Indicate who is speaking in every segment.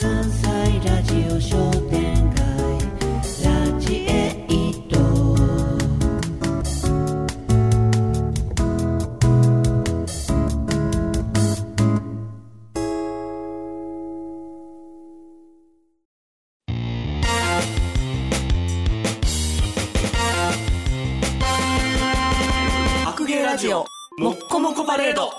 Speaker 1: 関西ラジオ商店街ラジエイト
Speaker 2: 白芸ラジオもっこもこパレード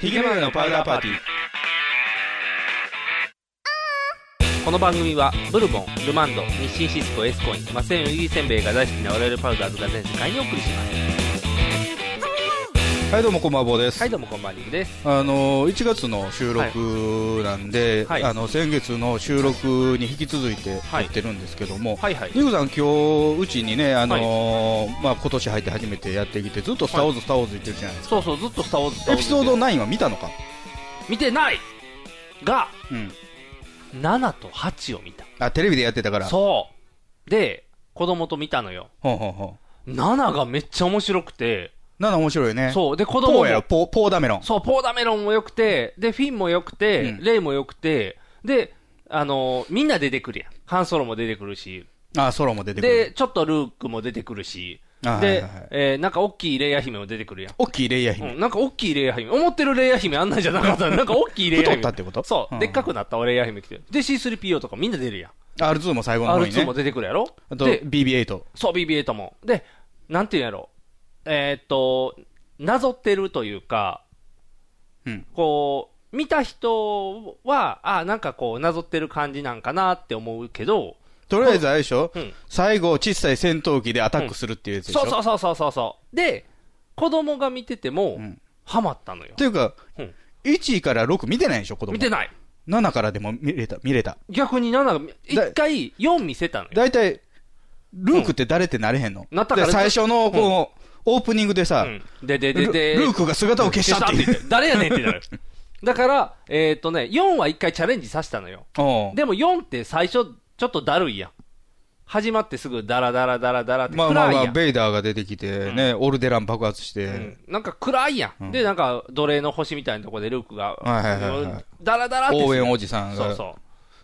Speaker 3: ヒゲマネのパウダーパーティー。この番組は、ブルボン、ルマンド、日清シスコ、エスコイン、マセンウギせんべいが大好きな我々パウダーズが全世界にお送りします。
Speaker 4: はい、どうもこんばんは坊です。
Speaker 3: はい、どうもこんばんにです。
Speaker 4: あの1月の収録なんで、
Speaker 3: はいはい
Speaker 4: あの先月の収録に引き続いて
Speaker 3: は
Speaker 4: や
Speaker 3: い
Speaker 4: ってるんですけども、
Speaker 3: はいはい。
Speaker 4: リグさん、今日うちにね、あのまあ、今年入って初めてやってきて、ずっとスター・ウォーズ、スター・ウォーズ言ってるじゃないです
Speaker 3: そうそう、ずっとスターウォーズスタ
Speaker 4: か、
Speaker 3: ー
Speaker 4: エ
Speaker 3: ウォ
Speaker 4: ピ
Speaker 3: ズ
Speaker 4: ソード9は見たのか、
Speaker 3: 見てないが、
Speaker 4: うん、
Speaker 3: 7と8を見た。
Speaker 4: あテレビでやってたから、
Speaker 3: そう。で、子供と見たのよ。
Speaker 4: ほうほうほ
Speaker 3: 7がめっちゃ面白くて、
Speaker 4: う、7面白いね、
Speaker 3: そう。で、
Speaker 4: ポ
Speaker 3: 子供
Speaker 4: ーやろ、
Speaker 3: も、
Speaker 4: ポーポーダメロン、
Speaker 3: そう、ポーダメロンも良くて、で、フィンも良くて、
Speaker 4: うん
Speaker 3: レイも良くて、で、あのーみんな出てくるやん。ハンソロも出てくるし、
Speaker 4: あソロも出てくる、
Speaker 3: で、ちょっとルークも出てくるし、で、
Speaker 4: あはいはいはい
Speaker 3: えーなんか大きいレイヤ姫も出てくるやん。
Speaker 4: 大きいレイヤー
Speaker 3: う
Speaker 4: 姫、
Speaker 3: ん、なんか大きいレイヤ姫。思ってるレイヤ姫あんなんじゃな かったのなんか大きいレイヤ姫。
Speaker 4: 太ったってこと
Speaker 3: そう、
Speaker 4: うん
Speaker 3: でっかくなったレイヤ姫来てる。で、C3PO とかみんな出るやん。
Speaker 4: R2 も最後の方に
Speaker 3: R2
Speaker 4: ね
Speaker 3: も、出てくるやろ
Speaker 4: あと
Speaker 3: で、
Speaker 4: BB8、
Speaker 3: そう、BB8 も。で、なんていうんやろ。えーっと、なぞってるというか、
Speaker 4: うん
Speaker 3: こう、見た人は、あなんかこう、なぞってる感じなんかなって思うけど、
Speaker 4: とりあえずあれでしょ、
Speaker 3: うん
Speaker 4: 最後、小さい戦闘機でアタックするっていうやつでしょ。
Speaker 3: そうそうそうそうそうそう。で、子供が見てても、
Speaker 4: ん
Speaker 3: ハマったのよ
Speaker 4: っ。ていうか、
Speaker 3: うん
Speaker 4: 1から6見てないでしょ、子供。
Speaker 3: 見てない。
Speaker 4: 7からでも見れた、見れた。
Speaker 3: 逆に7が、一回4見せたのよ。
Speaker 4: 大体、ルークって誰ってなれへんの、
Speaker 3: うんなったから
Speaker 4: で最初の、こう、オープニングでさ、
Speaker 3: うんで、で、で、で、
Speaker 4: ルルークが姿を消したっていう。
Speaker 3: 消誰やねんってなる。だから、えーっ、とね、4は一回チャレンジさせたのよ。
Speaker 4: おう
Speaker 3: でも4って最初、ちょっとだるいやん。始まってすぐダラダラダラダラって
Speaker 4: まあまあ
Speaker 3: 暗い
Speaker 4: ま
Speaker 3: やん。
Speaker 4: あ、ベイダーが出てきて、ね、オルデラン爆発して、
Speaker 3: うんなんか暗いやん。で、なんか奴隷の星みたいなとこでルークが、
Speaker 4: はいはいはいはい
Speaker 3: ダラダラってする。
Speaker 4: 応援おじさん
Speaker 3: そ
Speaker 4: が
Speaker 3: うそ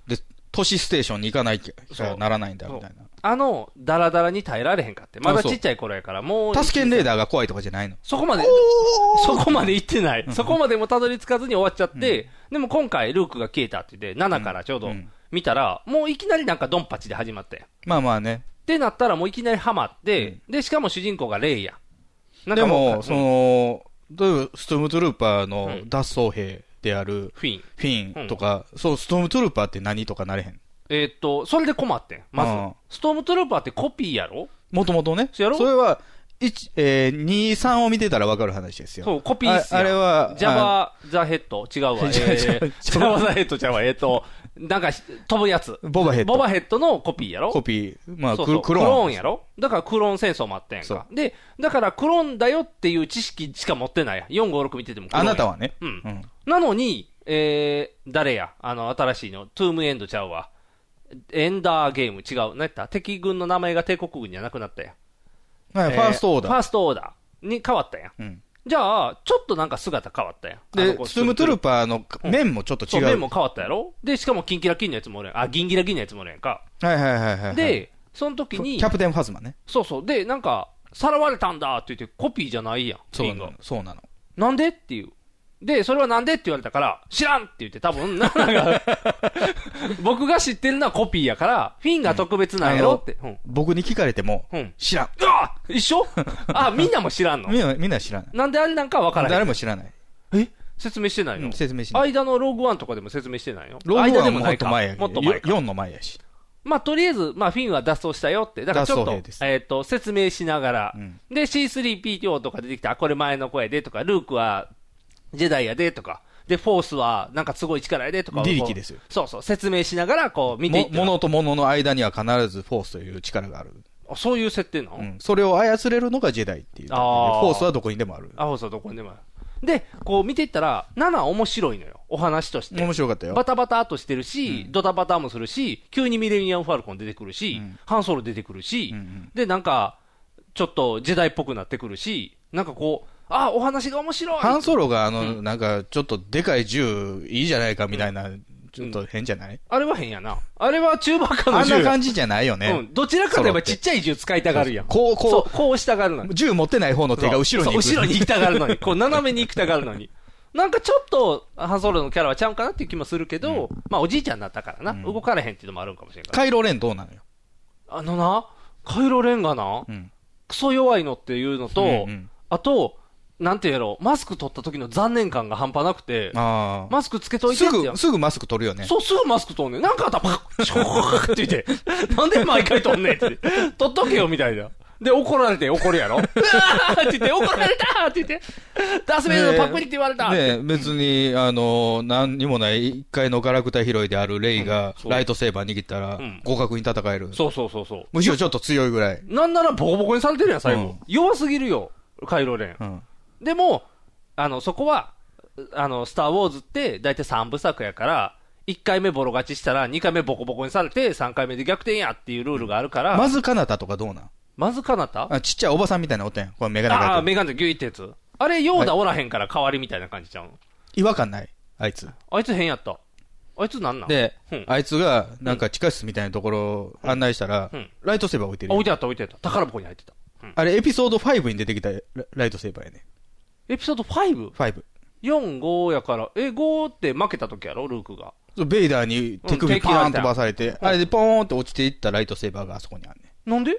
Speaker 3: う。
Speaker 4: で、都市ステーションに行かないきゃならないんだ、
Speaker 3: そう
Speaker 4: みたいな。
Speaker 3: あの、ダラダラに耐えられへんかって。まだ
Speaker 4: あそう
Speaker 3: ちっちゃい頃やから、もう。
Speaker 4: 助けんレーダーが怖いとかじゃないの。
Speaker 3: そこまで、そこまで行ってない。そこまでもたどり着かずに終わっちゃって、でも今回ルークが消えたって言って、7からちょうど
Speaker 4: うん
Speaker 3: 見たら、もういきなりなんかドンパチで始まって。っ
Speaker 4: まあまあね。
Speaker 3: てなったらもういきなりハマって、で、しかも主人公がレイヤ。なん
Speaker 4: で
Speaker 3: かう
Speaker 4: も、
Speaker 3: ん
Speaker 4: その、どういうストームトゥルーパー
Speaker 3: う
Speaker 4: の
Speaker 3: ん
Speaker 4: 脱走兵である、
Speaker 3: フィン。
Speaker 4: フィンとか、そう、ストームトゥルーパーって何とかなれへん。
Speaker 3: えーっと、それで困ってん。ま
Speaker 4: あ
Speaker 3: ず、ストームトゥルーパーってコピーやろ
Speaker 4: もともとね。
Speaker 3: そやろ
Speaker 4: れは、一えー、2、3を見てたらわかる話ですよ。
Speaker 3: そう、コピーっすよ
Speaker 4: ああれは、
Speaker 3: ジャバザヘッド、違 うわ。えー
Speaker 4: ジャバ
Speaker 3: ジャバザヘッドちゃうわ。えーっと、なんか、飛ぶやつ。
Speaker 4: ボバヘッド
Speaker 3: ボバヘッドのコピーや
Speaker 4: あ
Speaker 3: ろ
Speaker 4: コピー、まあ、
Speaker 3: そ
Speaker 4: ク
Speaker 3: うそう
Speaker 4: ロ
Speaker 3: ク
Speaker 4: ク
Speaker 3: ロ
Speaker 4: ローン。
Speaker 3: ーンやろだからクローン戦争もあったやん
Speaker 4: そ
Speaker 3: か。で、だからクローンだよっていう知識しか持ってないやん。4、5、6見ててもクロー
Speaker 4: あ
Speaker 3: ンやん
Speaker 4: なたはね。
Speaker 3: うん
Speaker 4: うん。
Speaker 3: なのに、えー、誰やあの、新しいの。トゥームエンドちゃうわ。エンダーゲーム違う。何やった敵軍の名前が帝国軍じゃなくなったやん。
Speaker 4: はい、
Speaker 3: え
Speaker 4: ファーストオーダー。
Speaker 3: ファーストオーダーに変わったやん。
Speaker 4: うん
Speaker 3: じゃあ、ちょっとなんか姿変わったやん。あの
Speaker 4: で
Speaker 3: こ、う
Speaker 4: ストゥームトゥルーパーの面もちょっと
Speaker 3: そ
Speaker 4: 違
Speaker 3: う、
Speaker 4: う。
Speaker 3: 面も変わったやろで、しかもキンキラキンのやつもおるやん。あ、ギンギラギンのやつもおるやんか。
Speaker 4: はいはいはいはい。、
Speaker 3: で、その時
Speaker 4: キ
Speaker 3: に、
Speaker 4: ャプテンファズマね。
Speaker 3: そうそう。で、なんか、さらわれたんだって言って、コピーじゃないやん。
Speaker 4: そうな
Speaker 3: フィン
Speaker 4: の
Speaker 3: が。
Speaker 4: そうなの。
Speaker 3: なんでっていう。で、それはなんでって言われたから、知らんって言って、多分、な んか、僕が知ってるのはコピーやから、フィンが特別なんやろって。うん。
Speaker 4: 僕に聞かれても、
Speaker 3: うん。
Speaker 4: 知らん。
Speaker 3: うわ一緒あ、みんなも知らんの
Speaker 4: みんな、みんな知らない。
Speaker 3: なんであれなんかわからへ
Speaker 4: 誰
Speaker 3: ん。
Speaker 4: も知らない。
Speaker 3: え説明してないの、
Speaker 4: うん説明しない。
Speaker 3: 間のローグワンとかでも説明してないの
Speaker 4: ローグ
Speaker 3: 間
Speaker 4: ワ
Speaker 3: で
Speaker 4: ンももっと前や
Speaker 3: ない
Speaker 4: け
Speaker 3: も
Speaker 4: ど
Speaker 3: っと前か。
Speaker 4: 4の前やし。
Speaker 3: まあ、とりあえず、まあ、フィンは脱走したよって。だからちょっ
Speaker 4: 脱
Speaker 3: と、え
Speaker 4: 走兵です
Speaker 3: っ、と、説明しながら。
Speaker 4: うん
Speaker 3: で、C3PO とか出てきて、あ、これ前の声でとか、ルークはジェダイやでとか、で、フォースはなんかすごい力やでとかをこう。
Speaker 4: リリキですよ
Speaker 3: そうそう、説明しながらこう見ていっ
Speaker 4: も
Speaker 3: たら
Speaker 4: 物と物の間には必ずフォースという力がある。
Speaker 3: あそういう設定なの、
Speaker 4: うんそれを操れるのがジェダイっていう。フ
Speaker 3: あー
Speaker 4: ォースはどこにでもある。
Speaker 3: あ、そうそう、どこにでもある。で、こう見ていったら、7面白いのよ。お話として。
Speaker 4: 面白かったよ。
Speaker 3: バタバタっとしてるし、ドタバタもするし、急にミレニアム・ファルコン出てくるし、ハンソロ出てくるし、
Speaker 4: うんうん
Speaker 3: で、なんか、ちょっとジェダイっぽくなってくるし、なんかこう、あ、お話が面白い
Speaker 4: ハンソロがあの、なんかちょっとでかい銃いいじゃないかみたいな、ちょっと変じゃない、
Speaker 3: あれは変やな。あれは中盤か
Speaker 4: あ
Speaker 3: の
Speaker 4: ん
Speaker 3: 銃
Speaker 4: な感じじゃないよ
Speaker 3: う
Speaker 4: ね
Speaker 3: ん。。どちらかといえば
Speaker 4: ソロって
Speaker 3: ちっちゃい銃使いたがるやん。
Speaker 4: こう、
Speaker 3: そ
Speaker 4: こ
Speaker 3: う、こうしたがるの
Speaker 4: う、
Speaker 3: に。
Speaker 4: 銃持ってない方の手が後ろに行く。
Speaker 3: そう後ろに行きたがるのに。こう、斜めに行きたがるのに。なんかちょっと、ハンソロのキャラはちゃうかなっていう気もするけど、まあおじいちゃんになったからな。動かれへんっていうのもあるんかもしれんから。
Speaker 4: 回路連どうなのよ。
Speaker 3: あのな、カイロレンがな、
Speaker 4: うん。
Speaker 3: クソ弱いのっていうのと、
Speaker 4: うんうん
Speaker 3: あと、なんていうやろ、マスク取った時の残念感が半端なくて、
Speaker 4: ああ。
Speaker 3: マスクつけといて
Speaker 4: す
Speaker 3: ってや
Speaker 4: ぐ、
Speaker 3: ん。
Speaker 4: すぐマスク取るよね。
Speaker 3: そう、すぐマスク取んねん。なんかあったらパッ、ショーって言って、 なんで毎回取んねんって。取っとけよ、みたいな。で、怒られて怒 るやろ。うわーって言って、怒られたーって言って、ダースベイダーのパクリって言われた、
Speaker 4: ねえ別に、あの、何にもない一階のガラクタ拾いであるレイが、
Speaker 3: そう
Speaker 4: ライトセーバー握ったら
Speaker 3: ん、
Speaker 4: 互角に戦える。
Speaker 3: そうそうそうそう。
Speaker 4: むしろちょっと強いぐらい。
Speaker 3: なんならボコボコにされてるやん、最後。
Speaker 4: うん
Speaker 3: 弱すぎるよ、カイロレン。
Speaker 4: うん。
Speaker 3: でも、あの、そこは、あの、スター・ウォーズって大体3部作やから、1回目ボロ勝ちしたら2回目ボコボコにされて3回目で逆転やっていうルールがあるから、
Speaker 4: ま
Speaker 3: ま
Speaker 4: ずかなたとかどうなん
Speaker 3: ずかなたあ
Speaker 4: あちっちゃいおばさんみたいなおってん。これメガネか
Speaker 3: あ
Speaker 4: け
Speaker 3: ー、
Speaker 4: てる
Speaker 3: メガネギュイってやつ。あれ、ヨーダおらへんから代わりみたいな感じちゃうの、
Speaker 4: 違和感ない。あいつ。
Speaker 3: あいつ変やった。あいつなんなん
Speaker 4: で
Speaker 3: うん、
Speaker 4: あいつが、なんか地下室みたいなところ案内したら
Speaker 3: うん、
Speaker 4: ライトセーバー置いて
Speaker 3: あ
Speaker 4: る
Speaker 3: 置
Speaker 4: よ
Speaker 3: い。てあった置いてあった。宝箱に入ってた。うん、
Speaker 4: あれ、エピソード5に出てきたラライトセーバーやね。
Speaker 3: エピソード 5?4、
Speaker 4: 5。
Speaker 3: 5やから、え、5って負けた時やろルークが。
Speaker 4: そうベイダーに手
Speaker 3: う
Speaker 4: 首
Speaker 3: ん
Speaker 4: パーン飛ばされて、あれでポーンって落ちていったライトセーバーがあそこにあるね。
Speaker 3: なんで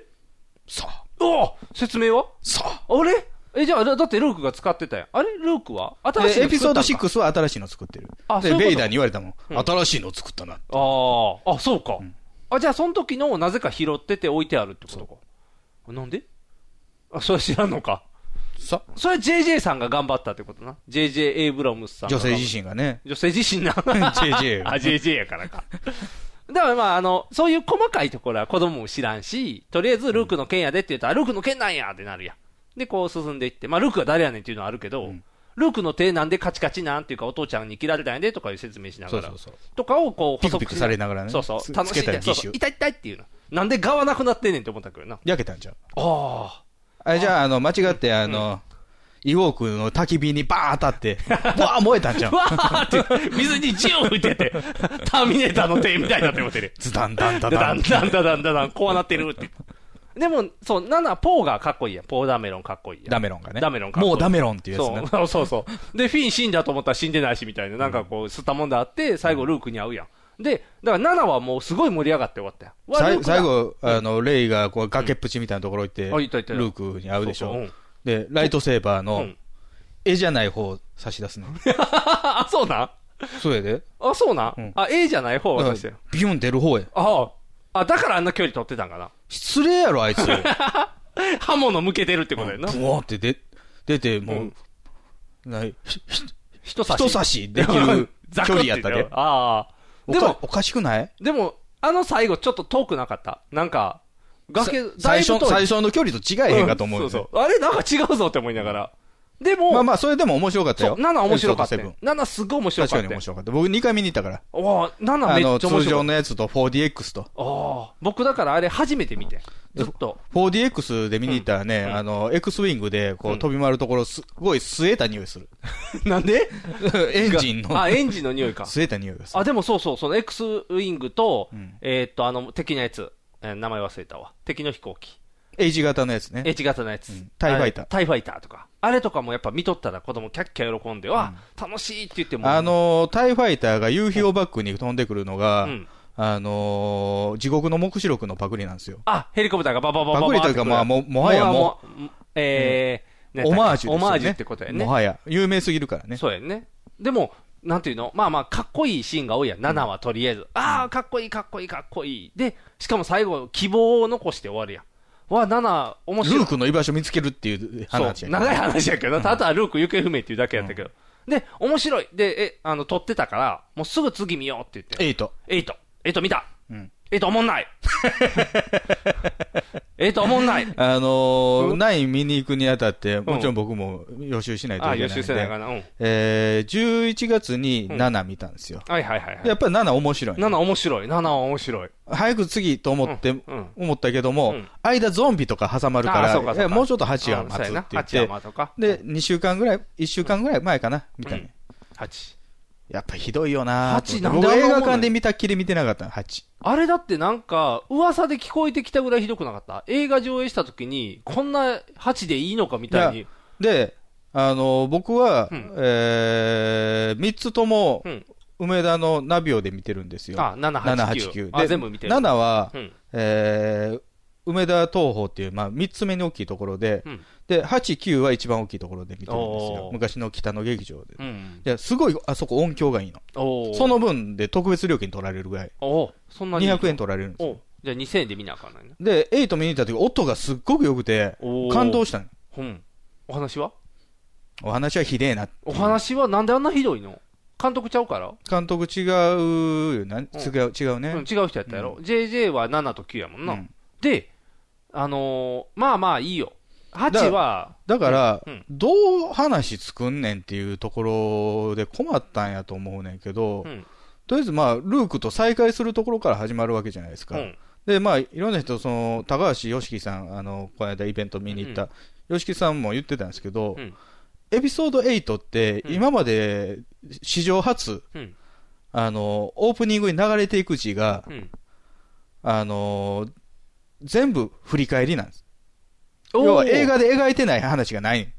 Speaker 4: さあ、
Speaker 3: おお説明は
Speaker 4: さあ。
Speaker 3: あれえ、じゃあ、だだってルークが使ってたやん。あれルークは新しい
Speaker 4: で
Speaker 3: の
Speaker 4: エピソード
Speaker 3: 作ったんか
Speaker 4: 6は新しいの作ってる。
Speaker 3: あそう
Speaker 4: で、
Speaker 3: いうこと
Speaker 4: ベイダーに言われたもん。新しいの作ったな。
Speaker 3: ああ、あ、そうか。あ、じゃあ、その時のをなぜか拾ってて置いてあるってことか。なんであ、それは知らんのか。
Speaker 4: さ
Speaker 3: それは JJ さんが頑張ったってことな。JJ エイブラムスさんが
Speaker 4: 女
Speaker 3: 頑張
Speaker 4: 性
Speaker 3: った。
Speaker 4: 自身がね。
Speaker 3: 女性自身な。
Speaker 4: JJ
Speaker 3: あ、JJ やからか。 だからまあ、あの、そういう細かいところは子供も知らんし、とりあえずルークの剣やでって言ったら、ルークの剣なんやってなるやん。で、こう進んでいって、まあ、ルークは誰やねんっていうのはあるけど、ルークの手なんでカチカチなんっていうか、お父ちゃんに切られたんやでとかいう説明しながら。
Speaker 4: そうそうそう
Speaker 3: とかをこう補足し
Speaker 4: ピクピクされながらね
Speaker 3: そうそ
Speaker 4: つ
Speaker 3: う。楽し
Speaker 4: つけ
Speaker 3: ん
Speaker 4: たり
Speaker 3: で、
Speaker 4: ティッ
Speaker 3: そう
Speaker 4: シ
Speaker 3: そ
Speaker 4: ュ
Speaker 3: う。痛い痛いっていうの。なんで側なくなってんねんって思ったけどな。あ
Speaker 4: 焼けたんちゃう
Speaker 3: あ。
Speaker 4: あれじゃあ、あの、間違って、あの、イウォークの焚き火にバーン当たって、 わー燃えたんちゃう
Speaker 3: わーって、水に銃を吹いてて、ターミネーターの手みたいになって思ってる。
Speaker 4: ズダンダンダ
Speaker 3: だだ
Speaker 4: ダ
Speaker 3: ん
Speaker 4: ン。
Speaker 3: だんだだんだだん、こうなってるって。でも、そう、7、ポーがかっこいいやん。ポーダメロンかっこいいやん。
Speaker 4: ダメロンがね。
Speaker 3: ダメロンかっこいい。
Speaker 4: もうダメロンっていうやつ
Speaker 3: そ
Speaker 4: ね
Speaker 3: う。そうそうそう。で、フィン死んだと思ったら死んでないしみたいな、なんかこう、吸ったもんだあって、最後ルークに会うやん。で、だから7はもうすごい盛り上がって終わったやん。わ
Speaker 4: さ
Speaker 3: ル
Speaker 4: い
Speaker 3: ークだ
Speaker 4: 最後、あの、レイがこう崖っぷちみたいなところ行って、
Speaker 3: うんあ行った行った
Speaker 4: ルークに会うでし
Speaker 3: そうそ
Speaker 4: ょ
Speaker 3: う。
Speaker 4: で、ライトセーバー
Speaker 3: う
Speaker 4: の
Speaker 3: ん、
Speaker 4: 絵じゃない方を差し出 すね。
Speaker 3: あ、あそうなん
Speaker 4: そうや で。
Speaker 3: あ、そうなん、
Speaker 4: ん
Speaker 3: あ、A じゃない方を渡して
Speaker 4: だからビュン出る方へ。
Speaker 3: ああ。あ、だからあんな距離取ってたんかな。
Speaker 4: 失礼やろ、 あいつ。ブ
Speaker 3: 刃物向けてるってことやな。
Speaker 4: ワーって出、出て、
Speaker 3: う
Speaker 4: も
Speaker 3: ん
Speaker 4: う、ない、ひ
Speaker 3: 人差し。
Speaker 4: 人差しでき る距
Speaker 3: ザクッ
Speaker 4: 離
Speaker 3: て
Speaker 4: やったで。
Speaker 3: ああ。
Speaker 4: お
Speaker 3: で
Speaker 4: か
Speaker 3: も、
Speaker 4: おかしくない
Speaker 3: でも、あの最後ちょっと遠くなかった。なんか、崖、
Speaker 4: さ最初、最
Speaker 3: 初
Speaker 4: 初の距離と違えへんかと思うよね。
Speaker 3: そうそう。あれなんか違うぞって思いながら。でも、
Speaker 4: まあまあ、それでも面白かった
Speaker 3: そ
Speaker 4: よ。
Speaker 3: う7面白かった
Speaker 4: エピ
Speaker 3: よ
Speaker 4: ソー。
Speaker 3: 7すごい面
Speaker 4: ド
Speaker 3: 白
Speaker 4: 7確
Speaker 3: かっ
Speaker 4: か
Speaker 3: た
Speaker 4: に
Speaker 3: よ。
Speaker 4: 面白かった。僕2回見に行ったから。
Speaker 3: おー7
Speaker 4: あ
Speaker 3: め
Speaker 4: の、
Speaker 3: っちゃ面
Speaker 4: 通
Speaker 3: 白
Speaker 4: 常
Speaker 3: かっ
Speaker 4: のやつと 4DX と。
Speaker 3: た。ああ。僕だからあれ初めて見て。ずっ と。
Speaker 4: 4DX で見に行ったらね、あの、X ウィングで、こう、飛び回るところ、すごい吸えた匂い する。
Speaker 3: なんで
Speaker 4: エンジンの、
Speaker 3: あ、エンジンの匂いか。
Speaker 4: 吸えた匂 いがする。
Speaker 3: あ、でもそうそう、その X ウィングと、
Speaker 4: ん
Speaker 3: えーっと、あの、敵のやつ、えー名前忘れたわ。敵の飛行機。
Speaker 4: H 型のやつね。
Speaker 3: H 型のやつ、
Speaker 4: んタイファイター
Speaker 3: あれタイファイターとか。あれとかもやっぱ見とったら子供キャッキャ喜んで、わ、楽しいって言っても。
Speaker 4: あ、のー、タイファイターが夕日をバックに飛んでくるのが、
Speaker 3: うん
Speaker 4: あのー、地獄の目視録のパクリなんですよ。
Speaker 3: あ、ヘリコプターがババババ
Speaker 4: パ
Speaker 3: バ
Speaker 4: クリというかまあももはやも
Speaker 3: う、もえー、
Speaker 4: オマージュですよね。
Speaker 3: オマージュってことやね。
Speaker 4: もはや。有名すぎるからね。
Speaker 3: そうやね。でも、なんていうのまあまあ、かっこいいシーンが多いやん。7はとりあえず。ああ、かっこいい、かっこいい、かっこいい。で、しかも最後、希望を残して終わるやん。わ、7、面白い。
Speaker 4: ルークの居場所見つけるっていう話
Speaker 3: そう
Speaker 4: やけど
Speaker 3: 長い話やけど、ただルーク行方不明っていうだけやったけど、で、面白い。で、え、あの、撮ってたから、もうすぐ次見ようって言って。
Speaker 4: エイト。
Speaker 3: エイト。エイト見た。
Speaker 4: うん
Speaker 3: エイトおも んない。エイトおもんない。
Speaker 4: あのー
Speaker 3: うん
Speaker 4: ない見に行くにあたって、もちろん僕も予習しないとい
Speaker 3: あ、
Speaker 4: けない
Speaker 3: 予
Speaker 4: んで。
Speaker 3: 習せないかな。うん。
Speaker 4: えー、11月に7見たんですよ。
Speaker 3: はいはいはい、はい
Speaker 4: やっ。ぱり7面白いね、
Speaker 3: 7面白い。7は面白い。
Speaker 4: 早く次と思って、
Speaker 3: うんうん
Speaker 4: 思ったけども、
Speaker 3: うん
Speaker 4: 間ゾンビとか挟まるか
Speaker 3: あ
Speaker 4: ら、
Speaker 3: そうかそうか
Speaker 4: いやもうちょっと8は
Speaker 3: うん
Speaker 4: 待つ
Speaker 3: そ
Speaker 4: っ
Speaker 3: うや
Speaker 4: て言
Speaker 3: な
Speaker 4: っ
Speaker 3: 8は
Speaker 4: て、
Speaker 3: 待とうか。
Speaker 4: で、2週間ぐらい、1週間ぐらい前かな、みたいな。
Speaker 3: うん8。
Speaker 4: やっぱひどいよな
Speaker 3: 8
Speaker 4: と思って
Speaker 3: なんであん
Speaker 4: 僕映
Speaker 3: なもんな
Speaker 4: 画
Speaker 3: の
Speaker 4: 館で見たっきり見てなかったの、8。
Speaker 3: あれだってなんか、噂で聞こえてきたぐらいひどくなかった映画上映した時に、こんな8でいいのかみたい
Speaker 4: い
Speaker 3: に。
Speaker 4: で、あの、僕は、
Speaker 3: うん
Speaker 4: えー、3つとも
Speaker 3: う、ん。
Speaker 4: 梅田のナビオで見てるんですよ。
Speaker 3: あ、7、8、9。あ、
Speaker 4: で
Speaker 3: 全部見てる。
Speaker 4: 7は、
Speaker 3: うん。
Speaker 4: えー梅田東宝っていう、まあ、3つ目に大きいところで、
Speaker 3: うん
Speaker 4: で8、9は一番大きいところで見てるんですよ
Speaker 3: お、ー
Speaker 4: 昔の北の劇場で。
Speaker 3: うん。
Speaker 4: ですごいあそこ音響がいいの、
Speaker 3: おー
Speaker 4: そ、の分で特別料金取られるぐらい、
Speaker 3: おーそんなに。
Speaker 4: 200円取られるんです
Speaker 3: お
Speaker 4: よ
Speaker 3: う。じゃあ2000円で見なあかんないな。
Speaker 4: で、8見に行った時音がすっごく良くて
Speaker 3: お、ー
Speaker 4: 感動したの、
Speaker 3: うん。お話は
Speaker 4: お話はひでえな、
Speaker 3: お話はなんであんなひどいの監督ちゃうから、
Speaker 4: 監督違うよな、違う違うね、
Speaker 3: うん、違う人やったやろ、JJ は7と9やもんな。
Speaker 4: うん
Speaker 3: で、あのーまあまあいいよ。8は、
Speaker 4: だから、
Speaker 3: うんうん
Speaker 4: どう話作んねんっていうところで困ったんやと思うねんけど、
Speaker 3: うん
Speaker 4: とりあえず、まあ、ルークと再会するところから始まるわけじゃないです
Speaker 3: う
Speaker 4: か。
Speaker 3: ん、
Speaker 4: で、まあ、いろんな人、その、高橋良樹さん、あの、この間イベント見に行った、良樹さんも言ってたんですけど、
Speaker 3: うん
Speaker 4: エピソード8って、
Speaker 3: うん
Speaker 4: 今まで史上初、
Speaker 3: うん、
Speaker 4: あの、オープニングに流れていく字が、
Speaker 3: うん。
Speaker 4: あの、全部振り返りなんです。
Speaker 3: おー
Speaker 4: 要は映画で描いてない話がない。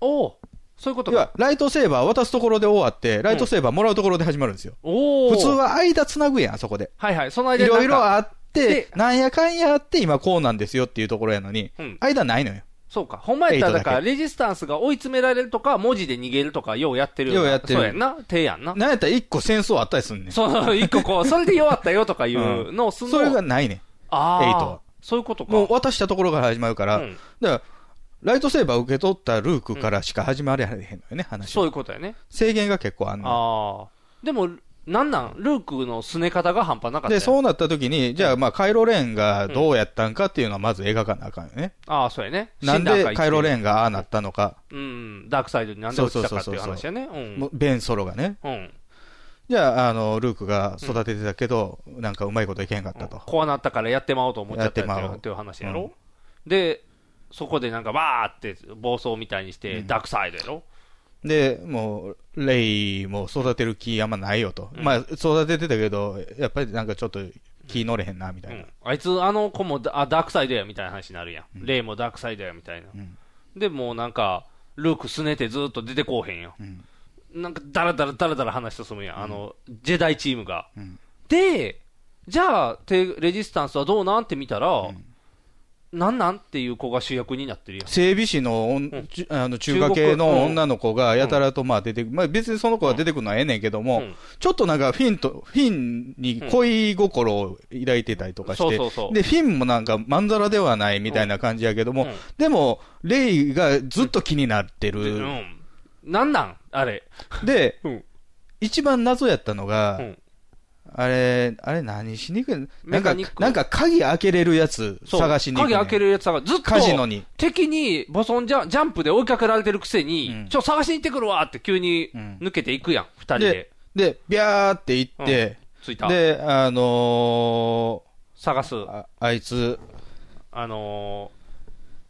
Speaker 3: おおそういうこと
Speaker 4: 要は
Speaker 3: か。、
Speaker 4: ライトセーバー渡すところで終わって、ライトセーバーもらうところで始まるんですよ。
Speaker 3: おお
Speaker 4: 普通。は間つなぐやん、あそこで。
Speaker 3: はいはい。その間
Speaker 4: い
Speaker 3: になん
Speaker 4: ろ
Speaker 3: か
Speaker 4: いろあっ
Speaker 3: で
Speaker 4: て、なんやかんやあって、今こうなんですよっていうところやのに、
Speaker 3: うん
Speaker 4: 間ないのよ。
Speaker 3: そうか。ほんまやったら、だから、
Speaker 4: エイトだ
Speaker 3: レジスタンスが追い詰められるとか、文字で逃げるとか、ようやってるな
Speaker 4: ようやってる
Speaker 3: そうやんな。手やんな。
Speaker 4: なんやったら一個戦争あったりすんねん。そ
Speaker 3: そう、一個こう、それで弱ったよとかいうのをすんの。
Speaker 4: れが、ないね
Speaker 3: あ
Speaker 4: エイト
Speaker 3: あ
Speaker 4: は、
Speaker 3: そういうことか。
Speaker 4: ん。もう渡したところから始まるから、
Speaker 3: うん
Speaker 4: だから、ライトセーバー受け取ったルークからしか始まれへんのよね、話
Speaker 3: そう
Speaker 4: は。
Speaker 3: いうことやね。
Speaker 4: 制限が結構あんの。
Speaker 3: ああ。でも、なんなんルークの拗ね方が半端なかった
Speaker 4: で、
Speaker 3: やん
Speaker 4: そうなった時に、じゃあ、まあ、カイロレーンがどうやったんかっていうのはまず描かなあかんよね。
Speaker 3: ああ、そうやね。
Speaker 4: なん
Speaker 3: 死だ
Speaker 4: で
Speaker 3: 赤
Speaker 4: カイロレ
Speaker 3: 一
Speaker 4: ーンがああなったのか、
Speaker 3: 年うん。ダークサイドになんで落ちたかっていう話やね。うん
Speaker 4: もうベン・ソロがね。
Speaker 3: うん。
Speaker 4: じゃあ、あの、ルークが育ててたけど、なんかうまいこといけへんかったと。
Speaker 3: こうなったからやってまおうと思っちゃったって
Speaker 4: やって
Speaker 3: い
Speaker 4: まお
Speaker 3: う
Speaker 4: う
Speaker 3: っていう話やろ、で、そこでなんかバーって暴走みたいにして、ダークサイドやろ、
Speaker 4: で、もう、レイも育てる気あんまないよと。まあ、育ててたけど、やっぱりなんかちょっと気乗れへんな、みた
Speaker 3: う
Speaker 4: い
Speaker 3: ん
Speaker 4: な。
Speaker 3: あいつ、あの子もダあダークサイドやみたいな話になるやん。レイもダークサイドやみたいな。で、もうなんか、ルークすねてずっと出てこうへんよ。
Speaker 4: ん
Speaker 3: なんか、だらだらだらだら話進むやん。あの、ジェダイチームが。
Speaker 4: ん
Speaker 3: で、じゃあ、てレジスタンスはどうなんって見たら、なんなんっていう子が主役になってるやん。
Speaker 4: 整備士のおん、
Speaker 3: ん
Speaker 4: ちゅあの中華系
Speaker 3: 中国
Speaker 4: の
Speaker 3: うん
Speaker 4: 女の子がやたらとまあ出てくる、まあ、別にその子が出てくるのはええねんけども、
Speaker 3: うん
Speaker 4: ちょっとなんかフィンと、フィンに恋心を抱いてたりとかして、
Speaker 3: うんそうそうそう
Speaker 4: でフィンもなんかまんざらではないみたいな感じやけども、
Speaker 3: うんうん
Speaker 4: でも、レイがずっと気になって
Speaker 3: でう
Speaker 4: る、
Speaker 3: ん。なんなんあれ。
Speaker 4: で、
Speaker 3: うん。
Speaker 4: 一番謎やったのが、
Speaker 3: うん
Speaker 4: あれ、あれ何しに行くんなん
Speaker 3: メカ
Speaker 4: か
Speaker 3: ニッ、ク
Speaker 4: なんか鍵開けれるやつ
Speaker 3: そう
Speaker 4: 探しに行く、ねん。
Speaker 3: 鍵開けるやつ探しずっと
Speaker 4: カジノに
Speaker 3: 敵にボソンジャジャンプで追いかけられてるくせに、
Speaker 4: うん
Speaker 3: ちょ、探しに行ってくるわって急に
Speaker 4: うん
Speaker 3: 抜けていくやん、二人
Speaker 4: で
Speaker 3: で。、
Speaker 4: で、ビャーって行って、
Speaker 3: 着いた。
Speaker 4: で、あの
Speaker 3: 探す。
Speaker 4: ー
Speaker 3: あ、
Speaker 4: ああいつ、
Speaker 3: の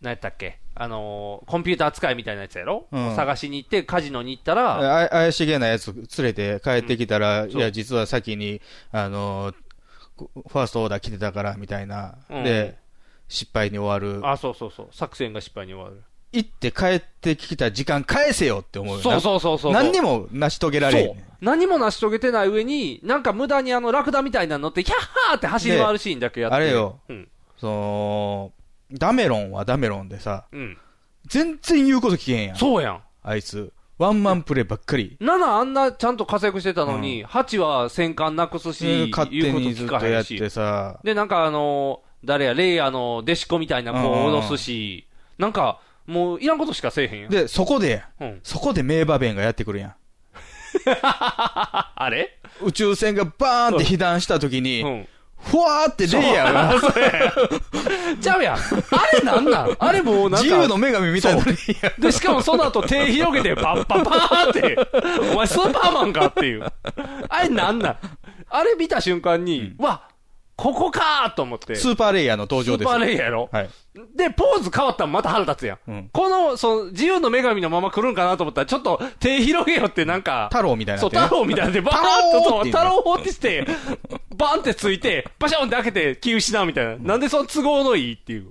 Speaker 3: ー、何やったっけあのー、コンピューター扱いみたいなやつやろ、
Speaker 4: うん
Speaker 3: 探しに行って、カジノに行ったら、
Speaker 4: あ怪しげなやつ連れて帰ってきたら、
Speaker 3: ん
Speaker 4: いや、実は先に、あのーこファーストオーダー来てたから、みたいな。
Speaker 3: うん
Speaker 4: で、失敗に終わる。
Speaker 3: あ、そうそうそう。作戦が失敗に終わる。
Speaker 4: 行って帰ってきた時間返せよって思うよな
Speaker 3: そうそうそうそう。
Speaker 4: 何に
Speaker 3: も
Speaker 4: も成し遂げられへんねん
Speaker 3: そう。何も成し遂げてない上に、なんか無駄にあの、ラクダみたいなの乗って、キャッハーって走り回るシーンだけやって。
Speaker 4: あれよ。
Speaker 3: うん。
Speaker 4: その、ダメロンはダメロンでさ、
Speaker 3: うん。
Speaker 4: 全然言うこと聞けへんやん。
Speaker 3: そうやん。
Speaker 4: あいつ。ワンマンプレイばっかり。
Speaker 3: 7あんなちゃんと活躍してたのに、8は戦艦なくすし、
Speaker 4: 勝手
Speaker 3: 言うこと
Speaker 4: にずっ
Speaker 3: 聞か
Speaker 4: と
Speaker 3: へ
Speaker 4: や
Speaker 3: ん
Speaker 4: っ
Speaker 3: して
Speaker 4: さ。
Speaker 3: で、なんかあのー誰や、レイヤーの弟子子みたいな子
Speaker 4: うんうんう
Speaker 3: を
Speaker 4: ん
Speaker 3: 脅すし、なんか、もういらんことしかせえへんやん。
Speaker 4: で、そこで、
Speaker 3: うん。
Speaker 4: そこで名場面がやってくるやん。
Speaker 3: あれ
Speaker 4: 宇宙船がバーンって被弾した時に、
Speaker 3: うん。
Speaker 4: ふわーってレイヤーが、
Speaker 3: ちゃう やん。あれなんなんあれもうなんか。
Speaker 4: 自由の女神みたいなレイヤー
Speaker 3: で、しかもその後手広 げて、パッパッパーって、お前スーパーマンかって いう。あれなんなんあれ見た瞬間に、わ、ここかーと思って。
Speaker 4: スーパーレイヤーの登場です。
Speaker 3: スーパーレイヤーやろ、
Speaker 4: はい。
Speaker 3: で、ポーズ変わったらまた腹立つやん。
Speaker 4: うん
Speaker 3: この、その、自由の女神のまま来るんかなと思ったら、ちょっと手広げよってなんか、
Speaker 4: 太郎みたいにな
Speaker 3: そ
Speaker 4: っ
Speaker 3: う、
Speaker 4: てね
Speaker 3: 太郎みたいなんで、バーンと、そう、太郎放ってして、バーンってついて、バシャンって開けて、気失うみたいな。なんでその都合のいいっていう。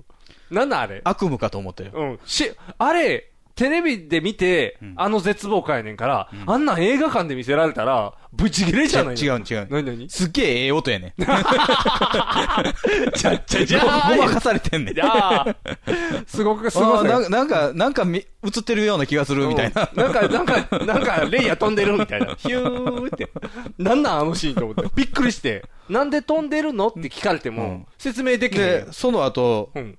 Speaker 3: なんなんあれ
Speaker 4: 悪夢かと思ったよ。
Speaker 3: うん。し、あれ、テレビで見て、あの絶望感やねんから、あんなん映画館で見せられたら、ぶち切れじゃない
Speaker 4: 違
Speaker 3: の
Speaker 4: う違う
Speaker 3: 何何
Speaker 4: すっげえええ音や ねん。
Speaker 3: ちゃっちゃじ
Speaker 4: ご
Speaker 3: ゃーい
Speaker 4: まかされてんねん。
Speaker 3: じゃあ、すごく、すご
Speaker 4: あ
Speaker 3: く。
Speaker 4: ななんか、なんかみ映ってるような気がするみたいな。
Speaker 3: うんなんか、なんか、なんか、レイヤー飛んでるみたいな。ヒューって。なんなんあのシーンと思って。びっくりして。なんで飛んでるのって聞かれても、
Speaker 4: うん
Speaker 3: 説明できない
Speaker 4: で、。その後、
Speaker 3: うん。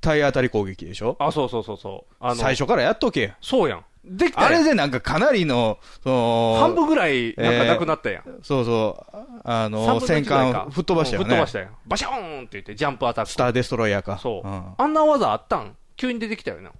Speaker 4: 体当たり攻撃でしょ
Speaker 3: あ、そうそうそうそう。あの、
Speaker 4: 最。初からやっとけ。
Speaker 3: そうやん。できた
Speaker 4: あ
Speaker 3: やん
Speaker 4: れでなんかかなりの、その、
Speaker 3: 半分ぐらい、なんかなくなったやん。
Speaker 4: そうそう、あ
Speaker 3: 3
Speaker 4: の、
Speaker 3: 分の
Speaker 4: 戦
Speaker 3: 1ぐらいか
Speaker 4: 艦吹っ飛ばしたよ
Speaker 3: うん吹っ飛
Speaker 4: ね
Speaker 3: ばし。たよ。バシャーンって言って、ジャンプアタック。
Speaker 4: スターデストロイヤーか。
Speaker 3: そう、
Speaker 4: ん
Speaker 3: あんな技あったん急に出てきたよな。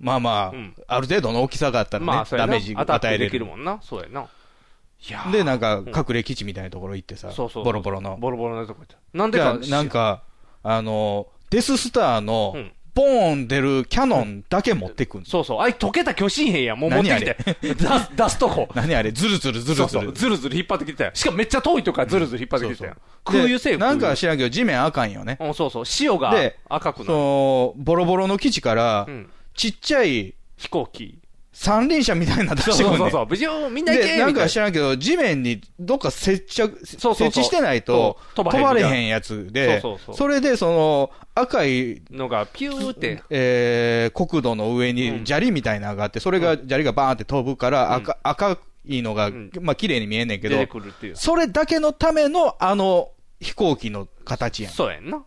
Speaker 4: まあまあ、
Speaker 3: うん
Speaker 4: ある程度の大きさがあったらね、
Speaker 3: まあ、そう
Speaker 4: ダ
Speaker 3: やな。
Speaker 4: メージ
Speaker 3: アタック
Speaker 4: 与えれ
Speaker 3: できる
Speaker 4: る。
Speaker 3: もんな。そうやな。いやー
Speaker 4: で、なんか、隠れ基地みたいなところ行ってさ、
Speaker 3: そうそうそう
Speaker 4: ボロボロの。
Speaker 3: ボロボロのとこ行った。なんで
Speaker 4: じゃ
Speaker 3: か
Speaker 4: あ、、なんか、あの、デススターの
Speaker 3: うん、
Speaker 4: ボーン出るキャノンだけ持ってくん、
Speaker 3: そうそう。あれ、溶けた巨神兵やん。もう持ってきて。 出す、出す とこ。
Speaker 4: 何あれ、ズルズルズ
Speaker 3: そ
Speaker 4: ル
Speaker 3: う
Speaker 4: ズ
Speaker 3: そう。
Speaker 4: ル。
Speaker 3: ずるずる引っ張ってきてたよ。しかもめっちゃ遠いとこからずるずる引っ張ってきてたよ。空輸
Speaker 4: で
Speaker 3: 制
Speaker 4: なんか知らんけど、地面赤いんよね。
Speaker 3: うん、そうそう。塩が
Speaker 4: で
Speaker 3: 赤
Speaker 4: そ
Speaker 3: くなる。
Speaker 4: の、ボロボロの基地から
Speaker 3: う、ん。
Speaker 4: ちっちゃい
Speaker 3: 飛行 機。
Speaker 4: 三輪車みたいなの出
Speaker 3: そう
Speaker 4: してくん
Speaker 3: そ
Speaker 4: ね
Speaker 3: うんそうそう。無事よみんな行け
Speaker 4: で、なん
Speaker 3: みたい
Speaker 4: か知らんけど、地面にどっか接着、設
Speaker 3: そうそう
Speaker 4: 置してないと
Speaker 3: そ
Speaker 4: 飛
Speaker 3: う飛ばへん
Speaker 4: ばれへんやつで、
Speaker 3: そうそうそう
Speaker 4: それでその赤い、
Speaker 3: のがピューって。
Speaker 4: えー国土の上
Speaker 3: う
Speaker 4: に
Speaker 3: ん
Speaker 4: 砂利みたいなのがあって、それが砂利がバーンって飛ぶから赤、赤いのが、
Speaker 3: ん
Speaker 4: まあ綺麗に見えんねんけ
Speaker 3: 出て
Speaker 4: ど、
Speaker 3: くるっていう。
Speaker 4: それだけのためのあの飛行機の形やん。
Speaker 3: そうやんな。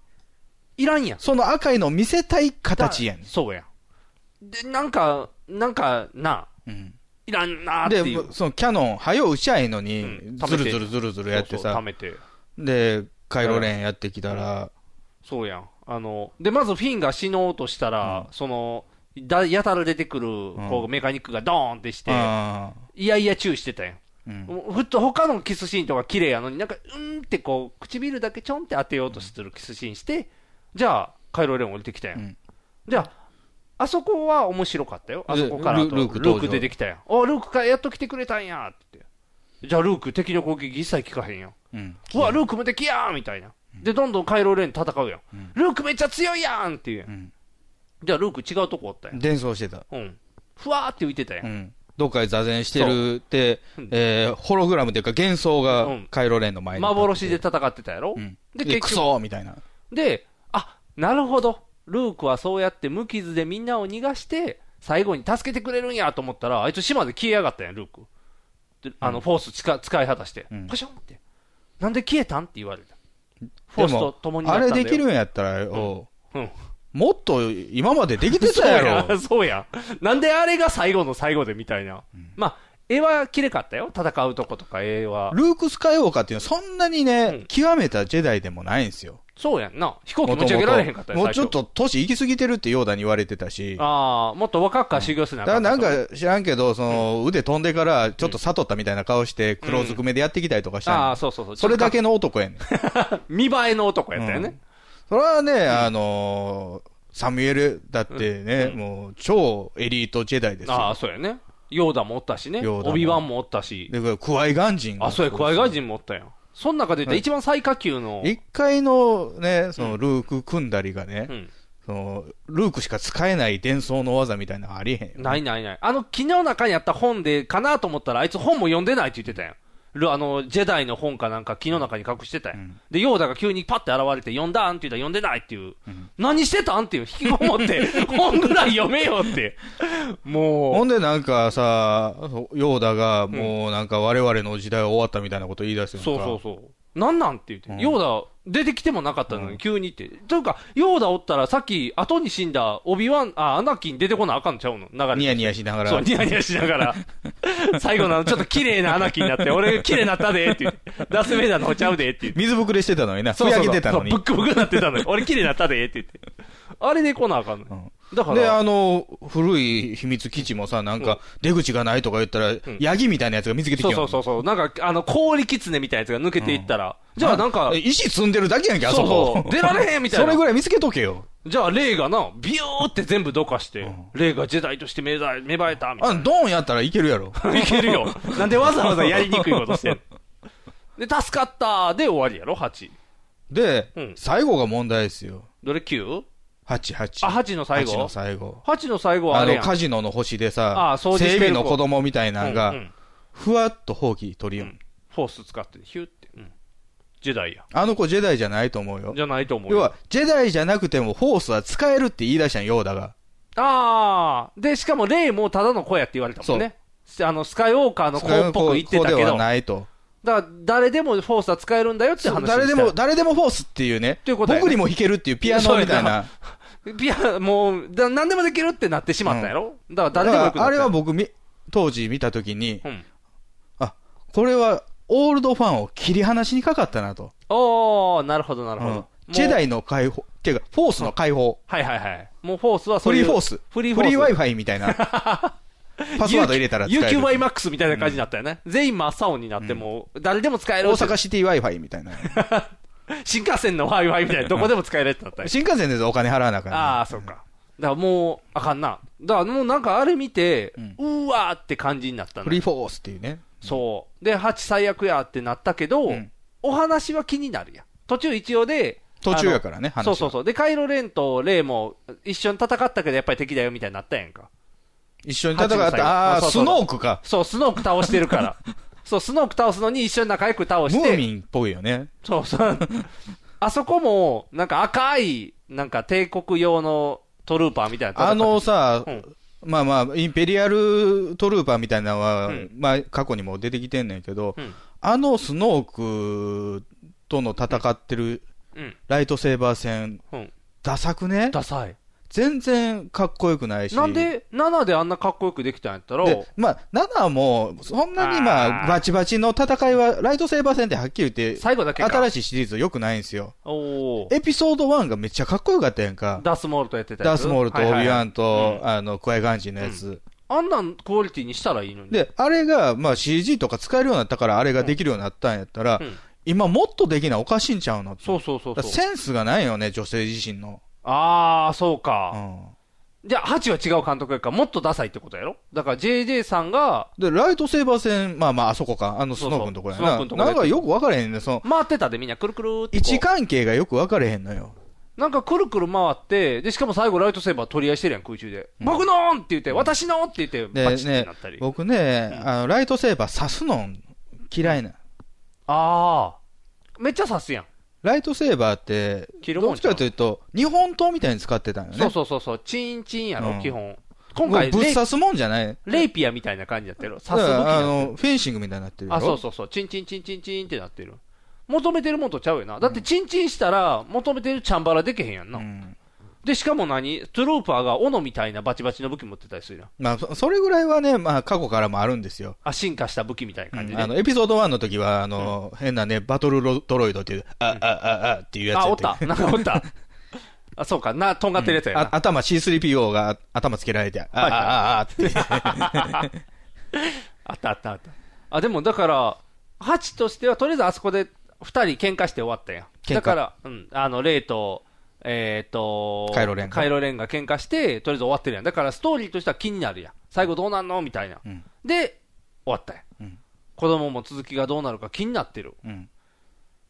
Speaker 3: いらんやん。
Speaker 4: その赤いのを見せたい形やん。
Speaker 3: そうやん。で、なんか、なんか、な、
Speaker 4: うん
Speaker 3: いらんなーって
Speaker 4: で
Speaker 3: いう。、
Speaker 4: そのキャノン、はよ打ち合いのに
Speaker 3: うん、
Speaker 4: ずるずるずるずるやって
Speaker 3: そうそう
Speaker 4: さ
Speaker 3: 貯、めて。
Speaker 4: で、回路連やってきたら、
Speaker 3: そうやん。あの、で、まずフィンが死のうとしたら、その、だやたら出てくる、こう、メカニックがドーンってして、
Speaker 4: あ
Speaker 3: いやいやチューしてたやん。
Speaker 4: ーうん
Speaker 3: ふっと他のキスシーンとか綺麗やのに、なんか、うーんってこう、唇だけちょんって当てようとしてるキスシーンして、じゃあ、カイロレン降りてきたやん。
Speaker 4: うん
Speaker 3: じゃあ、あそこは面白かったよ。あそこから
Speaker 4: ルルーク登場
Speaker 3: ルーク出てきたやん。おルークか、やっと来てくれたんやって。じゃあ、ルーク敵の攻撃一切効かへんやん。
Speaker 4: うん
Speaker 3: うわ、ルーク無敵やーみたいな。で、どんどんカイロレン戦うやん。ルークめっちゃ強いやんっていうやん。
Speaker 4: ん
Speaker 3: じゃあ、ルーク違うとこおったやん。
Speaker 4: 伝送してた。
Speaker 3: うん。ふわーって浮いてたやん。
Speaker 4: うん。どっかで座禅してるって、えーホログラムというか幻想
Speaker 3: う
Speaker 4: が
Speaker 3: ん
Speaker 4: カイロレンの前に。
Speaker 3: 幻で。戦ってたやろ、
Speaker 4: うん。で、
Speaker 3: で、
Speaker 4: ク
Speaker 3: 結局、
Speaker 4: ソーみたいな。
Speaker 3: で、あ、なるほど。ルークはそうやって無傷でみんなを逃がして、最後に助けてくれるんやと思ったら、あいつ島で消えやがったんやん、ルーク。であの、フォース使使い果たして
Speaker 4: うん、
Speaker 3: パションって。なんで消えたんって言われた。フォ
Speaker 4: で
Speaker 3: ースと
Speaker 4: も
Speaker 3: 共、にや
Speaker 4: あ
Speaker 3: ったん
Speaker 4: れ
Speaker 3: だよ
Speaker 4: できるんやったらよ、
Speaker 3: うん。
Speaker 4: もっと今までできてたやろ。
Speaker 3: そうや。そうやなんであれが最後の最後でみたいな。まあ、絵は綺麗かったよ。戦うとことか絵は。
Speaker 4: ルーク・スカイウォーカーっていうのはそんなに
Speaker 3: う
Speaker 4: ね
Speaker 3: ん、
Speaker 4: 極めたジェダイでもないんですよ。
Speaker 3: そうやんな。飛行機持ち上げられへんかったよ。
Speaker 4: もともともうちょっ
Speaker 3: 最初。
Speaker 4: と年行き過ぎてるってヨーダに言われてたし。
Speaker 3: ああ、もっと若くから修行する
Speaker 4: だ
Speaker 3: な
Speaker 4: から
Speaker 3: あか
Speaker 4: な
Speaker 3: った
Speaker 4: ん
Speaker 3: と
Speaker 4: か知らんけど、その腕飛んでからちょっと悟ったみたいな顔して、黒ずくめでやってきたりとかしたん
Speaker 3: あ
Speaker 4: や
Speaker 3: あ、そうそうそう。
Speaker 4: それだけの男やねん。
Speaker 3: 見栄えの男やったよね。
Speaker 4: それはね、あのーサミュエルだってね、もう超エリートジェダイです
Speaker 3: ああ、
Speaker 4: よ。
Speaker 3: そうやね。ヨーダもおったしね。
Speaker 4: ヨーダも
Speaker 3: オビワンもおったし。
Speaker 4: で、クワイガン人が
Speaker 3: あ、そうや、クワイガー人もおったやん。その中で言ったら一番最下級の。
Speaker 4: 一回のね、そのルーク組んだりがね、
Speaker 3: うん。
Speaker 4: そのルークしか使えない伝送の技みたいなのありえへんよね
Speaker 3: ないないない。あの、昨日中にあった本で、かなと思ったら、あいつ本も読んでないって言ってたやん。ルあの、ジェダイの本かなんか、木の中に隠してたやん。で、ヨーダが急にパッて現れて、読んだんって言ったら、読んでないっていう。何してたんっていう。引きこもって、 本ぐらい読めよって。も
Speaker 4: ほんでなんかさ、ヨーダがもうなんか我々の時代は終わったみたいなこと言い出す
Speaker 3: う、
Speaker 4: よ
Speaker 3: そうそうそう。なんなんって言って、
Speaker 4: うん
Speaker 3: ヨーダ出てきてもなかったの
Speaker 4: う
Speaker 3: に
Speaker 4: ん
Speaker 3: 急にって。というか、ヨーダおったらさっき後に死んだオビワン、あ、アナキン出てこなあかんちゃうの流れ。
Speaker 4: ニヤニヤしながら。
Speaker 3: そう、ニヤニヤしなが ら、最後のあのちょっと綺麗なアナキンになって、俺綺麗になったでって言って、ダース・ベイダーの方ちゃうでって言って。
Speaker 4: 水ぶくれしてたのにな。ふやけてたのに
Speaker 3: そう。ブックブックになってたのに。俺綺麗になったでって言って。あれで来なあかんのよ。だか
Speaker 4: で、
Speaker 3: ら、
Speaker 4: あの、古い秘密基地もさ、なんか、出口がないとか言ったら、ヤギみたいなやつが見つけてき
Speaker 3: そ
Speaker 4: た
Speaker 3: うそうそうそう。なんか、あの、氷狐みたいなやつが抜けていったら、じゃあなんか、
Speaker 4: 石積んでるだけやんけ、あそこ。
Speaker 3: そうそう出られへんみたい な
Speaker 4: それぐらい見つけとけよ。
Speaker 3: じゃあ、霊がな、ビューって全部どかして、霊がジェダイとして芽生え芽生えた、みたい
Speaker 4: あの、ドーンやったらいけるやろ。
Speaker 3: な。いけるよ。なんでわざわざやりにくいことしてんので、助かったで終わりやろ、8。
Speaker 4: で、
Speaker 3: うん
Speaker 4: 最後が問題ですよ。
Speaker 3: どれ 9?
Speaker 4: 8、8。
Speaker 3: あ、8の最後
Speaker 4: 8の最後。
Speaker 3: 8の最後は
Speaker 4: あ
Speaker 3: あれ
Speaker 4: の、
Speaker 3: やん。
Speaker 4: カジノの星で
Speaker 3: あ
Speaker 4: さ、
Speaker 3: 掃除
Speaker 4: 整
Speaker 3: してる子
Speaker 4: 備の子供みたいな
Speaker 3: うん
Speaker 4: が、
Speaker 3: んうん
Speaker 4: ふわっと放棄取りよん。
Speaker 3: うんフォース使って、ヒューって。うんジェダイや。
Speaker 4: あの子ジェダイじゃないと思うよ。
Speaker 3: じゃないと思う
Speaker 4: 要
Speaker 3: よ。
Speaker 4: は、ジェダイじゃなくてもフォースは使えるって言い出したん、ヨーダが。
Speaker 3: ああ。で、しかも、霊もただの子やって言われたもんね。あの、スカイウォーカーの子っぽく言ってた
Speaker 4: こうで
Speaker 3: け
Speaker 4: は
Speaker 3: ど、だか
Speaker 4: ないと。
Speaker 3: ら、誰でもフォースは使えるんだよって話でしたよ
Speaker 4: 誰でも、誰でもフォースっていうね。
Speaker 3: ということやね
Speaker 4: 僕にも弾けるっていうピアノみたいな。
Speaker 3: ピア、もう、だ何でもできるってなってしまったやろ、だから誰でもよく
Speaker 4: だから
Speaker 3: な
Speaker 4: あ
Speaker 3: った
Speaker 4: れ
Speaker 3: や
Speaker 4: は
Speaker 3: ろ
Speaker 4: 僕み、当時見たときに、
Speaker 3: うん。
Speaker 4: これはオールドファンを切り離しにかかったなと。
Speaker 3: おー、なるほど、なるほど。
Speaker 4: う
Speaker 3: も
Speaker 4: んジェダ
Speaker 3: イ。
Speaker 4: イの解放、っていうか、フォースの解放。
Speaker 3: はいはいはい。もうフォースはそ
Speaker 4: フ
Speaker 3: うい
Speaker 4: リ
Speaker 3: う
Speaker 4: ーフォース。
Speaker 3: フリーフォース。
Speaker 4: Wi-Fi みた いな。パスワード入れたら使える。
Speaker 3: UQYMAX みたいな感じになったよね。全員真っ青になって、もう、誰でも使える。
Speaker 4: 大阪シティ Wi-Fi みたい な。
Speaker 3: 新幹線の Wi-Fi みたいな、どこでも使えるってなったよ。
Speaker 4: 新幹線でお金払わなあかんね
Speaker 3: ああ、そうか。だからもう、あかんな。だからもうなんかあれ見て、うーわーって感じになった
Speaker 4: フ
Speaker 3: の
Speaker 4: リー。フォースっていうね。
Speaker 3: そう。で、8最悪やってなったけど、
Speaker 4: うん
Speaker 3: お話は気になるやん。途中一応で、
Speaker 4: 途中やからね
Speaker 3: あ
Speaker 4: 話
Speaker 3: のそ
Speaker 4: は
Speaker 3: うそうそう。で、カイロレンとレイも一緒に戦ったけど、やっぱり敵だよみたいになったやんか。
Speaker 4: 一緒に戦っ
Speaker 3: 八の最後
Speaker 4: た。ああー、
Speaker 3: そう
Speaker 4: ス
Speaker 3: そうそう
Speaker 4: ノークか。
Speaker 3: そう、スノーク倒してるから。 そう、スノーク倒すのに一緒に仲良く倒して。
Speaker 4: ムーミンっぽいよね。
Speaker 3: そうそう。あそこも、なんか赤い、なんか帝国用のトルーパーみたいな戦
Speaker 4: あ
Speaker 3: い。
Speaker 4: のさ
Speaker 3: う、ん
Speaker 4: まあまあ、インペリアルトルーパーみたいなのは、
Speaker 3: うん
Speaker 4: まあ、過去にも出てきてんねんけど、
Speaker 3: うん
Speaker 4: あのスノークとの戦ってる
Speaker 3: うん。
Speaker 4: ライトセーバー戦、
Speaker 3: うん。
Speaker 4: ダサくね
Speaker 3: ダサい。
Speaker 4: 全然かっこよくないし。
Speaker 3: なんで、7であんなかっこよくできたんやったら、
Speaker 4: でまあ、7も、そんなにま
Speaker 3: あ
Speaker 4: あ、
Speaker 3: ー
Speaker 4: バチバチの戦いは、ライトセーバー戦ってはっきり言って、
Speaker 3: 最後だけか。
Speaker 4: 新
Speaker 3: しい。
Speaker 4: しいシリーズ良くないんですよ。
Speaker 3: おー
Speaker 4: エピソード1がめっちゃかっこよかったやんか。
Speaker 3: ダースモールとやってたや
Speaker 4: ダー
Speaker 3: つ
Speaker 4: スモールとオビワン
Speaker 3: はいはい
Speaker 4: と
Speaker 3: は、い
Speaker 4: あの、クワイガンジンのやつ。
Speaker 3: うんあんなんクオリティにしたらいいのに。
Speaker 4: で、あれが、まあ CG とか使えるようになったから、あれができるようになったんやったら、
Speaker 3: うん
Speaker 4: 今もっとできないおかしいんちゃうのって
Speaker 3: そうそうそう
Speaker 4: だ
Speaker 3: そ
Speaker 4: から
Speaker 3: う。
Speaker 4: センスがないよね、女性自身の。
Speaker 3: あー、そうか。
Speaker 4: うん。
Speaker 3: じゃあ、8は違う監督やから、もっとダサいってことやろだから、JJ さんが、
Speaker 4: で、ライトセーバー戦、まあまあ、あそこか、あのス
Speaker 3: そう
Speaker 4: ノ
Speaker 3: そう
Speaker 4: ー君のとこや
Speaker 3: スノー
Speaker 4: な。
Speaker 3: 君のとこで
Speaker 4: なんかよく分かれへんね、その、
Speaker 3: 回ってたでみんなくるくるーって
Speaker 4: 位
Speaker 3: こう。
Speaker 4: 置関係がよく分かれへんのよ。
Speaker 3: なんかくるくる回って、で、しかも最後ライトセーバー取り合いしてるやん、空中で。僕のーんって言って、私のーんって言って、
Speaker 4: で
Speaker 3: バチって
Speaker 4: ね
Speaker 3: なったり。、
Speaker 4: 僕ね、あの、ライトセーバー刺すの嫌いな。
Speaker 3: あー。めっちゃ刺すやん。
Speaker 4: ライトセーバーって、
Speaker 3: 切る
Speaker 4: どっ
Speaker 3: もん
Speaker 4: ち
Speaker 3: ちゃ
Speaker 4: か
Speaker 3: う
Speaker 4: というと、日本刀みたいに使ってたんよね。
Speaker 3: そうそうそうそう、チーンチーンやろ、
Speaker 4: うん
Speaker 3: 基本。今回
Speaker 4: ぶっ
Speaker 3: レイ、
Speaker 4: 刺すもんじゃない。
Speaker 3: レイピアみたいな感じやってる。刺す武器
Speaker 4: だからあ
Speaker 3: や
Speaker 4: の、フェンシングみたいになってるよ。
Speaker 3: あ、そうそうそう、チンチンチンチンチンってなってる。求めてるもんとちゃうよな。だって、チンチンしたら、求めてるチャンバラでけへんやんな。
Speaker 4: うん
Speaker 3: で、しかも何トゥルーパーが斧みたいなバチバチの武器持ってたりするやん。
Speaker 4: まあ、そそれぐらいはね、まあ、過去からもあるんですよ。
Speaker 3: あ、進化した武器みたいな
Speaker 4: う
Speaker 3: 感じ
Speaker 4: ん
Speaker 3: で。
Speaker 4: あの、エピソード1の時は、あの、変なね、バトルロドロイドっていう、あ、あ、あ、あっていうやつや
Speaker 3: あ、おっ
Speaker 4: けど
Speaker 3: た。なんかおった。あ、そうか。な、とんがってるやつや
Speaker 4: あ
Speaker 3: な。
Speaker 4: 頭 C3PO があ頭つけられて、あ、あ、
Speaker 3: はい
Speaker 4: あ、あって。
Speaker 3: あったあったあった。あ、でもだから、ハチとしては、とりあえずあそこで二人喧嘩して終わったや
Speaker 4: 喧嘩
Speaker 3: ん。だから、うん。あの、レイと、えっ、と、
Speaker 4: カイロレンが
Speaker 3: カイロレンが喧嘩して、とりあえず終わってるやん。だから、ストーリーとしては気になるやん。最後どうなんのみたいな。
Speaker 4: うん
Speaker 3: で、終わったやん。
Speaker 4: うん
Speaker 3: 子供も続きがどうなるか気になってる。
Speaker 4: うん。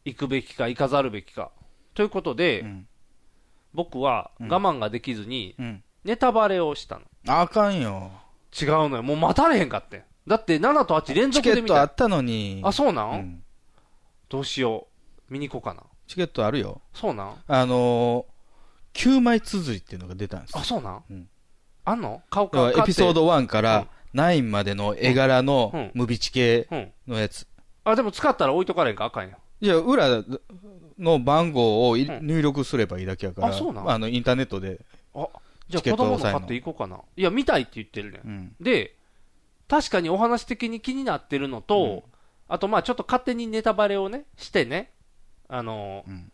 Speaker 3: 行くべきか、行かざるべきか。ということで、
Speaker 4: うん
Speaker 3: 僕は我慢ができずに、
Speaker 4: うん。
Speaker 3: ネタバレをしたの。
Speaker 4: あかんよ。
Speaker 3: 違うのよ。もう待たれへんかってん。だって7と8連
Speaker 4: チ
Speaker 3: 続
Speaker 4: ケ
Speaker 3: で
Speaker 4: ッ
Speaker 3: 見
Speaker 4: トあ
Speaker 3: た。
Speaker 4: ったのに。
Speaker 3: あ、そうなん、
Speaker 4: うん
Speaker 3: どうしよう。見に行こうかな。
Speaker 4: チケットあるよ。
Speaker 3: そうなん
Speaker 4: あのー、9枚続いっていうのが出たんですよ
Speaker 3: あ、そうなん、
Speaker 4: うん
Speaker 3: あんの顔
Speaker 4: だ
Speaker 3: か。
Speaker 4: からエピソー
Speaker 3: ド。
Speaker 4: ド1から9までの絵柄
Speaker 3: う
Speaker 4: の
Speaker 3: ん
Speaker 4: ムビチ系
Speaker 3: うん。
Speaker 4: のやつ。
Speaker 3: あ、でも使ったら置いとかれんかあかんやん。
Speaker 4: いや、裏の番号をい
Speaker 3: うん
Speaker 4: 入力すればいいだけやから、
Speaker 3: あそうなん
Speaker 4: あのインターネットで、
Speaker 3: あ、じゃ
Speaker 4: チケ
Speaker 3: あ
Speaker 4: ッ
Speaker 3: 子
Speaker 4: ト
Speaker 3: 供の
Speaker 4: 押さえ
Speaker 3: 買
Speaker 4: の
Speaker 3: っていこうかな。いや、見たいって言ってるね
Speaker 4: う。ん、
Speaker 3: で、確かにお話的に気になってるのと、あとまあちょっと勝手にネタバレをね、してね、あの、
Speaker 4: うん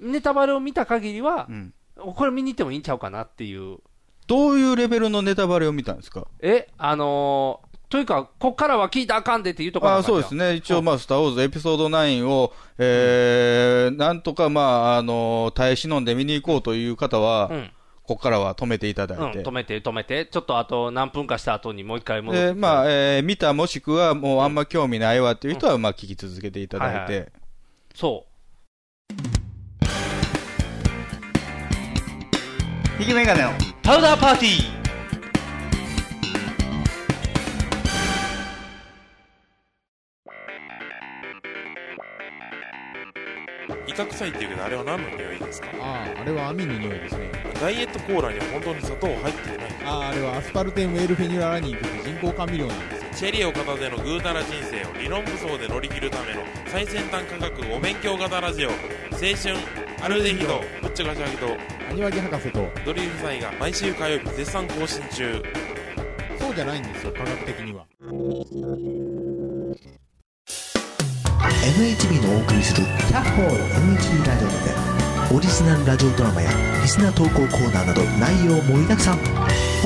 Speaker 3: ネタバレを見た限りは
Speaker 4: う、ん
Speaker 3: これ見に行ってもいいんちゃうかなっていう。
Speaker 4: どういうレベルのネタバレを見たんですか
Speaker 3: え、あのーというか、こっからは聞いたらあかんでっていうところ
Speaker 4: あそうです
Speaker 3: ね。
Speaker 4: ね、一応、まあ、スター・ウォーズエピソード9を、えーなんとか、まあ、あの耐え忍んで見に行こうという方は、
Speaker 3: うん。
Speaker 4: ここからは止めていただ
Speaker 3: うん、
Speaker 4: いて、
Speaker 3: 止めて、止めて。ちょっとあと何分かした後にもう一回戻って。
Speaker 4: でまあえー見た、もしくはもうあんま興味ないわっていう人は、まあ、聞き続けていただいて、
Speaker 3: はいそ
Speaker 5: ひきメガネの
Speaker 2: うパウダーパーティー
Speaker 6: 威嚇臭いっていうけどあれは何の匂いですか
Speaker 7: あああれは網の匂いですね
Speaker 6: ダイエットコーラには本当に砂糖入ってない
Speaker 7: あああれはアスパルテンウェルフェニュララニンという人工甘味料なんですよ
Speaker 6: チェリーを片手のぐうたら人生を理論武装で乗り切るための最先端科学お勉強型ラジオ青春アルデヒドぶっちゃかしゃぎと
Speaker 7: アニワギ博士と
Speaker 6: ドリル夫妻が毎週火曜日絶賛更新中
Speaker 7: そうじゃないんですよ科学的には
Speaker 8: NHB のお送りする「キャッホール NHB ラジオ」でオリジナルラジオドラマやリスナー投稿コーナーなど内容盛りだくさんホ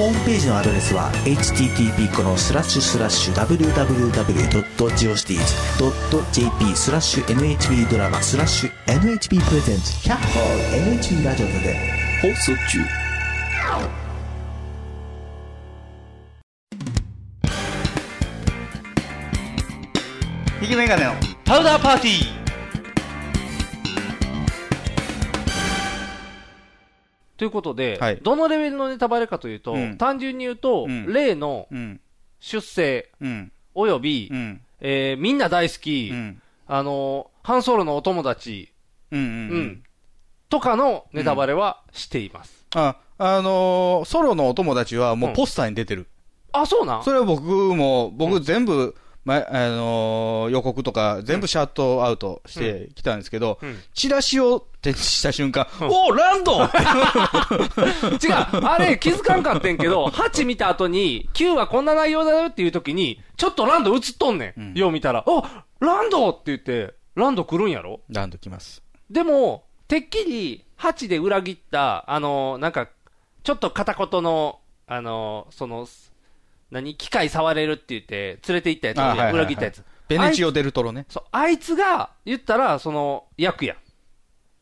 Speaker 8: ームページのアドレスは http このスラッシュスラッシュ www.geocities.jp スラッシュ NHB ドラマスラッシュ NHB プレゼンツキャッホール NHB ラジオで放送中
Speaker 5: ひきメガネの
Speaker 2: パウダーパーティー
Speaker 3: う。ということで、
Speaker 4: はい
Speaker 3: どのレベルのネタバレかというと、
Speaker 4: うん
Speaker 3: 単純に言うと、
Speaker 4: うん
Speaker 3: 例の
Speaker 4: うん
Speaker 3: 出世、
Speaker 4: うん
Speaker 3: および、
Speaker 4: うん
Speaker 3: えーみんな大好き、
Speaker 4: うん
Speaker 3: あのー、ハンソロのお友達、
Speaker 4: うんう
Speaker 3: うんん、
Speaker 4: うん
Speaker 3: とかのネタバレはしています。
Speaker 4: ああのーソロのお友達はもうポスターに出てる、
Speaker 3: あ、そうなん
Speaker 4: それは僕も、僕全部、まあのー予告とか全部シャットアウトしてきたんですけど、
Speaker 3: うん
Speaker 4: チラシを手にした瞬間、
Speaker 3: ん
Speaker 4: おーラ ンド
Speaker 3: 違う、あれ気づかんかってんけど、8見た後に、9はこんな内容だよっていう時に、ちょっとランド映っとんねん。
Speaker 4: うん
Speaker 3: よう見たら、あランドって言って、ランド来るんやろ
Speaker 4: ランド来ます。
Speaker 3: でも、てっきり、8で裏切った、あのなんか、ちょっと片言の、あのその、何機械触れるって言って、連れて行ったやつ、
Speaker 4: あはいはいはい
Speaker 3: 裏切ったやつ。
Speaker 4: ベネチオ・デルトロね。
Speaker 3: そう、あいつが、言ったら、その、役や。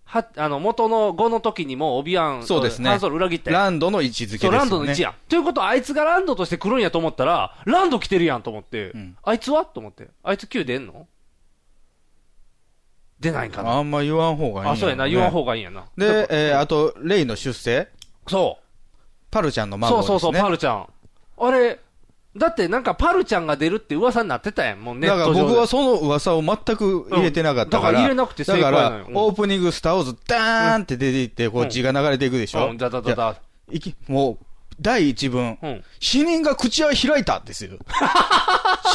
Speaker 3: は、あの、元の5の時にも、オビアン、
Speaker 4: そうですね
Speaker 3: ハンソロ裏切ったやつ
Speaker 4: ランドの位置づけです
Speaker 3: そ
Speaker 4: よ
Speaker 3: う、
Speaker 4: ね。
Speaker 3: ランドの位置やん。ということは、あいつがランドとして来るんやと思ったら、ランド来てるやんと思って、
Speaker 4: うん
Speaker 3: あいつはと思って、あいつ Q 出んの出ないんかな。
Speaker 4: あんま言わん方がいい
Speaker 3: あ、そうやな、言わん方がいいんやな。
Speaker 4: がで、えーあと、レイの出世、
Speaker 3: そう。
Speaker 4: パルちゃんの孫
Speaker 3: そ
Speaker 4: で
Speaker 3: う
Speaker 4: すね。
Speaker 3: そうそう、パルちゃん。あれ、だってなんかパルちゃんが出るって噂になってたやん、もうネ
Speaker 4: だ
Speaker 3: ッ
Speaker 4: か
Speaker 3: ト
Speaker 4: ら
Speaker 3: 上で。
Speaker 4: 僕はその噂を全く入れてなかったから、
Speaker 3: うんだから入れなくて正解なのよ
Speaker 4: だからオープニング、スター・ウォーズ、ダーンって出ていって、こ
Speaker 3: う
Speaker 4: うん血が流れていくでしょ、
Speaker 3: うん、だだだ
Speaker 4: じゃあ
Speaker 3: だ。
Speaker 4: いきもう、第一文、
Speaker 3: うん。
Speaker 4: 死人が口を開いたです よ。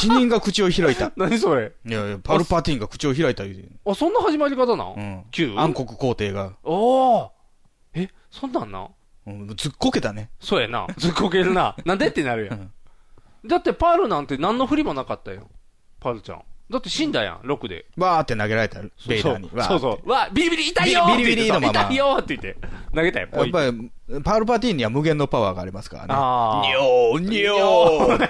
Speaker 4: 死人が口を開いた。
Speaker 3: 何それ
Speaker 4: いやいや、パルパティンが口を開いた言うて
Speaker 3: あ、そんな始まり方なん、
Speaker 4: うん。
Speaker 3: ?9?
Speaker 4: 暗黒皇帝が、
Speaker 3: おーえ、そんなんなん
Speaker 4: うんずっこけたね。
Speaker 3: そうや な。ずっこけるな。なんでってなるやん。だってパールなんて何の振りもなかったよ。パールちゃん。だって死んだやん、6で。
Speaker 4: バーって投げられた、ベイダーに。
Speaker 3: そう
Speaker 4: わー
Speaker 3: そうそう。わあ、ビリビリ痛いよーって言って
Speaker 4: ビリビリのまま
Speaker 3: 痛いよーって言って。投げたよ、ポ
Speaker 4: や
Speaker 3: イ
Speaker 4: っぱり、パルパティンには無限のパワーがありますからね。
Speaker 3: あー
Speaker 4: にょー、にょ ー。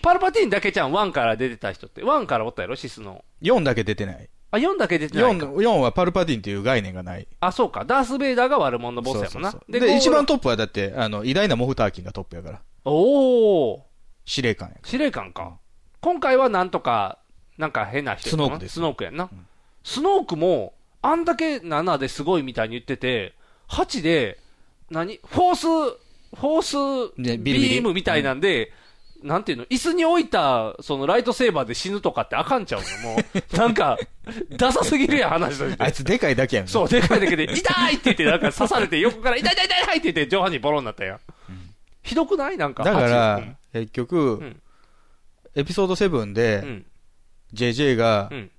Speaker 3: パルパティーンだけじゃん、1から出てた人って。1からおったやろ、シスの。
Speaker 4: 4だけ出てない。
Speaker 3: あ、4だけ出てないか。
Speaker 4: 4、四はパルパティンという概念がない。
Speaker 3: あ、そうか。ダース・ベイダーが悪者のボスやもんな。
Speaker 4: そうそうそうで、一番
Speaker 3: と。
Speaker 4: トップはだって、あの、偉大なモフターキンがトップやから。
Speaker 3: おー、
Speaker 4: 司令官やか
Speaker 3: 司令官か。今回はなんとか、なんか変な人やったな
Speaker 4: スノークです
Speaker 3: スノークやんな。スノークも、あんだけ7ですごいみたいに言ってて、8で、何フォース、フォース
Speaker 4: ねビリビリ
Speaker 3: ビームみたいなんで、なんていうの椅子に置いた、そのライトセーバーで死ぬとかってあかんちゃうのも う、なんか、ダサすぎるやん、話として
Speaker 4: ら。あいつでかいだけやん。
Speaker 3: そう、でかいだけで、痛いって言って、なんか刺されて、横から、痛い痛い痛い痛いって言って、上半身ボロになったやん。ひどくないなんか。
Speaker 4: だか
Speaker 3: う
Speaker 4: ら
Speaker 3: ん、
Speaker 4: 結
Speaker 3: ん
Speaker 4: 局、エピソード7
Speaker 3: う
Speaker 4: で、
Speaker 3: ん。
Speaker 4: JJ が
Speaker 3: うん、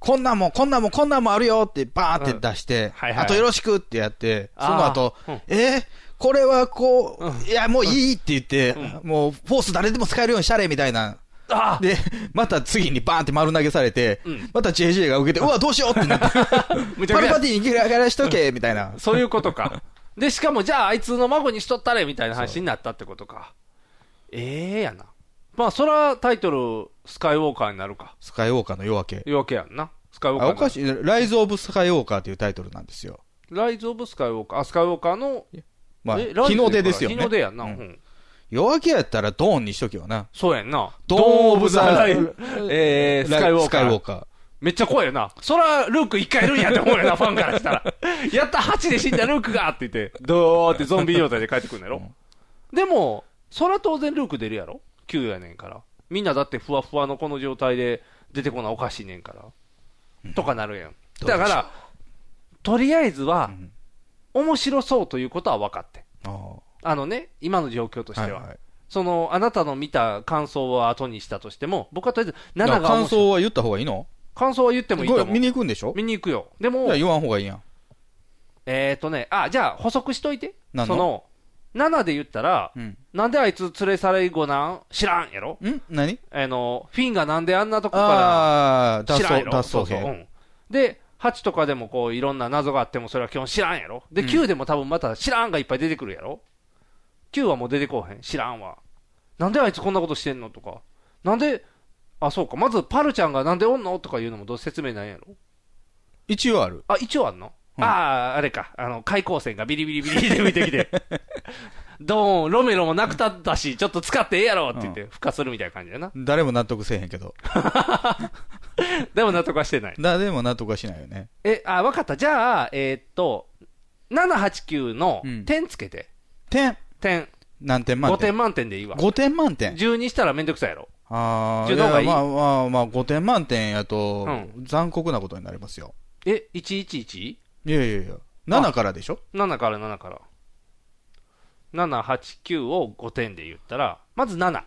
Speaker 4: こんなんも、こんなんも、こんなんもあるよって、バーって出して、
Speaker 3: はいはい
Speaker 4: あとよろしくってやって、その後
Speaker 3: あーうん、
Speaker 4: えーこれはこう、
Speaker 3: うん
Speaker 4: いや、もういいって言って、もう、フォース誰でも使えるようにしたれ、みたいな。
Speaker 3: あ
Speaker 4: で、また次にバーンって丸投げされて、
Speaker 3: うん
Speaker 4: また JJ が受けて、うわ、どうしようってなって、
Speaker 3: むちゃ
Speaker 4: パ
Speaker 3: く
Speaker 4: ル
Speaker 3: ちゃ
Speaker 4: パティにギラギラしとけ、みたいな。
Speaker 3: そういうこと か。で、しかも、じゃあ、あいつの孫にしとったれ、みたいな話になったってことか。ええやな。まあ、そら、タイトル、スカイウォーカーになるか。
Speaker 4: スカイウォーカーの夜明け。
Speaker 3: いうわけやんな。スカイウォーカ
Speaker 4: あ、
Speaker 3: ー。
Speaker 4: おかしい。ライズ・オブ・スカイウォーカーっていうタイトルなんですよ。
Speaker 3: ライズ・オブ・スカイウォーカー。あ、スカイウォーカーの、
Speaker 4: まあ、
Speaker 3: えライズ
Speaker 4: 日の出ですよね。
Speaker 3: 日の出やんな。
Speaker 4: う
Speaker 3: うんん
Speaker 4: 夜明けやったらドーンにしとけよな。
Speaker 3: そうやんな。
Speaker 4: ドーンオブザ
Speaker 3: ライえー、スカイウォーカ
Speaker 4: スカイウォー
Speaker 3: ー。
Speaker 4: カー。
Speaker 3: めっちゃ怖いよな。そら、ルーク一回いるんやって思うよ な、ファンからしたら。やった、8で死んだルークがって言って、ドーってゾンビ状態で帰ってくるんだろ。でも、そら当然ルーク出るやろ ?9 やねんから。みんなだってふわふわのこの状態で出てこないおかしいねんから。とかなるやん。
Speaker 4: どうでしょ
Speaker 3: だ
Speaker 4: う
Speaker 3: から、とりあえずは
Speaker 4: ん、
Speaker 3: 面白そうということは分かって。
Speaker 4: ああ
Speaker 3: あのね、今の状況としては。
Speaker 4: はいはい
Speaker 3: その、あなたの見た感想を後にしたとしても、僕はとりあえず、
Speaker 4: だか
Speaker 3: 7
Speaker 4: ら
Speaker 3: が
Speaker 4: 感
Speaker 3: 面白い
Speaker 4: 想は言った方がいいの
Speaker 3: 感想は言ってもいいと思う。
Speaker 4: これ見に行くんでしょ
Speaker 3: 見に行くよ。で
Speaker 4: じゃ
Speaker 3: も
Speaker 4: あ、言わん方がいいやん。
Speaker 3: えっ、ー、とね、あ、じゃあ補足しといて。
Speaker 4: 何の
Speaker 3: その、7で言ったら、
Speaker 4: うん。
Speaker 3: なんであいつ連れ去れごなん知らんやろ
Speaker 4: ん何
Speaker 3: あの、フィンがなんであんなとこか
Speaker 4: ああ、
Speaker 3: ら
Speaker 4: 脱
Speaker 3: 知らん
Speaker 4: 走
Speaker 3: や、ろ
Speaker 4: 脱
Speaker 3: そう
Speaker 4: 走
Speaker 3: そう、う
Speaker 4: 兵。
Speaker 3: ん。で、8とかでもこういろんな謎があってもそれは基本知らんやろで、9でも多分また知らんがいっぱい出てくるやろ ?9 はもう出てこうへん。知らんわ。なんであいつこんなことしてんのとか。なんで、あ、そうか。まずパルちゃんがなんでおんのとかいうのもどう説明ないやろ
Speaker 4: 一応ある。
Speaker 3: あ、一応あんの、
Speaker 4: うん
Speaker 3: ああ、あれか。あの、開口線がビリビリビリで浮いてき て。ドーン、ロメロもなくたったし、ちょっと使ってええやろって言って、孵化するみたいな感じだな。
Speaker 4: 誰も納得せえへんけど。
Speaker 3: でも納得はしてない。
Speaker 4: 誰も納得はしないよね。
Speaker 3: え、あ、わかった。じゃあ、えーっと、789の
Speaker 4: うん
Speaker 3: 点つけて。
Speaker 4: 点
Speaker 3: 点。
Speaker 4: 何点満
Speaker 3: 5
Speaker 4: 点
Speaker 3: 点満点でいいわ。
Speaker 4: ?5 点満点。
Speaker 3: 10にしたらめんどくさいやろ。
Speaker 4: ああ、
Speaker 3: 柔道がいい
Speaker 4: やまあまあまあ、5点満点やと
Speaker 3: う、
Speaker 4: 残酷なことになりますよ。
Speaker 3: え、111?7
Speaker 4: いやいやいや、7からでしょ
Speaker 3: から7から。789を5点で言ったら、まず7。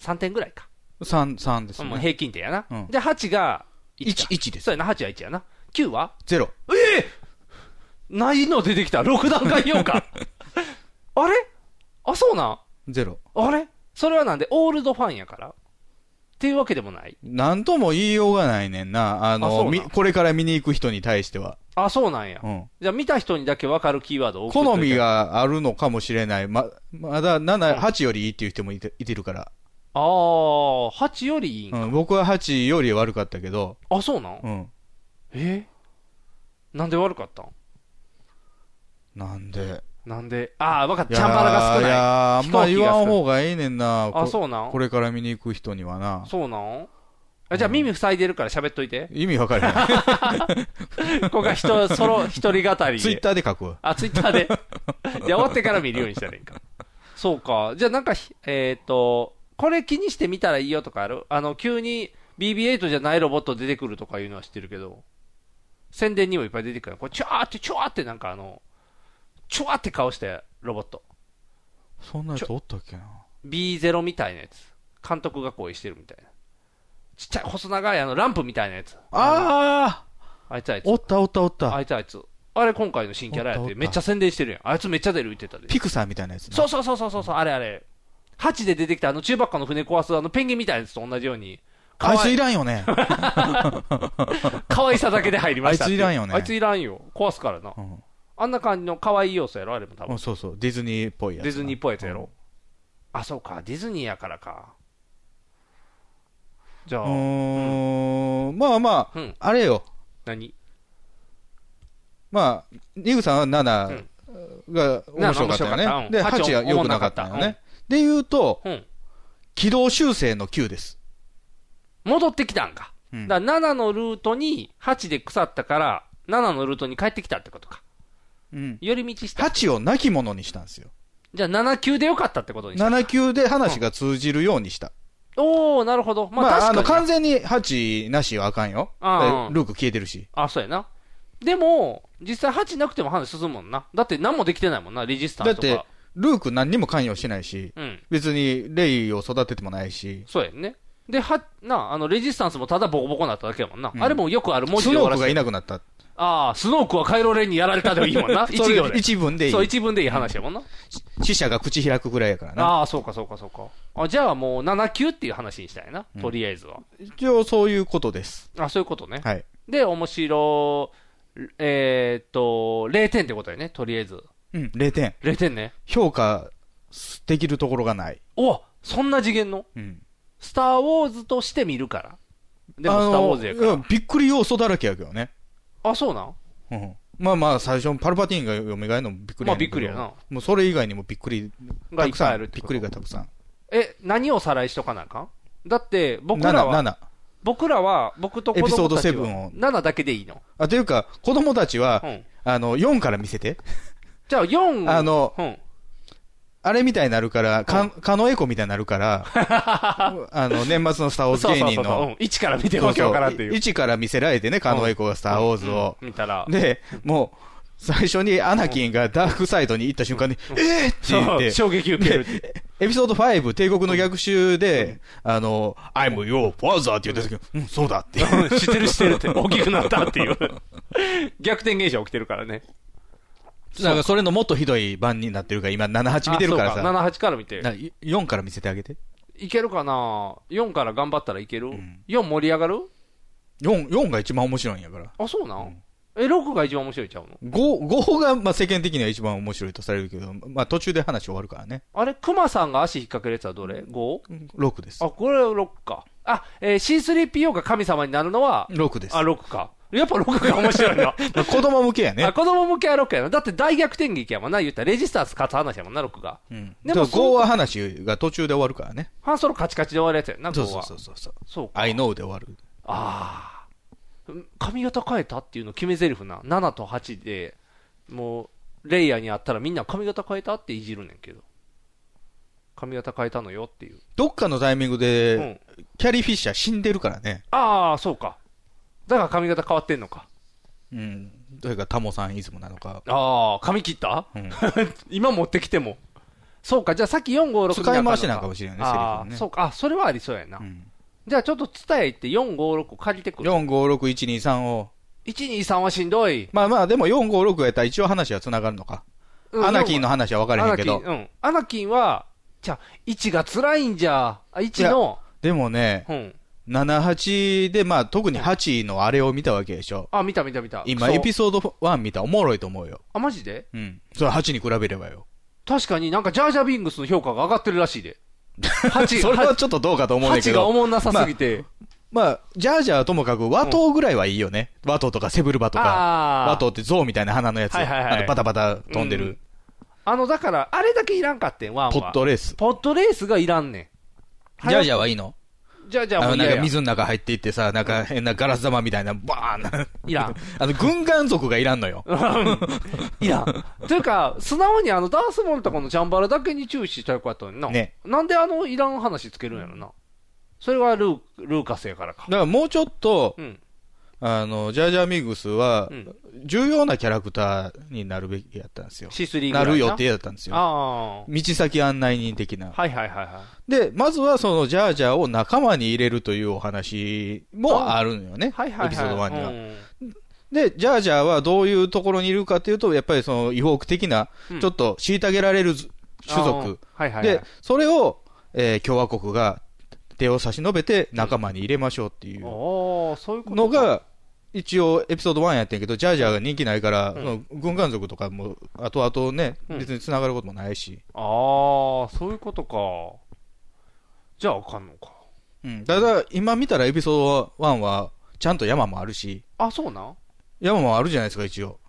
Speaker 3: 3点ぐらいか。
Speaker 4: ?3、3です
Speaker 3: もう
Speaker 4: ね。
Speaker 3: 平均点やな。
Speaker 4: うん
Speaker 3: で、8が
Speaker 4: 1、
Speaker 3: か
Speaker 4: 1です。
Speaker 3: そうやな、8は1やな。9は
Speaker 4: 0。
Speaker 3: ええないの出てきた。6段階評 価。あれあ、そうなん
Speaker 4: 0。
Speaker 3: あれそれはなんで、オールドファンやからっていうわけでもない。
Speaker 4: なんとも言いようがないねんな。あ
Speaker 3: あそ
Speaker 4: の、
Speaker 3: うなん
Speaker 4: みこれから見に行く人に対しては。
Speaker 3: あ、そうなんや。
Speaker 4: うん
Speaker 3: じゃあ見た人にだけ分かるキーワードを送っといて
Speaker 4: 好み。があるのかもしれない。ま、まだ7、8よりいいっていう人もいていてるから。
Speaker 3: ああ、8よりいいん
Speaker 4: う
Speaker 3: か。
Speaker 4: ん、僕は8より悪かったけど、
Speaker 3: あ、そうなん、
Speaker 4: うん。
Speaker 3: えなんで悪かったん
Speaker 4: なんで。
Speaker 3: なんで、ああ、分かっ
Speaker 4: い
Speaker 3: た。
Speaker 4: や
Speaker 3: チャンバラが少
Speaker 4: い
Speaker 3: ない。
Speaker 4: やーあんま
Speaker 3: 飛
Speaker 4: 言
Speaker 3: 行機が
Speaker 4: わ
Speaker 3: 少ない
Speaker 4: ん方がええねんな。
Speaker 3: あ、
Speaker 4: こ
Speaker 3: そうなん
Speaker 4: これから見に行く人にはな。
Speaker 3: そうなんあじゃあ耳塞いでるから喋っと いて。
Speaker 4: 意味わかる ない。
Speaker 3: ここが人、ソロ、一人語りで。
Speaker 4: ツイッターで書くわ。
Speaker 3: あ、ツイッタ ーで。いや、終わってから見るようにしたらいいんか。そうか。じゃあなんかひ、えっ、と、これ気にしてみたらいいよとかあるあの、急に BB8 じゃないロボット出てくるとかいうのは知ってるけど、宣伝にもいっぱい出てくる。これ、チュワーって、チュワーってなんかあの、チュワーって顔したロボット。
Speaker 4: そんなやつおったっけな。
Speaker 3: B0 みたいなやつ。監督が恋してるみたいな。ちっちゃい細長いあの、ランプみたいなやつ。
Speaker 4: ああ
Speaker 3: あいつあいつ
Speaker 4: お。ったおったおっ
Speaker 3: あ
Speaker 4: た。
Speaker 3: いつあいつ。あれ今回の新キャラや
Speaker 4: おった
Speaker 3: っ
Speaker 4: お
Speaker 3: て、
Speaker 4: った
Speaker 3: めっちゃ宣伝してるやん。あいつめっちゃ出る言ってたで。
Speaker 4: ピクサーみたいなやつな
Speaker 3: そうそうそうそうそうそう、あれあれ。8で出てきたあの中ばっかの船壊すあのペンギンみたいなやつと同じように。
Speaker 4: あい
Speaker 3: かわ
Speaker 4: ついらんよ ね。
Speaker 3: 可愛さだけで入りましたっ
Speaker 4: あいつ
Speaker 3: てう。
Speaker 4: いらんよね
Speaker 3: あいついらんよ。壊すからな
Speaker 4: う。ん
Speaker 3: あんな感じの可愛い要素やろ、あれも多
Speaker 4: う
Speaker 3: 分
Speaker 4: ん。そうそう。ディズニーっぽいやつな。
Speaker 3: ディズニーっぽいやつや
Speaker 4: うん
Speaker 3: ろ。あ、そうか。ディズニーやからか。じゃ
Speaker 4: う
Speaker 3: あ、
Speaker 4: ーん、まあまあ、
Speaker 3: うん
Speaker 4: あれよ。
Speaker 3: 何
Speaker 4: まあ、ニグさんは
Speaker 3: う
Speaker 4: 7
Speaker 3: ん
Speaker 4: が面白かったよ
Speaker 3: 7面白かったう
Speaker 4: ね。
Speaker 3: ん
Speaker 4: で、
Speaker 3: 8
Speaker 4: 8は良くなかったよ
Speaker 3: おもんなか
Speaker 4: ね。で言うと、
Speaker 3: うん。
Speaker 4: 軌道修正の9です。
Speaker 3: 戻ってきたんか。
Speaker 4: うん
Speaker 3: だから7のルートに8で腐ったから、7のルートに帰ってきたってことか。
Speaker 4: うん。
Speaker 3: 寄り道した。
Speaker 4: 8を亡き者にしたんですよ。
Speaker 3: じゃあ7級でよかったってことにした。
Speaker 4: 7級で話が通じるようにした。
Speaker 3: おー、なるほど。ま
Speaker 4: ま
Speaker 3: あ
Speaker 4: あ、あの、
Speaker 3: 確か
Speaker 4: 完
Speaker 3: に。
Speaker 4: 全に8なしはあかんよ。
Speaker 3: ああ
Speaker 4: ルーク消えてるし。
Speaker 3: あ、そうやな。でも、実際8なくても話進むもんな。だって何もできてないもんな、レジスタン
Speaker 4: だ
Speaker 3: ス
Speaker 4: っ
Speaker 3: とか。
Speaker 4: て、ルーク何にも関与してないし、
Speaker 3: うん。
Speaker 4: 別にレイを育ててもないし、
Speaker 3: そうやんね。で、は、な、あの、レジスタンスもただボコボコになっただけやもんな。
Speaker 4: うん
Speaker 3: あれもよくある文字
Speaker 4: ス
Speaker 3: で終
Speaker 4: ノ
Speaker 3: わ
Speaker 4: ー
Speaker 3: ら
Speaker 4: ク
Speaker 3: せ
Speaker 4: がい
Speaker 3: て。
Speaker 4: なくなった。
Speaker 3: ああ、スノークはカイロレンにやられたでいい もんな。一行
Speaker 4: それ
Speaker 3: で。
Speaker 4: 一文でいい
Speaker 3: そう、。一文でいい話やもんな。
Speaker 4: 死者が口開くぐらいやからな。
Speaker 3: ああ、そうかそうかそうか。あじゃあもう7級っていう話にしたいな。とりあえずは。
Speaker 4: 一応そういうことです。
Speaker 3: あ、そういうことね。
Speaker 4: はい。
Speaker 3: で、面白、えーっと、0点ってことやね、とりあえず。
Speaker 4: うん、0点。
Speaker 3: 0点ね。
Speaker 4: 評価できるところがない。
Speaker 3: おそんな次元の
Speaker 4: うん。
Speaker 3: スター・ウォーズとして見るから。でも、
Speaker 4: あの
Speaker 3: スター・ウォーズやから。
Speaker 4: うんびっくり要素だらけやけどね。
Speaker 3: あ、そうなん
Speaker 4: うん。まあまあ、最初、パルパティーンが蘇るのもびっくりやねんけど
Speaker 3: まあびっくりやな
Speaker 4: もうそれ以外にもびっくり、
Speaker 3: がい
Speaker 4: た
Speaker 3: っ
Speaker 4: く
Speaker 3: ぱい
Speaker 4: さ
Speaker 3: あ
Speaker 4: ん。
Speaker 3: るっ
Speaker 4: び
Speaker 3: て
Speaker 4: っ
Speaker 3: こ
Speaker 4: く
Speaker 3: と
Speaker 4: りがたくさん。
Speaker 3: え、何をさらいしとかなあかんだって、僕ら
Speaker 4: 7、
Speaker 3: は、
Speaker 4: 7。
Speaker 3: 僕らは、僕と子供たちは
Speaker 4: エピソード7を
Speaker 3: 7だけでいいの。
Speaker 4: あ、というか、子供たちは、
Speaker 3: うん
Speaker 4: あの、4から見せて。
Speaker 3: じゃあ4、
Speaker 4: あの
Speaker 3: うん。
Speaker 4: あれみたいになるから、か、かのえこみたいになる から、あの、年末のスター・ウォーズ
Speaker 3: そう
Speaker 4: 芸
Speaker 3: そう
Speaker 4: 人
Speaker 3: そうそう。うん
Speaker 4: の、
Speaker 3: 1から見ても今日からっていう。
Speaker 4: 1から見せられてね、かのえこがスター・ウォーズを。
Speaker 3: 見たら。
Speaker 4: で、もう、最初にアナキンがダークサイドに行った瞬間に、えーって
Speaker 3: そ
Speaker 4: 言っ
Speaker 3: う、
Speaker 4: て、
Speaker 3: 衝撃受けるっていう。
Speaker 4: でエピソード5、帝国の逆襲で、あの、I'm your father って言った時に、うん、そうだって。
Speaker 3: うん知ってる知ってるって、大きくなったっていう。逆転現象起きてるからね。
Speaker 4: なんかそれのもっとひどい版になってるから、今78見てるから
Speaker 3: あそう
Speaker 4: さ。
Speaker 3: か78から見て
Speaker 4: な。んか4から見せてあげて。
Speaker 3: いけるかな4から頑張ったらいける、?4 盛り上がる
Speaker 4: 4、4が一番面白いんやから。
Speaker 3: あ、そうなん、え、6が一番面白いちゃうの
Speaker 4: 5、5が、まあ、世間的には一番面白いとされるけど、まあ、途中で話終わるからね。
Speaker 3: あれ、クマさんが足引っ掛けるやつはどれ ?5?
Speaker 4: 6です。
Speaker 3: あ、これ6か。あ、えー、C3PO が神様になるのは、
Speaker 4: 6です。
Speaker 3: あ、6か。やっぱ6が面白いな。
Speaker 4: まあ子供向けや ね
Speaker 3: あ。子供向けは6やな。だって大逆転劇やもんな。言ったらレジスタンス勝つ話やもんな、6が。
Speaker 4: うん。
Speaker 3: で
Speaker 4: で
Speaker 3: も
Speaker 4: も
Speaker 3: そう
Speaker 4: 5は話が途中で終わるからね。
Speaker 3: ハンソロカチカチで終わるやつやんな、5
Speaker 4: そう
Speaker 3: は。
Speaker 4: そうそうそう。
Speaker 3: そうか
Speaker 4: I know で終わる。
Speaker 3: ああ、髪型変えたっていうの決め台詞な、7と8で、もう、レイヤーに会ったらみんな髪型変えたっていじるねんけど、髪型変えたのよっていう。
Speaker 4: どっかのタイミングで、
Speaker 3: うん、
Speaker 4: キャリー・フィッシャー死んでるからね。
Speaker 3: ああ、そうか。だから髪型変わってんのか。
Speaker 4: うん。どれがタモさんイズムなのか。
Speaker 3: ああ、髪切った、
Speaker 4: うん
Speaker 3: 今持ってきても。そうか、じゃあさっき4、5、6
Speaker 4: 使い回しなんかもしれないね
Speaker 3: ああ
Speaker 4: セリフのね
Speaker 3: そうか、あ、それはありそうやな。
Speaker 4: ん
Speaker 3: じゃあちょっと伝え行って4、5、6借りてくる。
Speaker 4: 4、5、6、1、2、3を。
Speaker 3: 1、2、3はしんどい。
Speaker 4: まあまあ、でも4、5、6やったら一応話は繋がるのか。
Speaker 3: うん
Speaker 4: アナキンの話は分からへんけ
Speaker 3: アナ
Speaker 4: ど
Speaker 3: キ。ン、うん。アナキンは、じゃあ、1が辛いんじゃ。あ、1の、
Speaker 4: でもね、
Speaker 3: うん。
Speaker 4: 7、8で、まあ特に8のあれを見たわけでしょ。
Speaker 3: あ、見た見た見た。
Speaker 4: 今、
Speaker 3: そう
Speaker 4: エピソード1見たらおもろいと思うよ。
Speaker 3: あ、マジで
Speaker 4: うん。それ8に比べればよ。
Speaker 3: 確かになんかジャージャービングスの評価が上がってるらし いで。8
Speaker 4: それはちょっとどうかと思うねんだけ
Speaker 3: 8がお
Speaker 4: ど。
Speaker 3: もんなさすぎて。
Speaker 4: まあ、ジャージャーはともかく、和刀ぐらいはいいよね。和刀とかセブルバと
Speaker 3: あ
Speaker 4: か
Speaker 3: ー。
Speaker 4: 和刀って象みたいな花のやつ。
Speaker 3: はいはいはい
Speaker 4: あのバタバタ飛んで
Speaker 3: う
Speaker 4: る
Speaker 3: ん。あの、だから、あれだけいらんかってん、ワンは。
Speaker 4: ポットレース。
Speaker 3: ポットレースがいらんねん。
Speaker 4: ジャージャー
Speaker 3: は
Speaker 4: はいいの
Speaker 3: ジャージャー
Speaker 4: あ
Speaker 3: も
Speaker 4: の、
Speaker 3: う
Speaker 4: なん
Speaker 3: 嫌
Speaker 4: か
Speaker 3: や。
Speaker 4: 水の中入っていってさ、なんか変なガラス玉みたいな、バーン
Speaker 3: い らん。
Speaker 4: あの、軍艦族がいらんのよ。
Speaker 3: いらん。というか、素直にあの、ダースモールとかのジャンバラだけに注意したらよかったのにな。
Speaker 4: ね
Speaker 3: なんであの、いらん話つけるんやろな。それはルー、ルーカスやか らか。
Speaker 4: だからもうちょっと
Speaker 3: う、ん。
Speaker 4: あの、ジャージャーミグスは
Speaker 3: うん、
Speaker 4: 重要なキャラクターになるべきやったんですよ。
Speaker 3: C3 ぐら
Speaker 4: ないる予定だったんですよ。
Speaker 3: あ
Speaker 4: 道先案内人的な
Speaker 3: あ。。はいはいはいは
Speaker 4: で、まずはそのジャージャーを仲間に入れるというお話もあるのよね。
Speaker 3: い。はいはいはい。
Speaker 4: エピソード1には。
Speaker 3: うん
Speaker 4: で、ジャージャーはどういうところにいるかというと、やっぱりその、違法的な
Speaker 3: うん、
Speaker 4: ちょっと虐げられる種族。。
Speaker 3: あーはいはいはい。
Speaker 4: で、それを、えー共和国が手を差し伸べて仲間に入れましょうっていう
Speaker 3: おーそういうこと
Speaker 4: の
Speaker 3: か、
Speaker 4: が、一応エピソード1やってんけど、ジャージャーが人気ないから、
Speaker 3: ん
Speaker 4: その軍艦族とかも、後々ね、
Speaker 3: うん
Speaker 4: 別に繋がることもないし。
Speaker 3: ああ、そういうことか。じゃああかんのか。
Speaker 4: うんただ、今見たらエピソード1は、ちゃんと山もあるし、
Speaker 3: あ、そうなん
Speaker 4: 山もあるじゃないですか、一応。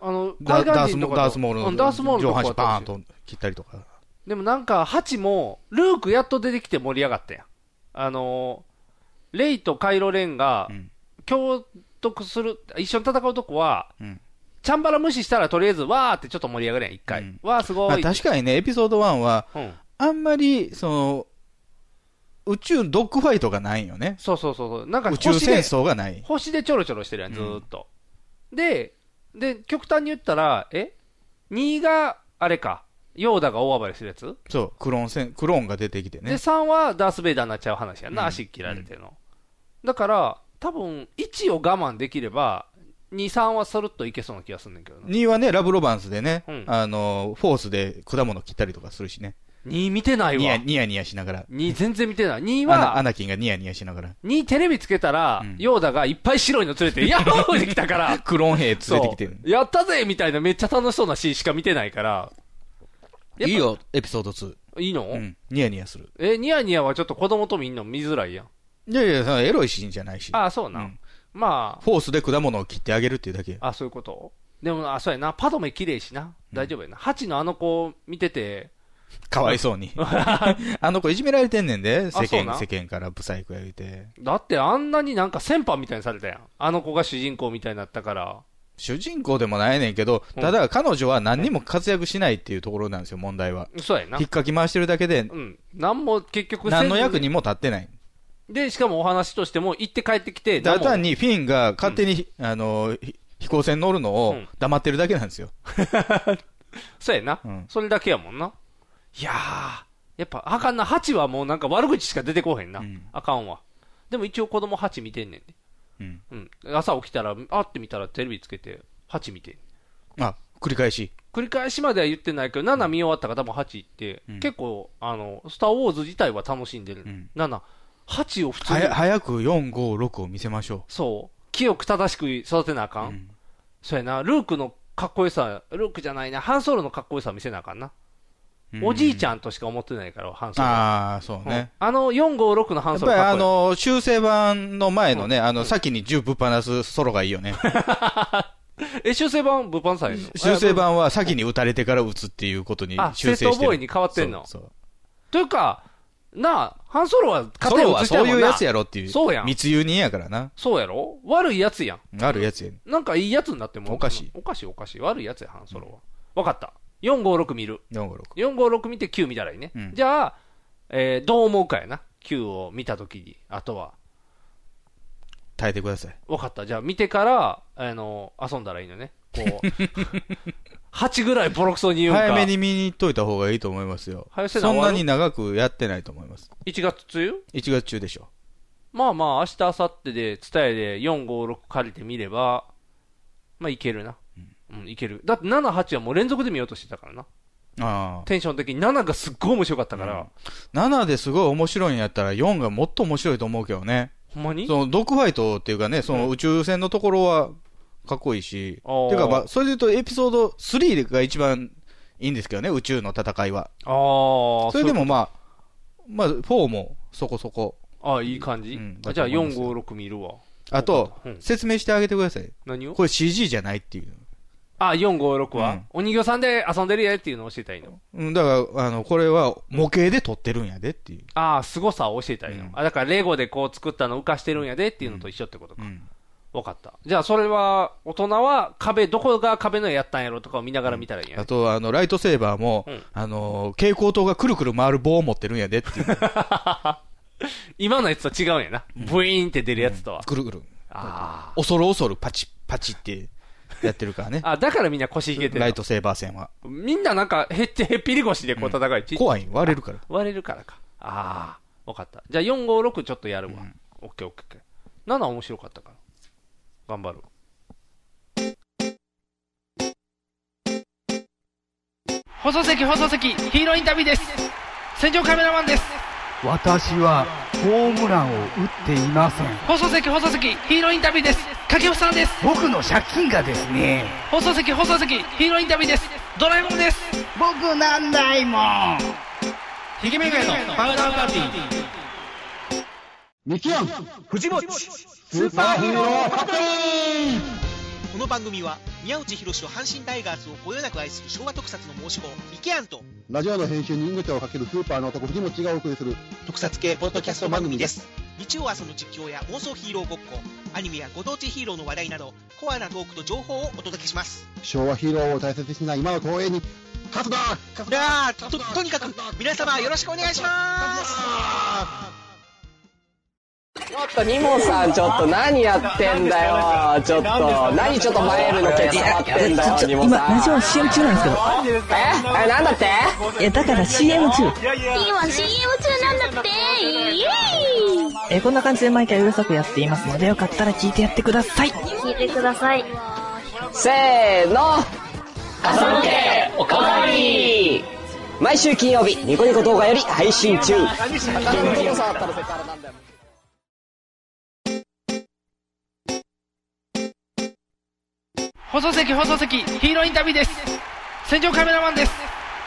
Speaker 3: あの、
Speaker 4: ダ
Speaker 3: 海
Speaker 4: ダー
Speaker 3: 岸
Speaker 4: ス
Speaker 3: 人と
Speaker 4: モ
Speaker 3: か
Speaker 4: ダースモー
Speaker 3: う
Speaker 4: ル
Speaker 3: ん
Speaker 4: の
Speaker 3: ダースモール
Speaker 4: 上
Speaker 3: とか
Speaker 4: 半身バーン
Speaker 3: 私
Speaker 4: と切ったりとか。
Speaker 3: でもなんか、ハチも、ルークやっと出てきて盛り上がったやん。あのー、レイとカイロレンが
Speaker 4: うん、
Speaker 3: 共得する、一緒に戦うとこは、
Speaker 4: うん
Speaker 3: チャンバラ無視したらとりあえず、わーってちょっと盛り上がるやん、一回。
Speaker 4: うん
Speaker 3: わーすご
Speaker 4: まあ
Speaker 3: い。
Speaker 4: 確かにね、エピソード1は、
Speaker 3: うん。
Speaker 4: あんまり、その、宇宙ドッグファイトがないよね。
Speaker 3: そうそうそうそう。なんか
Speaker 4: 宇
Speaker 3: 星
Speaker 4: 宙
Speaker 3: で、
Speaker 4: 戦争がない。
Speaker 3: 星でちょろちょろしてるやん、
Speaker 4: うん
Speaker 3: ずーっと。で、で、極端に言ったら、え ?2 が、あれか、ヨーダが大暴れするやつ、
Speaker 4: そう、クローン戦、クローンが出てきて
Speaker 3: で、
Speaker 4: ね。
Speaker 3: 3はダース・ベイダーになっちゃう話やんな、
Speaker 4: うん
Speaker 3: 足切られての。だから、多分1を我慢できれば、2、3はそろっといけそうな気がするんだけどな。
Speaker 4: 2はね、ラブロマンスでね、
Speaker 3: うん
Speaker 4: あの、フォースで果物切ったりとかするしね。
Speaker 3: 2見てない
Speaker 4: ニヤ
Speaker 3: わ。
Speaker 4: ニヤニヤしながら。
Speaker 3: 2全然見てない。2
Speaker 4: アナア
Speaker 3: は、
Speaker 4: ナキンがニヤニヤしながら。
Speaker 3: 2テレビつけたら、
Speaker 4: うん
Speaker 3: ヨーダがいっぱい白いの連れて、ヤッホーできたから、
Speaker 4: クローン兵 連れてきてる
Speaker 3: そ。うやったぜみたいなめっちゃ楽しそうなシーンしか見てないから、や
Speaker 4: い
Speaker 3: っぱ
Speaker 4: いよ、エピソード2。
Speaker 3: いいの、
Speaker 4: うん。ニヤニヤする。
Speaker 3: え、ニヤニヤはちょっと子供と見んの見づらいやん。
Speaker 4: いやいや、そのエロいシーンじゃないし。
Speaker 3: ああ、そうなん。
Speaker 4: うん
Speaker 3: ま
Speaker 4: フォースで果物を切ってあげるっていうだけ。
Speaker 3: あ、あそういうことでも、あ、そうやな。パドメ綺麗しな。大丈夫やな。ハチのあの子見てて、
Speaker 4: かわいそうに。 あの子いじめられてんねんで、世
Speaker 3: そうな
Speaker 4: 間、世間からブサイクや言うて。
Speaker 3: だってあんなになんか先般みたいにされたやん。あの子が主人公みたいになったから。
Speaker 4: 主人公でもないねんけど、
Speaker 3: うん
Speaker 4: ただ彼女は何にも活躍しないっていうところなんですよ、問題は。
Speaker 3: そうやな
Speaker 4: 引っ。かき回してるだけで
Speaker 3: う、ん。なんも結局せず
Speaker 4: 何の役にも立ってない。
Speaker 3: で、しかもお話としても行って帰ってきて、
Speaker 4: ただ単
Speaker 3: に。
Speaker 4: にフィンが勝手に、あの、ひ飛行船乗るの
Speaker 3: う
Speaker 4: を
Speaker 3: ん
Speaker 4: 黙ってるだけなんですよ。
Speaker 3: そうやな、
Speaker 4: うん
Speaker 3: それだけやもんな。いやー、やっぱあかんな。ハチはもうなんか悪口しか出てこへんな。
Speaker 4: うん
Speaker 3: あかんわ。でも一応子供ハチ見てんねんで。
Speaker 4: うん。
Speaker 3: うん。朝起きたら、あって見たらテレビつけて、ハチ見てん
Speaker 4: あ、繰り返し。
Speaker 3: 繰り返しまでは言ってないけど、7見終わった方も8行って、
Speaker 4: うん
Speaker 3: 結構、あの、スター・ウォーズ自体は楽しんでる。
Speaker 4: うん
Speaker 3: 7、8を普通
Speaker 4: は
Speaker 3: に
Speaker 4: や、早く4、5、6を見せましょ
Speaker 3: そう、清く正しく育てなあか
Speaker 4: う。
Speaker 3: ん。
Speaker 4: うん
Speaker 3: そうやな、ルークのかっこよさ、ルークじゃないな、ハンソールのかっこよさ見せなあかんな。おじいち
Speaker 4: ゃん。
Speaker 3: ゃんとしか思ってないから、ハンソールは。
Speaker 4: ああ、そうね。
Speaker 3: うんあの、4、5、6のハ
Speaker 4: や
Speaker 3: ン
Speaker 4: っ
Speaker 3: ソ
Speaker 4: ぱ
Speaker 3: ール
Speaker 4: り
Speaker 3: か
Speaker 4: あ
Speaker 3: っこいい。
Speaker 4: の、修正版の前のね、あの、先に銃ぶっ放すソロがいいよ ね。
Speaker 3: え、修正版、ブパンサイの
Speaker 4: 修正版は先に撃たれてから撃つっていうことに
Speaker 3: あ
Speaker 4: 修正してる。
Speaker 3: 正当防衛に変わってんの
Speaker 4: そうそう
Speaker 3: というか、なあ、ハンソールは
Speaker 4: ソ
Speaker 3: 勝手
Speaker 4: ロ
Speaker 3: に
Speaker 4: は
Speaker 3: 映し
Speaker 4: そ
Speaker 3: た
Speaker 4: う
Speaker 3: も
Speaker 4: い
Speaker 3: ん
Speaker 4: う
Speaker 3: な
Speaker 4: やつやろっていう。
Speaker 3: そうやん
Speaker 4: 密輸人やからな。
Speaker 3: そうやろ悪いやつやん。
Speaker 4: あるやつやね
Speaker 3: なんかいいやつになっても
Speaker 4: おかしい
Speaker 3: おかしいおかしい悪いやつやハンソロは、わかった456見る
Speaker 4: ん。4、5、6。
Speaker 3: 456見て9見たらいいね、
Speaker 4: うん
Speaker 3: じゃあ、えーどう思うかやな9を見たときにあとは
Speaker 4: 耐えてください。
Speaker 3: わかったじゃあ見てからあの遊んだらいいのね こう8ぐらいボロクソに言うんか
Speaker 4: 早めに見に行っといた方がいいと思いますよ。
Speaker 3: 早瀬さん
Speaker 4: そん
Speaker 3: 終わ
Speaker 4: な
Speaker 3: る
Speaker 4: に長くやってないと思います。
Speaker 3: 1月梅雨
Speaker 4: 1月中でしょ。
Speaker 3: まあまあ明日明後日で伝えで456借りてみればまあいけるなうん、いけるだって78はもう連続で見ようとしてたからな
Speaker 4: ああ。
Speaker 3: テンション的に7がすっごい面白かったから、
Speaker 4: 7ですごい面白いんやったら4がもっと面白いと思うけどね。
Speaker 3: ほんまに
Speaker 4: そのドッグファイトっていうかね、そうの
Speaker 3: ん
Speaker 4: 宇宙船のところはかっこいいし、
Speaker 3: あー
Speaker 4: ていうか、まあ、それで言うとエピソード3が一番いいんですけどね、宇宙の戦いは。
Speaker 3: ああ、
Speaker 4: それでもまあ、まあ、4もそこそこ。
Speaker 3: そう。ああ、いい感じ。
Speaker 4: うん
Speaker 3: あじゃあ、
Speaker 4: だと思いま
Speaker 3: 4、
Speaker 4: すよ
Speaker 3: 5、6見るわ。
Speaker 4: あと、
Speaker 3: うん
Speaker 4: 説明してあげてください。
Speaker 3: 何を
Speaker 4: これ CG じゃないっていう。
Speaker 3: あ、4、5、6は、
Speaker 4: うん
Speaker 3: お人形さんで遊んでるやっていうのを教えたいの。
Speaker 4: うん、だから、あの、これは模型で撮ってるんやでっていう。
Speaker 3: ああ、凄さを教えたいの。
Speaker 4: うん
Speaker 3: あだから、レゴでこう作ったの浮かしてるんやでっていうのと一緒ってことか。
Speaker 4: うん。
Speaker 3: わかった。じゃあ、それは、大人は壁、どこが壁の絵やったんやろとかを見ながら見たらいいんやね、
Speaker 4: あと、あの、ライトセーバーも、
Speaker 3: うん
Speaker 4: あの、蛍光灯がくるくる回る棒を持ってるんやでっていう。
Speaker 3: 今のやつと違うんやな。ブイーンって出るやつとは。
Speaker 4: くるくる。
Speaker 3: あ
Speaker 4: 恐る恐るパチッパチッってやってるからね
Speaker 3: あ。。あ、だからみんな腰引けてる
Speaker 4: ライ
Speaker 3: の。
Speaker 4: トセーバー戦は。
Speaker 3: みんななんか、へってへっぴり腰でこう戦い、ち
Speaker 4: 怖い、割れるから。
Speaker 3: 割れるからか。ああ、わかった。じゃあ4、5、6ちょっとやるわ。オッケーオッケーオッケー。7面白かったから。頑張る。
Speaker 9: 放送席放送席ヒーローインタビューです戦場カメラマンです
Speaker 10: 私はホームランを打っていません
Speaker 9: 放送席放送席ヒーローインタビューです掛布さんです
Speaker 10: 僕の借金がですね
Speaker 9: 放送席放送席ヒーローインタビューですドラえもんです
Speaker 10: 僕なんないもん
Speaker 9: ひげめがのパウダーパーティー
Speaker 11: この番組は宮内博士と阪神タイガースをこよなく愛する昭和特撮の申し子イケアンと
Speaker 12: ラジオの編集にイング手をかけるスーパーの男藤持がお送りする
Speaker 11: 特撮系ポッドキャスト番組です日曜朝の実況や妄想ヒーローごっこアニメやご当地ヒーローの話題などコアなトークと情報をお届けします
Speaker 12: 昭和ヒーローを大切にしない今の東映に勝つだ勝つ
Speaker 11: い
Speaker 12: だ
Speaker 11: やーととにかく皆様よろしくお願いします
Speaker 12: す
Speaker 13: ちょっとニモさん、ちょっと何やってんだよ。ちょっと、何ちょっと前よりの毛触ってんだよ、ニモ
Speaker 14: 今、
Speaker 13: さん。
Speaker 14: ラジオ CM 中なんですけど。
Speaker 13: ええ、なんだって
Speaker 14: いや、だから CM 中。
Speaker 15: 今 CM 中なんだってイエーイ
Speaker 14: え、こんな感じで毎回うるさくやっていますので、よかったら聞いてやってください。
Speaker 15: 聞いてください
Speaker 13: せーの。朝向け、おかわり毎週金曜日、ニコニコ動画より配信中。
Speaker 9: 放送席放送席ヒーローインタビューです戦場カメラマンです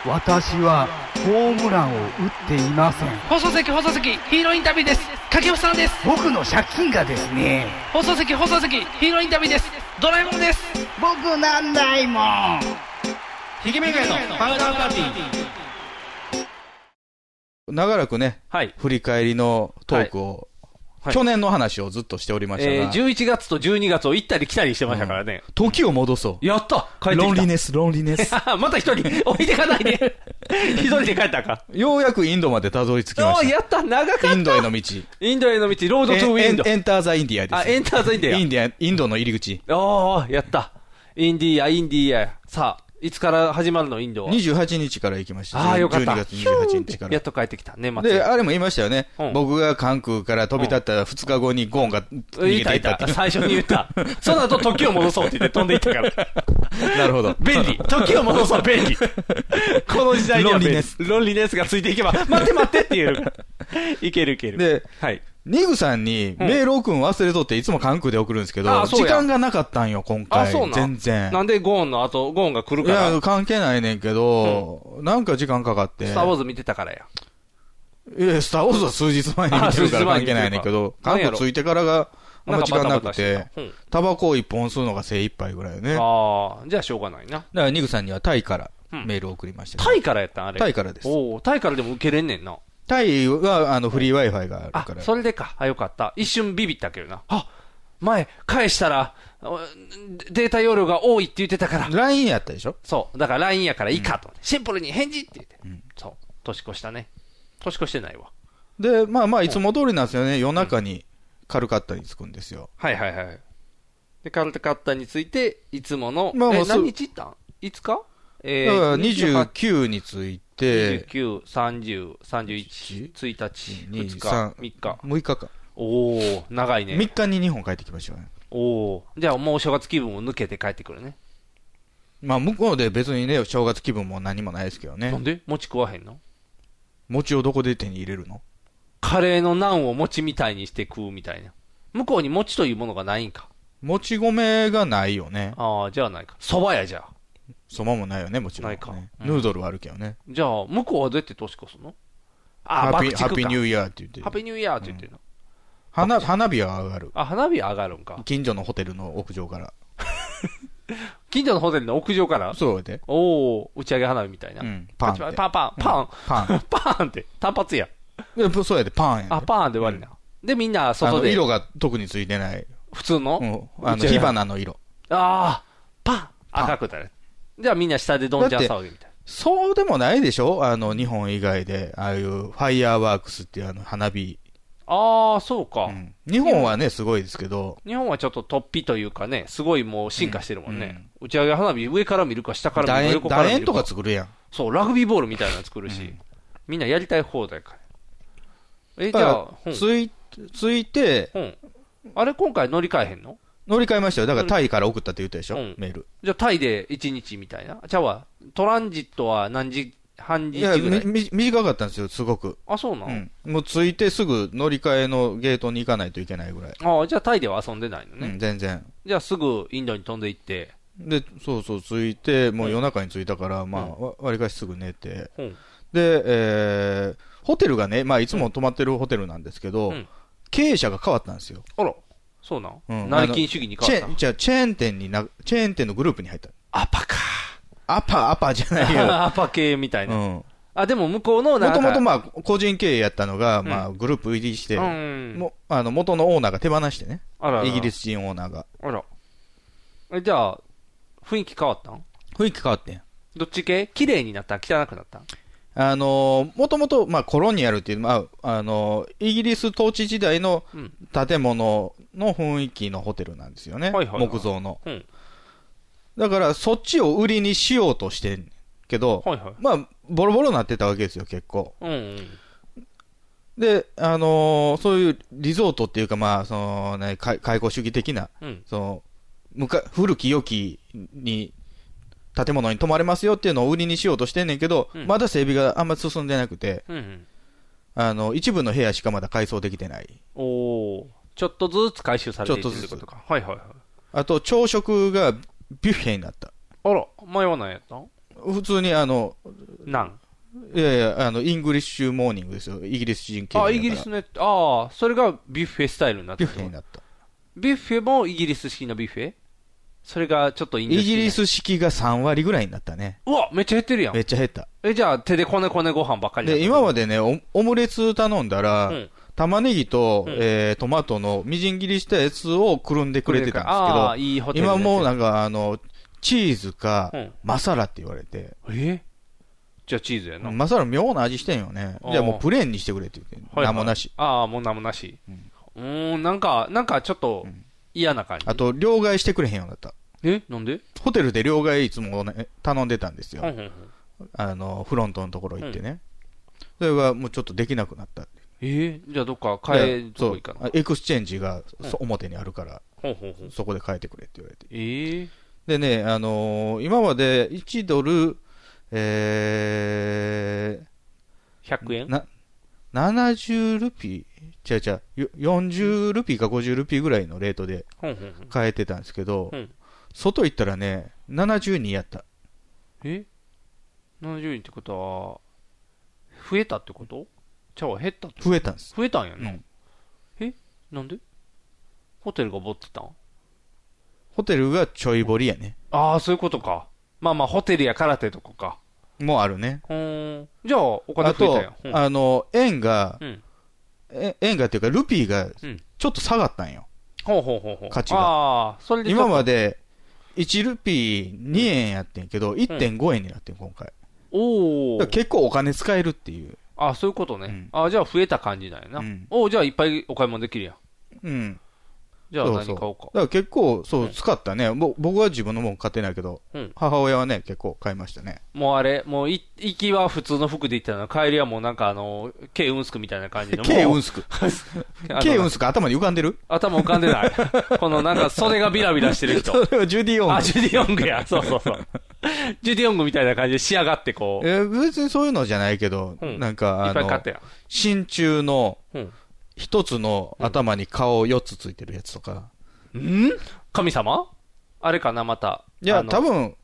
Speaker 10: 私はホームランを打っていません
Speaker 9: 放送席放送席ヒーローインタビューです掛布さんです
Speaker 10: 僕の借金がですね
Speaker 9: 放送席放送席ヒーローインタビューですドラえもんです
Speaker 10: 僕なんないもん
Speaker 9: ひげめがのパウダーパーティー
Speaker 4: 長らくね、振り返りのトークを、去年の話をずっとしておりましたが、
Speaker 3: えー、11月と12月を行ったり来たりしてましたからね。
Speaker 4: 時を戻そう。
Speaker 3: やった帰ってきた
Speaker 4: ロンリネス、ロンリネス。
Speaker 3: また一人、置いてかないで。 一人で帰ったか。
Speaker 4: ようやくインドまでたどり着きま
Speaker 3: お
Speaker 4: し。
Speaker 3: ーやった長かった
Speaker 4: インドへの道。
Speaker 3: インドへの道、ロードトゥ
Speaker 4: エ
Speaker 3: ウ
Speaker 4: ン
Speaker 3: インド。
Speaker 4: エンエンターザインディアです。
Speaker 3: あエンターザインディア
Speaker 4: インディア、インドの入り口。
Speaker 3: おー、やった。インディア、インディア。さあ、いつから始まるの、インドは。
Speaker 4: 28日から行きました。
Speaker 3: ああ、よかった。
Speaker 4: 12月28日から
Speaker 3: やっ。と帰ってきた、年末。
Speaker 4: で、あれも言いましたよね。僕が関空から飛び立った2日後にゴーンが逃
Speaker 3: 言
Speaker 4: げ
Speaker 3: い
Speaker 4: て
Speaker 3: た
Speaker 4: い
Speaker 3: い
Speaker 4: った
Speaker 3: た
Speaker 4: って。
Speaker 3: 最初に言った。その後、時を戻そうって言って飛んでいったから。
Speaker 4: なるほど。
Speaker 3: 便利。時を戻そう、便利。この時代には便利。ロンリネスがついていけば、待って待ってって言えるから。いけるいけ る。
Speaker 4: で、
Speaker 3: はい。
Speaker 4: ニグさんにメール送るん忘れとっていつも関空で送るんですけど、
Speaker 3: あそう
Speaker 4: 時
Speaker 3: や
Speaker 4: 間がなかったんよ、今
Speaker 3: あ、
Speaker 4: 回
Speaker 3: そう。なん。
Speaker 4: 全然。
Speaker 3: なんでゴーンの後、ゴーンが来る
Speaker 4: い
Speaker 3: から。
Speaker 4: や、関係ないねんけど、なんか時間かかって。
Speaker 3: スターウォーズ見てたからや。
Speaker 4: いや、スターウォーズは数日前に見てるから
Speaker 3: あ数日前
Speaker 4: 関
Speaker 3: に
Speaker 4: 係ないねんけど、韓国着いてからが、あんま時間なく
Speaker 3: な
Speaker 4: て
Speaker 3: んかバタバタしてたうん、
Speaker 4: タバコを一本吸うのが精一杯ぐらいよね。だか
Speaker 3: ああ、じゃあしょうがないな。
Speaker 4: ら、ニグさんにはタイから
Speaker 3: うん
Speaker 4: メールを送りましたけど。
Speaker 3: タイからやったんあれ。
Speaker 4: タイからです
Speaker 3: おお、タイからでも受けれんねんな。
Speaker 4: タイは、あの、フリー Wi-Fi があるから。
Speaker 3: それでか。あ、よかった。一瞬ビビったけどな。あ、前、返したら、おデータ容量が多いって言ってたから。
Speaker 4: LINE やったでしょ
Speaker 3: そう。だから LINE やからいいかと思って、シンプルに返事って言って。そう。年越したね。年越してないわ。
Speaker 4: で、まあまあ、いつも通りなんですよね。夜中に軽かったに着くんですよ。
Speaker 3: はいはいはい。で、カルタカッタについて、いつもの、
Speaker 4: まあまあ
Speaker 3: え
Speaker 4: そう
Speaker 3: 何日行ったんいつかえ
Speaker 4: だから
Speaker 3: 28
Speaker 4: 29に着いて、
Speaker 3: 29、30、31、1日、
Speaker 4: 2
Speaker 3: 2日、3日。
Speaker 4: 6日か。
Speaker 3: おお長いね。
Speaker 4: 3日に日本帰ってきましたよね。
Speaker 3: おおーじゃあもう正月気分を抜けて帰ってくるね。
Speaker 4: まあ、向こうで別にね、正月気分も何もないですけどね。
Speaker 3: なんで餅食わへんの
Speaker 4: 餅をどこで手に入れるの
Speaker 3: カレーのナンを餅みたいにして食うみたいな。向こうに餅というものがないんか。
Speaker 4: もち米がないよね。
Speaker 3: ああ、じゃあないか。蕎麦やじゃあ。
Speaker 4: そばもないよね、もちろん、
Speaker 3: ないか
Speaker 4: ヌードルはあるけどね。
Speaker 3: じゃあ、向こうはどうやって年越すのあ
Speaker 4: ハ
Speaker 3: あ、
Speaker 4: ッ
Speaker 3: バ
Speaker 4: ピ
Speaker 3: ク
Speaker 4: ーハッピーニューイヤーって言って
Speaker 3: ハッピーニューイヤーって言ってるの。
Speaker 4: 花花火は上がる。
Speaker 3: あ、花火上がるんか。
Speaker 4: 近所のホテルの屋上から。
Speaker 3: 近所のホテルの屋上から
Speaker 4: そうやで。
Speaker 3: おお打ち上げ花火みたいな。
Speaker 4: うんパンって
Speaker 3: パチパン、パン、パン、
Speaker 4: パン。
Speaker 3: パン、パンって。単発や。
Speaker 4: でそうやで、パンやで。
Speaker 3: あ、パンで終わりな。で、みんな
Speaker 4: あ
Speaker 3: 外
Speaker 4: の
Speaker 3: で。
Speaker 4: 色が特についてない。
Speaker 3: 普通の
Speaker 4: うんあの、火花の色。
Speaker 3: ああ、パン赤くなる。じゃあみんな下でどんちゃん騒ぎみたい
Speaker 4: そうでもないでしょあの、日本以外で、ああいうファイヤーワークスっていうあの、花火。
Speaker 3: な。ああ、そうか。
Speaker 4: 日本はね、すごいですけど、
Speaker 3: 日本はちょっと突飛というかね、すごいもう進化してるもんね。打ち上げ花火上から見るか下から
Speaker 4: 楕
Speaker 3: 見るか
Speaker 4: 円
Speaker 3: 横から
Speaker 4: 楕
Speaker 3: 見
Speaker 4: 円
Speaker 3: る
Speaker 4: とか作るやん。
Speaker 3: そう、ラグビーボールみたいなの作るし。みんなやりたい放題か。え、じ
Speaker 4: だか
Speaker 3: ゃ
Speaker 4: ら
Speaker 3: あ、うん
Speaker 4: つい、ついて、
Speaker 3: あれ今回乗り換えへんの
Speaker 4: 乗り換えましたよ。だからタイから送ったって言ったでしょ、メール。
Speaker 3: じゃあタイで1日みたいな。じゃあ、トランジットは何時、半日
Speaker 4: いや、
Speaker 3: ぐら
Speaker 4: み
Speaker 3: い。
Speaker 4: み短かったんですよ、すごく。
Speaker 3: あ、そうな
Speaker 4: う
Speaker 3: の
Speaker 4: ん。もう着いてすぐ乗り換えのゲートに行かないといけないぐらい。
Speaker 3: ああ、じゃあタイでは遊んでないの
Speaker 4: うん、
Speaker 3: ね。
Speaker 4: 全然。
Speaker 3: じゃあすぐインドに飛んで行って。
Speaker 4: で、そうそう、着いて、もう夜中に着いたから、まあ、わわりかしすぐ寝て。
Speaker 3: うん
Speaker 4: で、えー、ホテルがね、まあ、いつも泊まってるホテルなんですけど、
Speaker 3: うん
Speaker 4: 経営者が変わったんですよ。
Speaker 3: あら、そうなん、
Speaker 4: うん
Speaker 3: 内勤主義に変わ
Speaker 4: あ
Speaker 3: っ
Speaker 4: のチェーン
Speaker 3: た。
Speaker 4: じゃあチェーン店にな、チェーン店のグループに入った。アパか。アパ、アパじゃないよ。
Speaker 3: アパ系みたいな。
Speaker 4: うん
Speaker 3: あ、でも向こうの
Speaker 4: も
Speaker 3: なんか、
Speaker 4: ともとまあ、個人経営やったのが、まあ、グループ入りして、
Speaker 3: うん
Speaker 4: もうあの、元のオーナーが手放してね。
Speaker 3: あらら
Speaker 4: イギリス人オーナーが。
Speaker 3: あら。え、じゃあ、雰囲気変わったん
Speaker 4: 雰囲気変わってん。
Speaker 3: どっち系綺麗になったん汚くなったん
Speaker 4: あのもともと、まあ、コロニアルっていう、まあ、あのイギリス統治時代の建物の雰囲気のホテルなんですよね。
Speaker 3: はいはいはい
Speaker 4: 木造の。
Speaker 3: うん
Speaker 4: だから、そっちを売りにしようとしてんけど、まあ、ボロボロになってたわけですよ、結構。
Speaker 3: うんうん
Speaker 4: で、あのーそういうリゾートっていうか、まあ、そのね、開開放主義的な、
Speaker 3: うん
Speaker 4: その、むか、古き良きに、建物に泊まれますよっていうのを売りにしようとしてんねんけど、
Speaker 3: うん
Speaker 4: まだ整備があんま進んでなくて、
Speaker 3: うんうん
Speaker 4: あの、一部の部屋しかまだ改装できてない。
Speaker 3: おおちょっとずつ回収されていってるってことかはいはいはい
Speaker 4: あと、朝食がビュッフェになった。
Speaker 3: あら迷わないやった
Speaker 4: 普通にあの、
Speaker 3: なん
Speaker 4: いやいや、あの、イングリッシュモーニングですよ。イギリス人経営だから
Speaker 3: あイギリスのやつああそれがビュッフェスタイルになったビュッフェにな
Speaker 4: った
Speaker 3: ビュッフェもイギリス式のビュッフェそれがちょっとインド
Speaker 4: イ
Speaker 3: 式
Speaker 4: ギリス式が3割ぐらいになったね。
Speaker 3: うわめっちゃ減ってるやん
Speaker 4: めっちゃ減った。
Speaker 3: えじゃあ手でこねこねご飯ばっかりだっ
Speaker 4: で、今までね、オオムレツ頼んだら、
Speaker 3: うん
Speaker 4: 玉ねぎと、えートマトのみじん切りしたやつをくるんでくれてたんですけど、
Speaker 3: あーいいホテルのや
Speaker 4: 今
Speaker 3: つ
Speaker 4: もうなんか、あの、チーズか、
Speaker 3: うん
Speaker 4: マサラって言われて、
Speaker 3: えじゃあチーズやな
Speaker 4: マサラ妙な味してんよね。
Speaker 3: あー
Speaker 4: じゃあもうプレーンにしてくれって言って、
Speaker 3: はいはい
Speaker 4: なんもなし。
Speaker 3: ああもうなんもなしうーんなんかなんかちょっと嫌な感じ
Speaker 4: あと、両替してくれへんようになった。
Speaker 3: えなんで
Speaker 4: ホテルで両替いつも、ね、頼んでたんですよ。
Speaker 3: うんうんうん
Speaker 4: あの、フロントのところ行ってね。それがもうちょっとできなくなった。
Speaker 3: えじゃあどっか変えとこ行かな
Speaker 4: そうエクスチェンジがそ
Speaker 3: うん
Speaker 4: 表にあるから、
Speaker 3: ほうほうほう
Speaker 4: そこで変えてくれって言われて。
Speaker 3: ええ
Speaker 4: でね、あのー今まで1ドル、え
Speaker 3: 100円
Speaker 4: ー、な70ルピー、違う違う、よ40ルピーか50ルピーぐらいのレートで
Speaker 3: ほんほんほん
Speaker 4: 変えてたんですけど、
Speaker 3: うん
Speaker 4: 外行ったらね、72やった。
Speaker 3: え70円ってことは増えたってことちゃうわ減ったってこと
Speaker 4: 増えたんです。
Speaker 3: 増えたんやな、
Speaker 4: うん
Speaker 3: えなんでホテルがぼってたん
Speaker 4: ホテルがちょいぼりやね。
Speaker 3: ああそういうことかまあまあホテルや空手とこか
Speaker 4: もうあるね。
Speaker 3: うーんじゃあお金
Speaker 4: あ
Speaker 3: 増え
Speaker 4: と
Speaker 3: たやん、うん
Speaker 4: あの、円が、
Speaker 3: うん
Speaker 4: え円がっていうか、ルピーが
Speaker 3: うん
Speaker 4: ちょっと下がったんよ。
Speaker 3: ほうほうほうほう
Speaker 4: 価値が
Speaker 3: ああそれで
Speaker 4: 今ま
Speaker 3: で
Speaker 4: で1ルピー2円やってんけど、1.5円になってん、今回。だ
Speaker 3: おお
Speaker 4: から結構お金使えるっていう。
Speaker 3: あそういうことね、あじゃあ増えた感じなんやな、おおじゃあいっぱいお買い物できるやん
Speaker 4: うん。
Speaker 3: じゃあ
Speaker 4: そう
Speaker 3: 何
Speaker 4: そ
Speaker 3: 買
Speaker 4: う
Speaker 3: おうか
Speaker 4: だから結構、そう、使ったね。ぼ僕は自分のもん買ってないけど、
Speaker 3: うん
Speaker 4: 母親はね、結構買いましたね。
Speaker 3: もうあれ、もうい、行きは普通の服で行ったの、帰りはもうなんかあの、軽運すくみたいな感じの。
Speaker 4: 軽
Speaker 3: もう
Speaker 4: 運すく
Speaker 3: あの
Speaker 4: ケイウンスか頭に浮かんでる
Speaker 3: 頭浮かん でない。このなんか袖がビラビラしてる人。
Speaker 4: それ はジュディ・オング。
Speaker 3: あ、ジュディ・ヨングや。そうそうそう。ジュディ・ヨングみたいな感じで仕上がってこう。
Speaker 4: えー別にそういうのじゃないけど、
Speaker 3: うん
Speaker 4: なんか、
Speaker 3: い
Speaker 4: あ
Speaker 3: っぱい買
Speaker 4: の
Speaker 3: ったやん、
Speaker 4: 真鍮の
Speaker 3: うん
Speaker 4: 一つの頭に顔4つついてるやつとか。
Speaker 3: ん神様あれかな、また。
Speaker 4: いや、
Speaker 3: あの
Speaker 4: 多。分、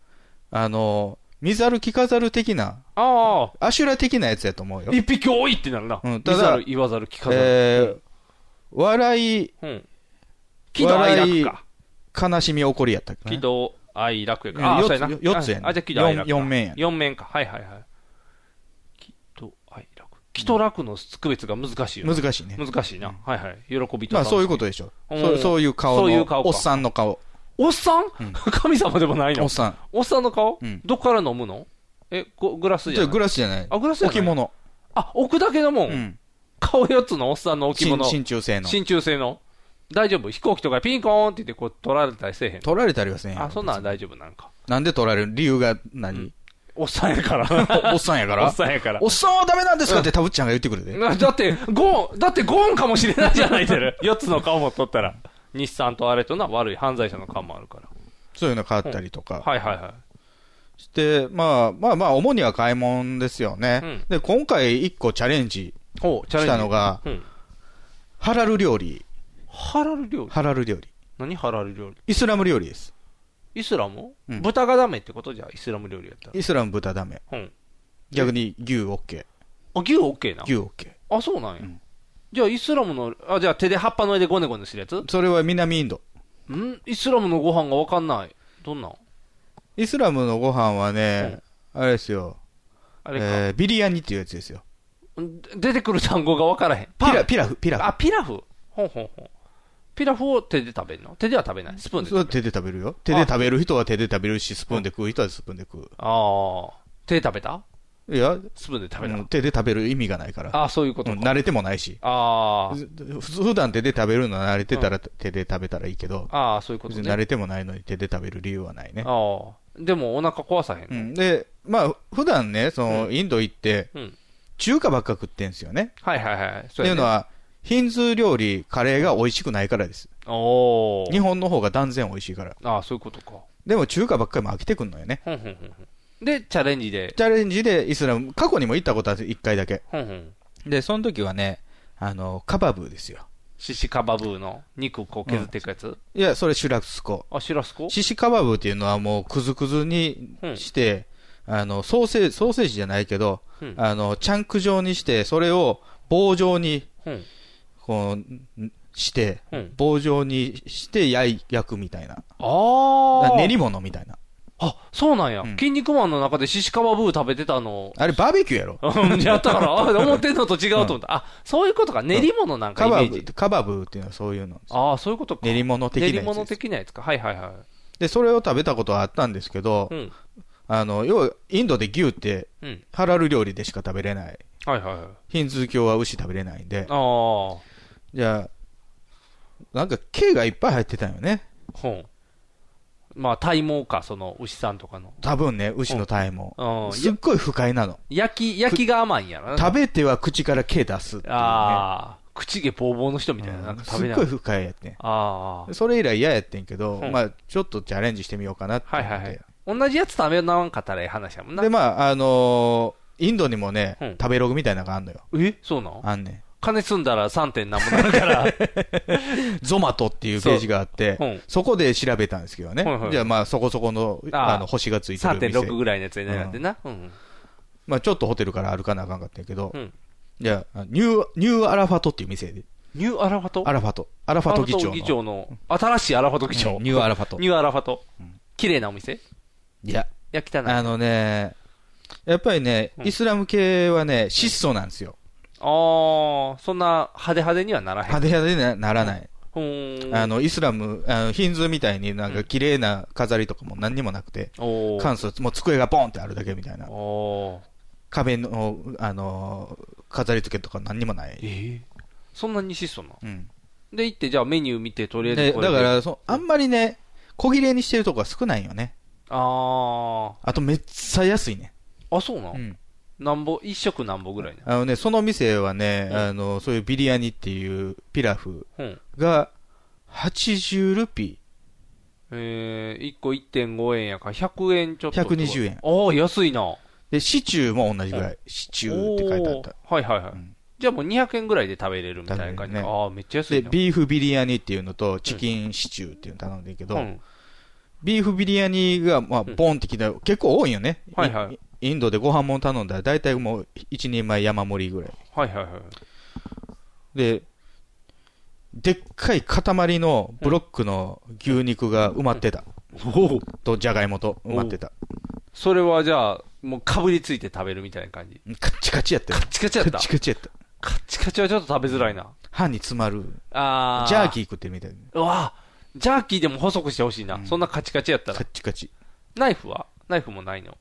Speaker 4: あの、見ざる着飾る的な、
Speaker 3: あ
Speaker 4: アシュラ的なやつやと思う
Speaker 3: あ。
Speaker 4: よ。
Speaker 3: 一匹多いってなるな。
Speaker 4: うんた
Speaker 3: た
Speaker 4: だ
Speaker 3: だ、ざる言わざる聞かざる。
Speaker 4: えー笑い、
Speaker 3: うん。喜怒哀楽か。
Speaker 4: 笑い悲しみ、怒りやったっけ、
Speaker 3: 喜
Speaker 4: ね、
Speaker 3: 怒哀楽やか
Speaker 4: うん
Speaker 3: ら。あ、
Speaker 4: 四
Speaker 3: そ
Speaker 4: つ
Speaker 3: うやな。
Speaker 4: 四つやね
Speaker 3: あ、じゃあ喜怒哀楽か。
Speaker 4: 四四面やね
Speaker 3: 四面か。はいはいはい。喜怒哀楽。喜と楽の区別が難しいよな
Speaker 4: 難しいね
Speaker 3: 難しいな。はいはい。喜びと
Speaker 4: まあ
Speaker 3: 楽しみ
Speaker 4: そういうことでしょ。
Speaker 3: うん
Speaker 4: そうそういう顔の
Speaker 3: そういう顔か
Speaker 4: おっさんの顔。
Speaker 3: おっさん、 神様でもないの
Speaker 4: おっさん。
Speaker 3: おっさんの顔、
Speaker 4: うん
Speaker 3: どっから飲むのえ、ごグラスじ
Speaker 4: じゃ
Speaker 3: ゃ
Speaker 4: あ
Speaker 3: ない
Speaker 4: グラスじゃない。
Speaker 3: あ、グラスやない
Speaker 4: 置物。
Speaker 3: あ、置くだけのもん。顔4つのおっさんの置物。
Speaker 4: 真真鍮製の
Speaker 3: 真鍮製の。大丈夫飛行機とかピンコーンって言ってこう取られたりせえへん。
Speaker 4: 取られたりはせんや
Speaker 3: あ、
Speaker 4: ろ
Speaker 3: そんなんは大丈夫なんか。
Speaker 4: なんで取られる理由が何、
Speaker 3: おっさんやから。
Speaker 4: おおっさんやから
Speaker 3: おっさんやから。
Speaker 4: おっさんはダメなんですかってタブっちゃんが言ってくるで。
Speaker 3: なだって、ゴーン、だってゴーンかもしれないじゃない で。4つの顔も取ったら。日産とあれとな、悪い犯罪者の顔もあるから。
Speaker 4: そういうの買ったりとか。
Speaker 3: はいはいはい。
Speaker 4: して、まあまあまあ、主には買い物ですよね。
Speaker 3: うん
Speaker 4: で、今回一個チャレンジ
Speaker 3: おチャレンジ
Speaker 4: したのが、
Speaker 3: うん
Speaker 4: ハラル料理。
Speaker 3: ハラル料理
Speaker 4: ハラル料理。
Speaker 3: 何ハラル料理
Speaker 4: イスラム料理です。
Speaker 3: イスラム、
Speaker 4: うん
Speaker 3: 豚がダメってことじゃあイスラム料理やったら。
Speaker 4: イスラム豚ダメ。
Speaker 3: うん。
Speaker 4: 逆に牛 OK。
Speaker 3: あ、牛 OK な。
Speaker 4: 牛 OK。
Speaker 3: あ、そうなんや。じゃあ、イスラムの、あ、じゃあ手で葉っぱの上でゴネゴネするやつ
Speaker 4: それは南インド。
Speaker 3: んイスラムのご飯がわかんない。どんなん
Speaker 4: イスラムのご飯はね、あれですよ。
Speaker 3: あれか
Speaker 4: えービリヤニっていうやつですよ。
Speaker 3: ん出てくる単語がわからへん。
Speaker 4: ピラ、ピラフ、ピラフ。
Speaker 3: あ、ピラフほんほんほん。ピラフを手で食べるの手では食べない。スプーンで
Speaker 4: そ。れは手で食べるよ。手で食べる人は手で食べるし、スプーンで食う人はスプーンで食う。
Speaker 3: ああ。手で食べた
Speaker 4: いや、
Speaker 3: スプーンで食べな
Speaker 4: うん手で食べる意味がないから。
Speaker 3: あそういうこと
Speaker 4: ん慣れてもないし。
Speaker 3: あ
Speaker 4: ふ普段手で食べるのは慣れてたら、手で食べたらいいけど。
Speaker 3: ああ、そういうことね
Speaker 4: 別に慣れてもないのに手で食べる理由はないね。
Speaker 3: ああ。でもお腹壊さへん。
Speaker 4: うんで、まあ、普段ね、その、インド行って、
Speaker 3: うん
Speaker 4: 中華ばっか食ってんすよね。
Speaker 3: はいはいはい。
Speaker 4: っていうのは、ヒンズー料理、カレーが美味しくないからです。
Speaker 3: お
Speaker 4: 日本の方が断然美味しいから。
Speaker 3: ああ、そういうことか。
Speaker 4: でも中華ばっかりも飽きてくんのよね。
Speaker 3: ふんふんふんふんで、チャレンジで。
Speaker 4: チャレンジでイスラム、過去にも行ったことある一回だけ。
Speaker 3: ふんふん。
Speaker 4: で、その時はね、あの、カバブーですよ。
Speaker 3: シシカバブーの肉こう削っていくやつ、
Speaker 4: いや、それシュラスコ。
Speaker 3: あ、シュラスコ
Speaker 4: シシカバブっていうのはもうくずくずにして、あの、ソーセージ、ソーセージじゃないけど、
Speaker 3: うん
Speaker 4: あの、チャンク状にして、それを棒状に、
Speaker 3: うん
Speaker 4: こうんして、
Speaker 3: うん
Speaker 4: 棒状にして焼い焼くみたいな。
Speaker 3: ああ。
Speaker 4: 練り物みたいな。
Speaker 3: あ、そうなんや。筋肉マンの中でシシカバブー食べてたの。
Speaker 4: あれバーベキューやろ
Speaker 3: うんやったから、あ思ってんのと違うと思った。あ、そういうことか。練り物なんか
Speaker 4: カ
Speaker 3: イメ
Speaker 4: バ
Speaker 3: ー
Speaker 4: ブ
Speaker 3: ジ。
Speaker 4: カバブっていうのはそういうの。
Speaker 3: ああ、そういうことか。
Speaker 4: 練り物的なやつ
Speaker 3: 練
Speaker 4: で
Speaker 3: り
Speaker 4: す
Speaker 3: 物的なやつか。はいはいはい。
Speaker 4: で、それを食べたことはあったんですけど、
Speaker 3: うん。
Speaker 4: あの、要は、インドで牛って
Speaker 3: うん、
Speaker 4: ハラル料理でしか食べれない。
Speaker 3: はいはいはい。
Speaker 4: ヒンズー教は牛食べれないんで。
Speaker 3: ああ。
Speaker 4: じゃあ、なんか、毛がいっぱい入ってたんよね。
Speaker 3: ほん。まあ、体毛か、その、牛さんとかの。
Speaker 4: 多分ね、牛の体毛
Speaker 3: うん。
Speaker 4: すっごい不快なの。
Speaker 3: 焼き、焼きが甘いんやろな。
Speaker 4: 食べては口から毛出すっていうね。
Speaker 3: ああ。口毛ぼうぼうの人みたいな。なんか食
Speaker 4: す
Speaker 3: べ
Speaker 4: っ
Speaker 3: な
Speaker 4: ご
Speaker 3: が
Speaker 4: い
Speaker 3: ら
Speaker 4: 不快やってん。
Speaker 3: ああ。
Speaker 4: それ以来嫌やってんけど、
Speaker 3: うん
Speaker 4: まあ、ちょっとチャレンジしてみようかなって思って。
Speaker 3: 同じやつ食べなわんかったらええ話やもんな。
Speaker 4: で、まあ、あのーインドにもね、
Speaker 3: うん
Speaker 4: 食べログみたいなのがあんのよ。
Speaker 3: えそうなの
Speaker 4: あんねん。
Speaker 3: 金積んだら 3. 点何もな るから。
Speaker 4: ゾマトっていうページがあって、
Speaker 3: そ
Speaker 4: そう
Speaker 3: うん
Speaker 4: こで調べたんですけどね。
Speaker 3: はいはい
Speaker 4: じゃあまあそこそこの
Speaker 3: あ
Speaker 4: あ
Speaker 3: あ
Speaker 4: の星がついてる店。
Speaker 3: 3.6ぐらいのやつになってな。うん。
Speaker 4: まあちょっとホテルから歩かなあかんかったんやけど、
Speaker 3: うん
Speaker 4: じゃあニュー、ニューアラファトっていう店で。
Speaker 3: ニューアラファト
Speaker 4: アラファト。アラファト議
Speaker 3: ア
Speaker 4: 長
Speaker 3: ラ
Speaker 4: の。
Speaker 3: ファトの新しいアラファト議長。
Speaker 4: うんニューアラファト
Speaker 3: ニューアラファト。綺麗なお店
Speaker 4: いや、
Speaker 3: いや、汚い。
Speaker 4: あのね、やっぱりね、
Speaker 3: うん
Speaker 4: イスラム系はね、質素なんですよ。
Speaker 3: ああ、そんな派手派手にはならへん。
Speaker 4: 派手派手にはならない。
Speaker 3: ほーん
Speaker 4: あの、イスラム、あのヒンズーみたいになんか綺麗な飾りとかも何にもなくて、
Speaker 3: おー
Speaker 4: 簡素、もう机がポンってあるだけみたいな。
Speaker 3: おー
Speaker 4: 壁の、あのー飾り付けとか何にもない。
Speaker 3: そんなに質素な。
Speaker 4: うん。
Speaker 3: で、行って、じゃあメニュー見て、とりあえ
Speaker 4: で
Speaker 3: ずこれ
Speaker 4: だ
Speaker 3: で。
Speaker 4: からそ、あんまりね、小切れにしてるとこは少ないよね。
Speaker 3: あ
Speaker 4: あとめっちゃ安いね。
Speaker 3: あ。あ、そうなん、
Speaker 4: うん
Speaker 3: なんぼ、一食なんぼぐらいな。
Speaker 4: あのね、その店はね、
Speaker 3: うん
Speaker 4: あの、そういうビリヤニっていうピラフ
Speaker 3: うん。
Speaker 4: が80ルピ
Speaker 3: えー、1個1.5円やから、100円ちょっと。
Speaker 4: 120円
Speaker 3: ああ、安いな。
Speaker 4: ー。で、シチューも同じぐら
Speaker 3: う
Speaker 4: い。シチューって書いてあった。
Speaker 3: おーはいはいはい。じゃあもう200円ぐらいで食べれるみたいな感じ
Speaker 4: ね
Speaker 3: か。ああ、めっちゃ安
Speaker 4: で、
Speaker 3: いな。
Speaker 4: ビーフビリヤニっていうのと、チキンシチューっていうの頼んでるけど、
Speaker 3: うん
Speaker 4: ビーフビリヤニが、まあ、ボンってきた、結構多いよね。
Speaker 3: はいはい
Speaker 4: いインドでご飯も頼んだら、大体もう一人前山盛りぐらい。
Speaker 3: はいはいはい。
Speaker 4: で、でっかい塊のブロックの牛肉が埋まってた。と、じゃがいもと埋まってた。
Speaker 3: それはじゃあ、もうかぶりついて食べるみたいな感じ。
Speaker 4: カッチカチやったよ。カッ
Speaker 3: チカチやった
Speaker 4: カッチカチやった。
Speaker 3: チカチはちょっと食べづらいな。
Speaker 4: 歯に詰まる。
Speaker 3: ああ。
Speaker 4: ジャーキー食ってみたいな。
Speaker 3: うわジャーキーでも細くしてほしいな、そんなカチカチやったら
Speaker 4: カ。チカチ。
Speaker 3: ナイフはナイフもないの。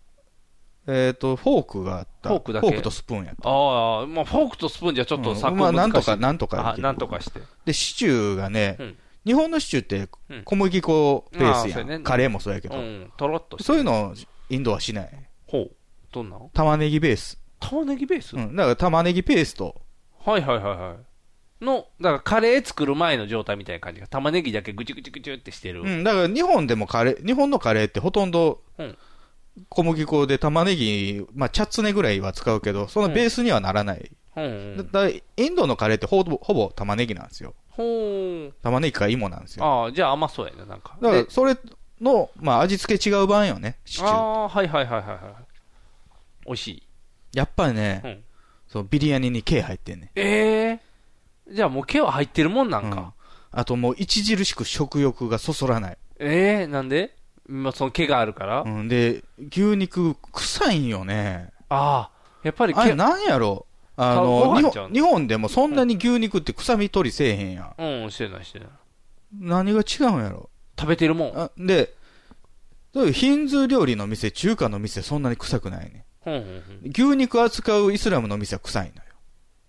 Speaker 4: えっ、と、フォークがあった。
Speaker 3: フォークだけ。
Speaker 4: とスプーンやった。
Speaker 3: ああ、まあフォークとスプーンじゃちょっとサク
Speaker 4: う
Speaker 3: ッ
Speaker 4: んまあな
Speaker 3: 難しい。
Speaker 4: んとかなんとかで
Speaker 3: あ
Speaker 4: きる
Speaker 3: なんとかして。
Speaker 4: で、シチューがね、
Speaker 3: うん
Speaker 4: 日本のシチューって
Speaker 3: うん
Speaker 4: 小麦粉ベース
Speaker 3: あーそ
Speaker 4: や。
Speaker 3: うんやね
Speaker 4: カレーもそうやけど。
Speaker 3: うん、とろっとして。
Speaker 4: そういうのをインドはしない。
Speaker 3: ほう。どんなの
Speaker 4: 玉ねぎベース。
Speaker 3: 玉ねぎベース、
Speaker 4: うん。だから玉ねぎペースト。
Speaker 3: はいはいはいはい。の、だからカレー作る前の状態みたいな感じが、玉ねぎだけぐちゅぐちゅぐちゅってしてる。
Speaker 4: うん。だから日本でもカレー、日本のカレーってほとんど
Speaker 3: うん
Speaker 4: 小麦粉で玉ねぎ、まあ、チャツネぐらいは使うけど、そのベースにはならない。
Speaker 3: うんう
Speaker 4: だ
Speaker 3: ん。
Speaker 4: だからインドのカレーってほぼほぼ玉ねぎなんですよ。
Speaker 3: ほう。
Speaker 4: 玉ねぎか芋なんですよ。
Speaker 3: ああ、じゃあ甘そうやね、なんか。
Speaker 4: だから
Speaker 3: で、
Speaker 4: それの、まあ、味付け違う版よね、シチュ
Speaker 3: あ
Speaker 4: ー。
Speaker 3: あ、はいはいはいはいはい。美味しい。
Speaker 4: やっぱりね、
Speaker 3: うん
Speaker 4: そうビリヤニに K 入ってんね。
Speaker 3: ええじゃあもう毛は入ってるもんなんか。
Speaker 4: あともう著しく食欲がそそらない。
Speaker 3: ええなんでまあ、その毛があるから。
Speaker 4: う
Speaker 3: あ
Speaker 4: ん、で、牛肉臭いんよね。
Speaker 3: あ、やっぱり毛。
Speaker 4: あれなんやろあの
Speaker 3: あご
Speaker 4: 日
Speaker 3: 飯ちゃう
Speaker 4: 本、日本でもそんなに牛肉って臭み取りせえへんやん。
Speaker 3: うん、してないしてない。
Speaker 4: 何が違うんやろ
Speaker 3: 食べてるもん。
Speaker 4: あで、そういうヒンズー料理の店、中華の店、そんなに臭くないね。
Speaker 3: ほうんうんうん
Speaker 4: 牛肉扱うイスラムの店は臭いのよ。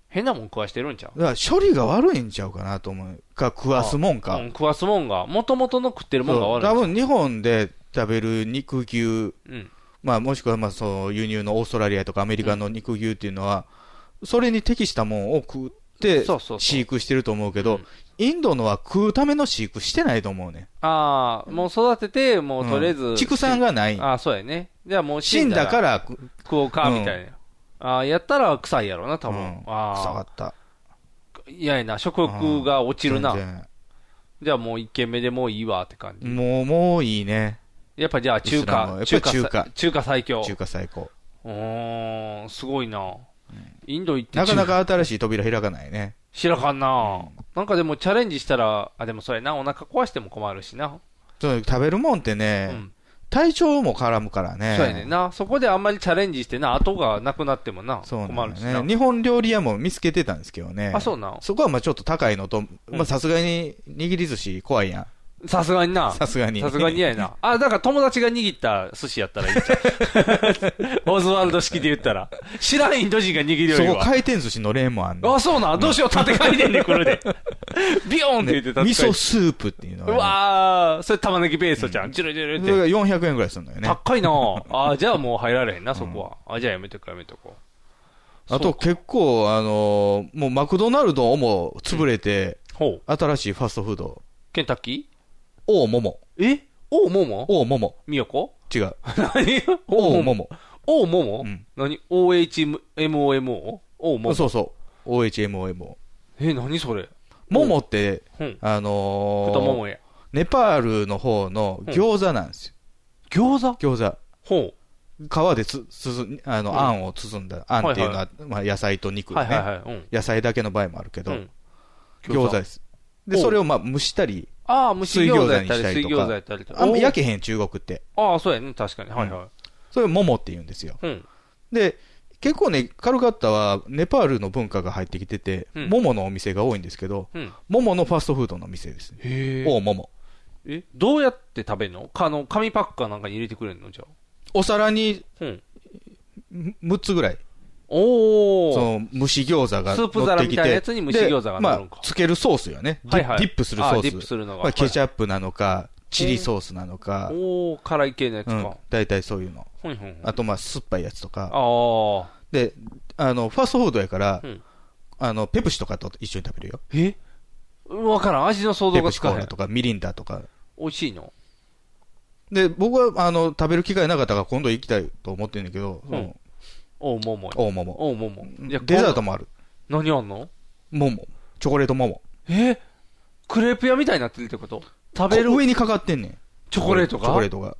Speaker 3: 変なもん食わしてるんちゃう
Speaker 4: だから処理が悪いんちゃうかなと思う。か、食わすもんか。
Speaker 3: うん食わすもんが、もともとの食ってるもんが悪いんちゃ
Speaker 4: 多
Speaker 3: う。
Speaker 4: 分日本で食べる肉牛、
Speaker 3: ん
Speaker 4: まあ、もしくはまあそう輸入のオーストラリアとかアメリカの肉牛っていうのは、それに適したもんを食って飼育してると思うけど、インドのは食うための飼育してないと思うね。
Speaker 3: ああ、もう育てて、もうとりあえ
Speaker 4: う
Speaker 3: ず。
Speaker 4: ん畜産がない
Speaker 3: ああ、そうやね。じゃあもう
Speaker 4: 死んだから食
Speaker 3: 食おうか、
Speaker 4: うん
Speaker 3: みたいな。ああ、やったら臭いやろな、多分。ああ。臭か
Speaker 4: った。
Speaker 3: 嫌やな、食欲が落ちるな。
Speaker 4: うん全
Speaker 3: じゃあもう一軒目でもういいわって感じ。
Speaker 4: もう、もういいね。
Speaker 3: やっぱじゃあ
Speaker 4: イ
Speaker 3: 中華
Speaker 4: スラムやっぱり中華
Speaker 3: さ中華最強。
Speaker 4: 中華最高。
Speaker 3: うーん、すごいな。インド行って
Speaker 4: なかな
Speaker 3: 中
Speaker 4: か新しい扉開かないね。
Speaker 3: 華知らかんな。なんかでもチャレンジしたら、あ、でもそれな、お腹壊しても困るしな。
Speaker 4: そう食べるもんってね、体調も絡むからね。
Speaker 3: そうやねんな。そこであんまりチャレンジしてな、後がなくなってもな、
Speaker 4: そうな
Speaker 3: 困
Speaker 4: ん
Speaker 3: るし
Speaker 4: だ
Speaker 3: な。
Speaker 4: よね。日本料理屋も見つけてたんですけどね。
Speaker 3: あそうなん
Speaker 4: そこはまあちょっと高いのと、まあさすがに握り寿司怖いや
Speaker 3: ん。さすがにな。
Speaker 4: さすがに。
Speaker 3: さ すがに嫌やな。あ、だから友達が握った寿司やったらいいんちゃうオズワルド式で言ったら。知らんインド人が握るよ
Speaker 4: そ
Speaker 3: り
Speaker 4: こ
Speaker 3: は。
Speaker 4: 回転寿司のレーンもあんの。
Speaker 3: あ、そうなん。どうしよう、縦回転で来るで。ビヨーンって言って
Speaker 4: で
Speaker 3: た。
Speaker 4: 味噌スープっていうの
Speaker 3: うわー、それ玉ねぎペーストじゃん。ジュルジュルっ
Speaker 4: そ
Speaker 3: て
Speaker 4: れ。が400円ぐらいするのよね。
Speaker 3: 高いなあーじゃあもう入られへんな、そこは。あ、じゃあやめとこう、やめとこ
Speaker 4: あと結構、あのーもうマクドナルドも潰れて、新しいファストフード。
Speaker 3: う。ケンタッキー
Speaker 4: おうもも。
Speaker 3: えおうもも
Speaker 4: おうもも。
Speaker 3: みよこ
Speaker 4: 違う。
Speaker 3: 何
Speaker 4: おうもも。
Speaker 3: おうもも何 ?OHMOMO? おうもも。
Speaker 4: そうそう。OHMOMO。
Speaker 3: え、何それ
Speaker 4: ももって
Speaker 3: うん、
Speaker 4: あのー
Speaker 3: 太ももや
Speaker 4: ネパールの方の餃子なんですよ。
Speaker 3: 餃
Speaker 4: 子餃子。
Speaker 3: ほ
Speaker 4: う。皮でつ、つづん、あ
Speaker 3: う
Speaker 4: の、
Speaker 3: ん
Speaker 4: あんを包んだ。あんっていうのは、
Speaker 3: はい
Speaker 4: まあ野菜と肉ね、
Speaker 3: はいはいはいうん
Speaker 4: 野菜だけの場合もあるけど、
Speaker 3: うん
Speaker 4: 餃子です。で、
Speaker 3: おう
Speaker 4: それをまあ蒸したり、
Speaker 3: ああ蒸し
Speaker 4: 水
Speaker 3: 餃
Speaker 4: 餃
Speaker 3: 子
Speaker 4: 子
Speaker 3: やっ
Speaker 4: に
Speaker 3: たり
Speaker 4: したりと
Speaker 3: 水餃子やったりと
Speaker 4: か。
Speaker 3: か
Speaker 4: あんま焼けへん中国って。
Speaker 3: ああ、そうやね。確かに。はいはい。
Speaker 4: それを桃って言うんですよ。
Speaker 3: うん。
Speaker 4: で、結構ね、カルカッタはネパールの文化が入ってきてて、
Speaker 3: うん
Speaker 4: 桃のお店が多いんですけど、
Speaker 3: うん
Speaker 4: 桃のファストフードの店です。
Speaker 3: へ
Speaker 4: おう桃。
Speaker 3: え、どうやって食べんのかあの、紙パックかなんかに入れてくれんのじゃ
Speaker 4: お皿に
Speaker 3: あ。うん。
Speaker 4: 6つぐらい。
Speaker 3: おー。
Speaker 4: その蒸し餃子が
Speaker 3: ス
Speaker 4: 乗ってきて
Speaker 3: ープ皿みたいなやつに蒸し餃子が乗るん
Speaker 4: でまあ、つけるソースよね。ディ
Speaker 3: はいはい
Speaker 4: ディップするソース。
Speaker 3: あディップするのが
Speaker 4: まあ、ケチャップなのか、チリソースなのか、
Speaker 3: おー、辛い系のやつ
Speaker 4: う
Speaker 3: か。
Speaker 4: ん、大体そういうの。
Speaker 3: ほいほいほい
Speaker 4: あと、まあ、酸っぱいやつとか。
Speaker 3: ああ。
Speaker 4: で、あの、ファストフードやから、
Speaker 3: うん
Speaker 4: あの、ペプシとかと一緒に食べるよ。
Speaker 3: えわからん。味の想像
Speaker 4: ペ
Speaker 3: が
Speaker 4: プ
Speaker 3: つ
Speaker 4: シコ
Speaker 3: か
Speaker 4: ー
Speaker 3: へん
Speaker 4: ラ。とか、ミリンダとか。
Speaker 3: 美味しいの
Speaker 4: で、僕は、あの、食べる機会なかったから今度行きたいと思ってんだけど、
Speaker 3: うんおうもも。
Speaker 4: おうもも
Speaker 3: おうもも。じゃあ
Speaker 4: デザートもある。
Speaker 3: 何あんの
Speaker 4: もも。チョコレートもも。
Speaker 3: えクレープ屋みたいになってるってこと食べる
Speaker 4: こ上にかかってんねん。
Speaker 3: チョコレートが
Speaker 4: チョコレートが。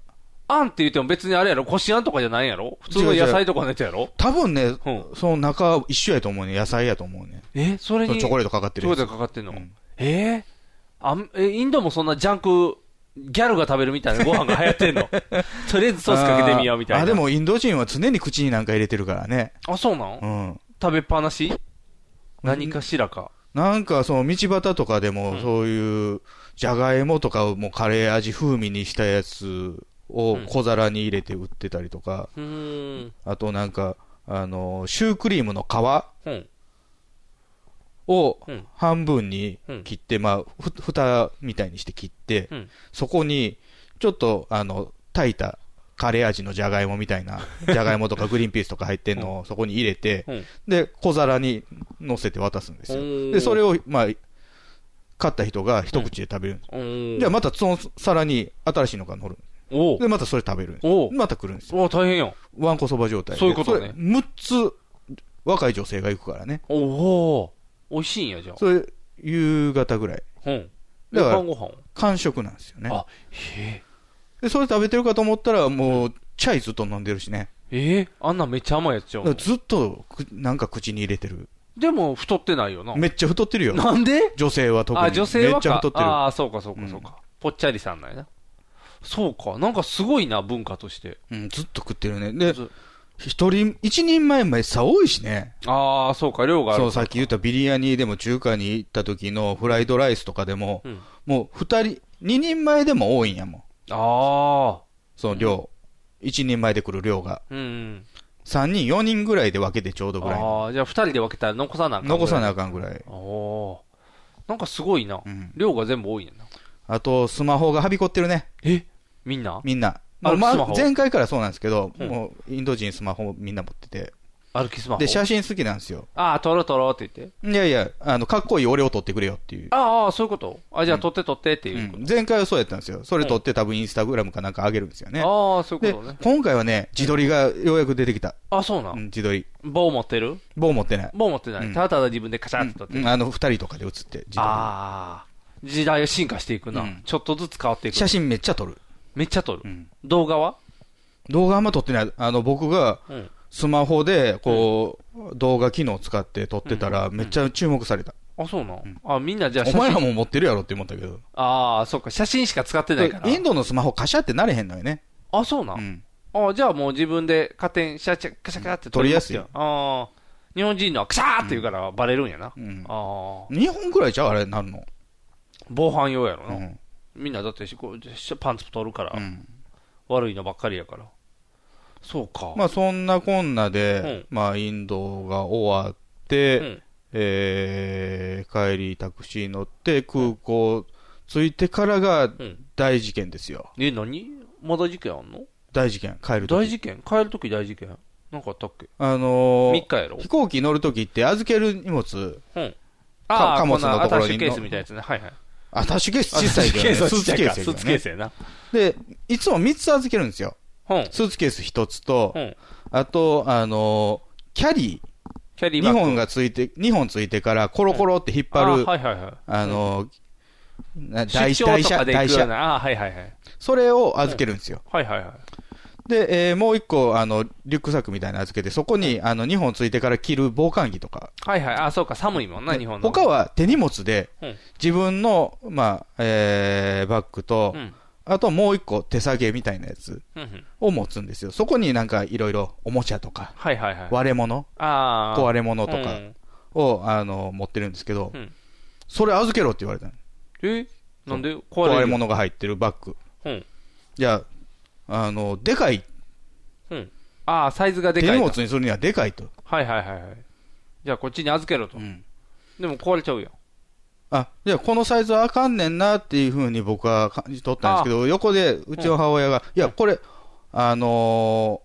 Speaker 3: あんって言っても別にあれやろこしあんとかじゃないやろ普通の野菜とかのやつやろ
Speaker 4: 多分ね、その中一緒やと思うね。野菜やと思うね。
Speaker 3: えそれ
Speaker 4: そ
Speaker 3: に
Speaker 4: のチョコレートかかってる
Speaker 3: チョ
Speaker 4: やつ
Speaker 3: コレート。かかってんの、えーあんえインドもそんなジャンクギャルが食べるみたいなご飯が流 行ってんのとりあえずソースかけてみようみたい
Speaker 4: あ
Speaker 3: な
Speaker 4: ーあ、でもインド人は常に口になんか入れてるからね。
Speaker 3: あそうなん、
Speaker 4: うん。
Speaker 3: 食べっぱなし何かしらか
Speaker 4: なんかその道端とかでもそういう、じゃがいもとかをもうカレー味風味にしたやつを小皿に入れて売ってたりとか、
Speaker 3: うーん
Speaker 4: あとなんか、あの、シュークリームの皮
Speaker 3: うん
Speaker 4: を
Speaker 3: うん
Speaker 4: 半分に切って、まあ、ふ、蓋みたいにして切って、
Speaker 3: うん
Speaker 4: そこに、ちょっと、あの、炊いたカレー味のじゃがいもみたい な、じゃがいもとかグリーンピースとか入ってんのをそこに入れて、
Speaker 3: うん
Speaker 4: で、小皿に乗せて渡すんです
Speaker 3: お
Speaker 4: よ。
Speaker 3: ー
Speaker 4: で、それを、まあ、買った人が一口で食べるんです。
Speaker 3: じ
Speaker 4: で、またその皿に新しいのが乗る。
Speaker 3: お
Speaker 4: で、またそれ食べるんです
Speaker 3: お
Speaker 4: また来るんです
Speaker 3: お大変よ
Speaker 4: わんこそば状態で。
Speaker 3: そういうことね
Speaker 4: それ6つ、若い女性が行くからね。
Speaker 3: おおー美味しいんやじゃあ
Speaker 4: それ、夕方ぐらい。
Speaker 3: うん
Speaker 4: だから
Speaker 3: 晩ご飯を
Speaker 4: 完食なんですよね。
Speaker 3: あへ
Speaker 4: で、それ食べてるかと思ったら、もう、チャイずっと飲んでるしね。
Speaker 3: ええあんなめっちゃ甘いやつじゃ
Speaker 4: だから
Speaker 3: ん
Speaker 4: ずっとく、なんか口に入れてる。
Speaker 3: でも太ってないよな
Speaker 4: めっちゃ太ってるよ。
Speaker 3: なんで
Speaker 4: 女性は特に。
Speaker 3: あ、女性はか
Speaker 4: めっちゃ太ってる。
Speaker 3: ああ、そうかそうかそうか。ぽっちゃりさんなんやな。そうか。なんかすごいな、文化として。
Speaker 4: うん、ずっと食ってるね。で、一人、一人前まで差多いしね。
Speaker 3: ああ、そうか、量がある。
Speaker 4: そう、さっき言ったビリヤニでも中華に行った時のフライドライスとかでも、
Speaker 3: うん
Speaker 4: もう二人、二人前でも多いんやもん。
Speaker 3: ああ。
Speaker 4: その量。一人前で来る量が。
Speaker 3: うん。
Speaker 4: 3人、4人ぐらいで分けてちょうどぐらい。
Speaker 3: ああ、じゃあ2人で分けたら残さなあかんぐらい
Speaker 4: 残さなあかんぐらい。
Speaker 3: おなんかすごいな、量が全部多いねんな。
Speaker 4: あと、スマホがはびこってるね。
Speaker 3: えみんな
Speaker 4: みんな。
Speaker 3: 歩き
Speaker 4: まあ
Speaker 3: スマホ
Speaker 4: 前回からそうなんですけど、
Speaker 3: うん
Speaker 4: もう、インド人スマホみんな持ってて。
Speaker 3: 歩きスマホ
Speaker 4: で、写真好きなんですよ。
Speaker 3: ああ、撮ろう撮ろうって言って。
Speaker 4: いやいや、あの、かっこいい俺を撮ってくれよっていう。
Speaker 3: ああ、そういうことあ、じゃあ撮って撮ってっていう。
Speaker 4: うん前回はそうやったんですよ。それ撮って多分インスタグラムかなんか上げるんですよね。
Speaker 3: ああ、そういう
Speaker 4: で
Speaker 3: ことね。、
Speaker 4: 今回はね、自撮りがようやく出てきた。
Speaker 3: あそうなん
Speaker 4: うん、自撮り。
Speaker 3: 棒持ってる
Speaker 4: 棒持ってない。
Speaker 3: 棒持ってない。
Speaker 4: うん
Speaker 3: ただただ自分でカシャッと撮って
Speaker 4: う
Speaker 3: る。
Speaker 4: んあの、二人とかで写って、自撮り。
Speaker 3: ああ。時代は進化していくな、ちょっとずつ変わっていく。
Speaker 4: 写真めっちゃ撮る。
Speaker 3: めっちゃ撮る。動画は
Speaker 4: 動画あんま撮ってない。あの、僕が
Speaker 3: うん、
Speaker 4: スマホで、こう、動画機能使って撮ってたら、めっちゃ注目された。
Speaker 3: あ、そうなん、あ、みんなじゃあ
Speaker 4: お前らも持ってるやろって思ったけど。
Speaker 3: ああ、そっか。写真しか使ってないから。
Speaker 4: インドのスマホカシャってなれへんのよね。
Speaker 3: あ、そうなん、あじゃあもう自分で加点、シャチャカシャカシャってます
Speaker 4: 撮りやす
Speaker 3: ああ。日本人のはクシャーって言うからバレるんやな。ああ。
Speaker 4: 日本ぐらいちゃうあれなるの。
Speaker 3: 防犯用やろな。みんなだってこうパンツ取るから、悪いのばっかりやから。そうか。
Speaker 4: まあそんなこんなで、まあインドが終わって、えー帰りタクシー乗って空港着いてからが
Speaker 3: ん
Speaker 4: 大事件ですよ。
Speaker 3: え、何まだ事件あんの
Speaker 4: 大事件、帰ると
Speaker 3: 大
Speaker 4: き。
Speaker 3: 事件帰るとき大事件なんかあったっけ
Speaker 4: あのー
Speaker 3: 三日やろ
Speaker 4: 飛行機乗るときって預ける荷物、
Speaker 3: うん。
Speaker 4: か
Speaker 3: ああ、
Speaker 4: 貨
Speaker 3: こ
Speaker 4: 物
Speaker 3: んな
Speaker 4: の
Speaker 3: ア
Speaker 4: とこ
Speaker 3: タッ
Speaker 4: ろ
Speaker 3: シ
Speaker 4: に
Speaker 3: ュケースみたいなやつね。はいはい。
Speaker 4: アタッシュケー ス小さいけど ね、
Speaker 3: アタッ
Speaker 4: スー
Speaker 3: シ
Speaker 4: ツ
Speaker 3: ュ
Speaker 4: ケ
Speaker 3: ケ
Speaker 4: ース
Speaker 3: ース
Speaker 4: やけどね
Speaker 3: スーツケースやな。
Speaker 4: で、いつも3つ預けるんですよ。スーツケース1つと、あと、あのーキャリー。
Speaker 3: キャリー
Speaker 4: 2
Speaker 3: バッグ
Speaker 4: 本がついて、二本ついてからコロコロって引っ張る、
Speaker 3: うんあはいはいはい
Speaker 4: あのーな台
Speaker 3: 出張とかで行
Speaker 4: 台
Speaker 3: くような。
Speaker 4: 車。
Speaker 3: ああ、はいはいはい。
Speaker 4: それを預けるんですよ。
Speaker 3: はいはいはい。
Speaker 4: で、えーもう1個、あの、リュックサックみたいなの預けて、そこに、あの、2本ついてから着る防寒着とか。
Speaker 3: はいはい。あ、そうか、寒いもんな、日本の。
Speaker 4: 他は手荷物で、
Speaker 3: うん
Speaker 4: 自分の、まあ、えーバッグと、
Speaker 3: ん
Speaker 4: あともう1個手提げみたいなやつ
Speaker 3: うんうん
Speaker 4: を持つんですよ。そこになんかいろいろおもちゃとか、
Speaker 3: はいはいはい。
Speaker 4: 割れ物、
Speaker 3: ああ。
Speaker 4: 壊れ物とか
Speaker 3: うん
Speaker 4: を、あの、持ってるんですけど、
Speaker 3: うん
Speaker 4: それ預けろって言われたの
Speaker 3: えなんで壊れ
Speaker 4: 壊
Speaker 3: る
Speaker 4: れ物が入ってるバッグ。
Speaker 3: うん。
Speaker 4: じゃあ、あの、でかい、
Speaker 3: うん。ああ、サイズがで
Speaker 4: 手
Speaker 3: かいと。
Speaker 4: 荷物にするにはでかいと。
Speaker 3: はいはいはいはい。じゃあこっちに預けろと。でも壊れちゃうよ。
Speaker 4: あ、じゃあこのサイズはあかんねんなっていうふうに僕は感じ取ったんですけど、横でうちの母親が、いや、これ、あの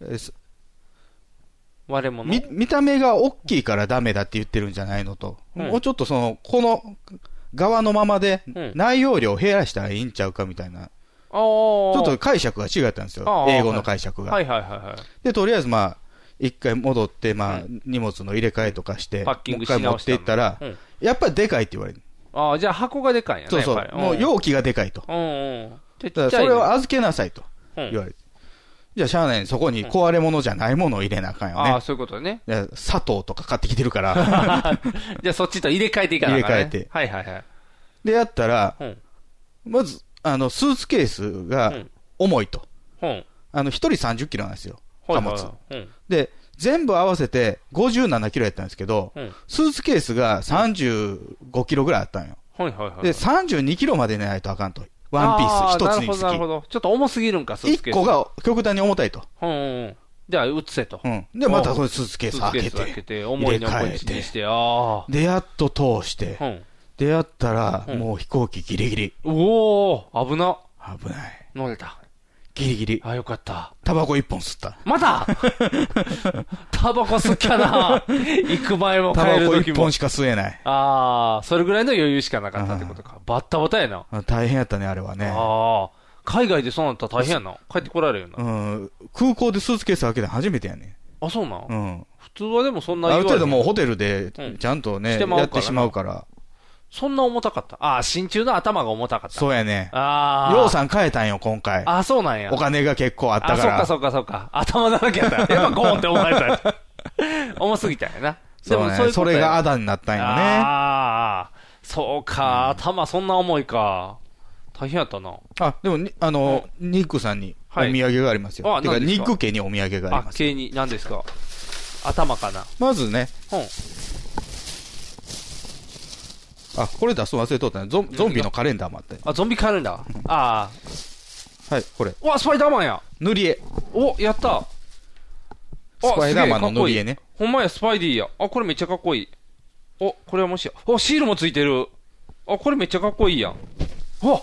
Speaker 4: ーえす
Speaker 3: 割れ物。
Speaker 4: み見た目が大きいからダメだって言ってるんじゃないのと。
Speaker 3: うん
Speaker 4: もうちょっとその、この側のままで
Speaker 3: ん
Speaker 4: 内容量を減らしたらいいんちゃうかみたいな。
Speaker 3: ああ。ちょ
Speaker 4: ちょっと解釈が違ったんですよ。英語の解釈が。
Speaker 3: はいはいはいはい。
Speaker 4: で、とりあえずまあ、一回戻って、まあ、荷物の入れ替えとかして、
Speaker 3: パッキン
Speaker 4: もう
Speaker 3: グ
Speaker 4: 一
Speaker 3: し
Speaker 4: 回持
Speaker 3: 直
Speaker 4: っ
Speaker 3: してた
Speaker 4: い
Speaker 3: の
Speaker 4: ったら、
Speaker 3: うん
Speaker 4: やっぱりでかいって言われる。
Speaker 3: ああ、じゃあ箱がでかいんやね。
Speaker 4: そうそ
Speaker 3: やっ
Speaker 4: う。
Speaker 3: ぱり
Speaker 4: もう容器がでかいと。
Speaker 3: うんうん。ちっち
Speaker 4: だ
Speaker 3: ゃい
Speaker 4: からそれを預けなさいと
Speaker 3: うん
Speaker 4: 言われて。じゃあ、しゃあない。そこに壊れ物じゃないものを入れなあかんよね。
Speaker 3: ああ、そういうことね。
Speaker 4: いや砂糖とか買ってきてるから。
Speaker 3: じゃあそっちと入れ替えていかない
Speaker 4: 入れ替えて
Speaker 3: はいはいはい。
Speaker 4: で、やったら、
Speaker 3: うん
Speaker 4: まず、あの、スーツケースが重いと。
Speaker 3: うん。
Speaker 4: あの、一人30キロなんですよ。貨物。
Speaker 3: はいはいはい
Speaker 4: で、全部合わせて57キロやったんですけど、
Speaker 3: うん
Speaker 4: スーツケースが35キロぐらいあったんよ。
Speaker 3: うん。はいはいはい。
Speaker 4: で、32キロまで寝ないとあかんと。ワンピース一つ
Speaker 3: あ
Speaker 4: につ
Speaker 3: なるほど、なるほ
Speaker 4: き。
Speaker 3: ど。ちょっと重すぎるんか、スーツケ
Speaker 4: 一
Speaker 3: ー
Speaker 4: 個
Speaker 3: ス。
Speaker 4: が極端に重たいと。
Speaker 3: うんうんうん。じゃあ、移せと。
Speaker 4: うんでまたそれスーツケース開けて
Speaker 3: スーツケース開けて、重いのをこっちにして、ああ。
Speaker 4: で、やっと通して、出会ったら、もう飛行機ギリギリ。
Speaker 3: おお危な。
Speaker 4: 危ない。
Speaker 3: 乗れた。
Speaker 4: ギリギリ。
Speaker 3: あ、よかった。
Speaker 4: タバコ一本吸っ た。
Speaker 3: またタバコ吸っき ゃな。行く前も
Speaker 4: タバ
Speaker 3: 帰る
Speaker 4: コ
Speaker 3: 時
Speaker 4: 一
Speaker 3: も。
Speaker 4: 本しか吸えない。
Speaker 3: ああ、それぐらいの余裕しかなかったってことか。バッタバタやな。
Speaker 4: あ大変やったね、あれはね。
Speaker 3: ああ。海外でそうなったら大変やな。帰ってこられるよな。
Speaker 4: うん。空港でスーツケース開けたの初めてやね。
Speaker 3: あ、そうなん
Speaker 4: うん。
Speaker 3: 普通はでもそんな
Speaker 4: ある程度もうホ
Speaker 3: ル。
Speaker 4: テルで
Speaker 3: うん、
Speaker 4: ちゃんとね、
Speaker 3: してまう
Speaker 4: やっ
Speaker 3: からな
Speaker 4: てしまうから。
Speaker 3: そんな重たかった。ああ、真鍮の頭が重たかった。
Speaker 4: そうやね。
Speaker 3: ああ。
Speaker 4: ようさん変えたんよ、今回。
Speaker 3: あ、そうなんや。
Speaker 4: お金が結構あったか
Speaker 3: あ、
Speaker 4: ら。
Speaker 3: そっかそっかそっか。頭だらけやった。 やっぱゴーンって思われた。重すぎたんやな。で
Speaker 4: そう
Speaker 3: も
Speaker 4: ね
Speaker 3: そういう
Speaker 4: そ
Speaker 3: ことや
Speaker 4: れがあだになったんよね。
Speaker 3: ああ、そうか。頭そんな重いか。大変やったな。
Speaker 4: あ、でもに、あの、ニックさんにお
Speaker 3: はい
Speaker 4: 土産がありますよ。
Speaker 3: あ
Speaker 4: てか、
Speaker 3: 何です
Speaker 4: ニ
Speaker 3: か
Speaker 4: ック家にお土産があり
Speaker 3: あ
Speaker 4: ま、す。
Speaker 3: 系に、何ですか。頭かな。
Speaker 4: まずね、
Speaker 3: うん。
Speaker 4: あ、これ出すの忘れとったね。ゾンゾンビのカレンダーもあったよ
Speaker 3: あ、ゾンビ帰るんだ。ああ。
Speaker 4: はい、これ。
Speaker 3: うわ、スパイダーマンや。
Speaker 4: 塗り絵。
Speaker 3: お、やった。
Speaker 4: スパイダーマンのノリ絵ね。
Speaker 3: ほんまや、スパイディーや。あ、これめっちゃかっこいい。お、これはもしや。お、シールもついてる。あ、これめっちゃかっこいいやん。わ、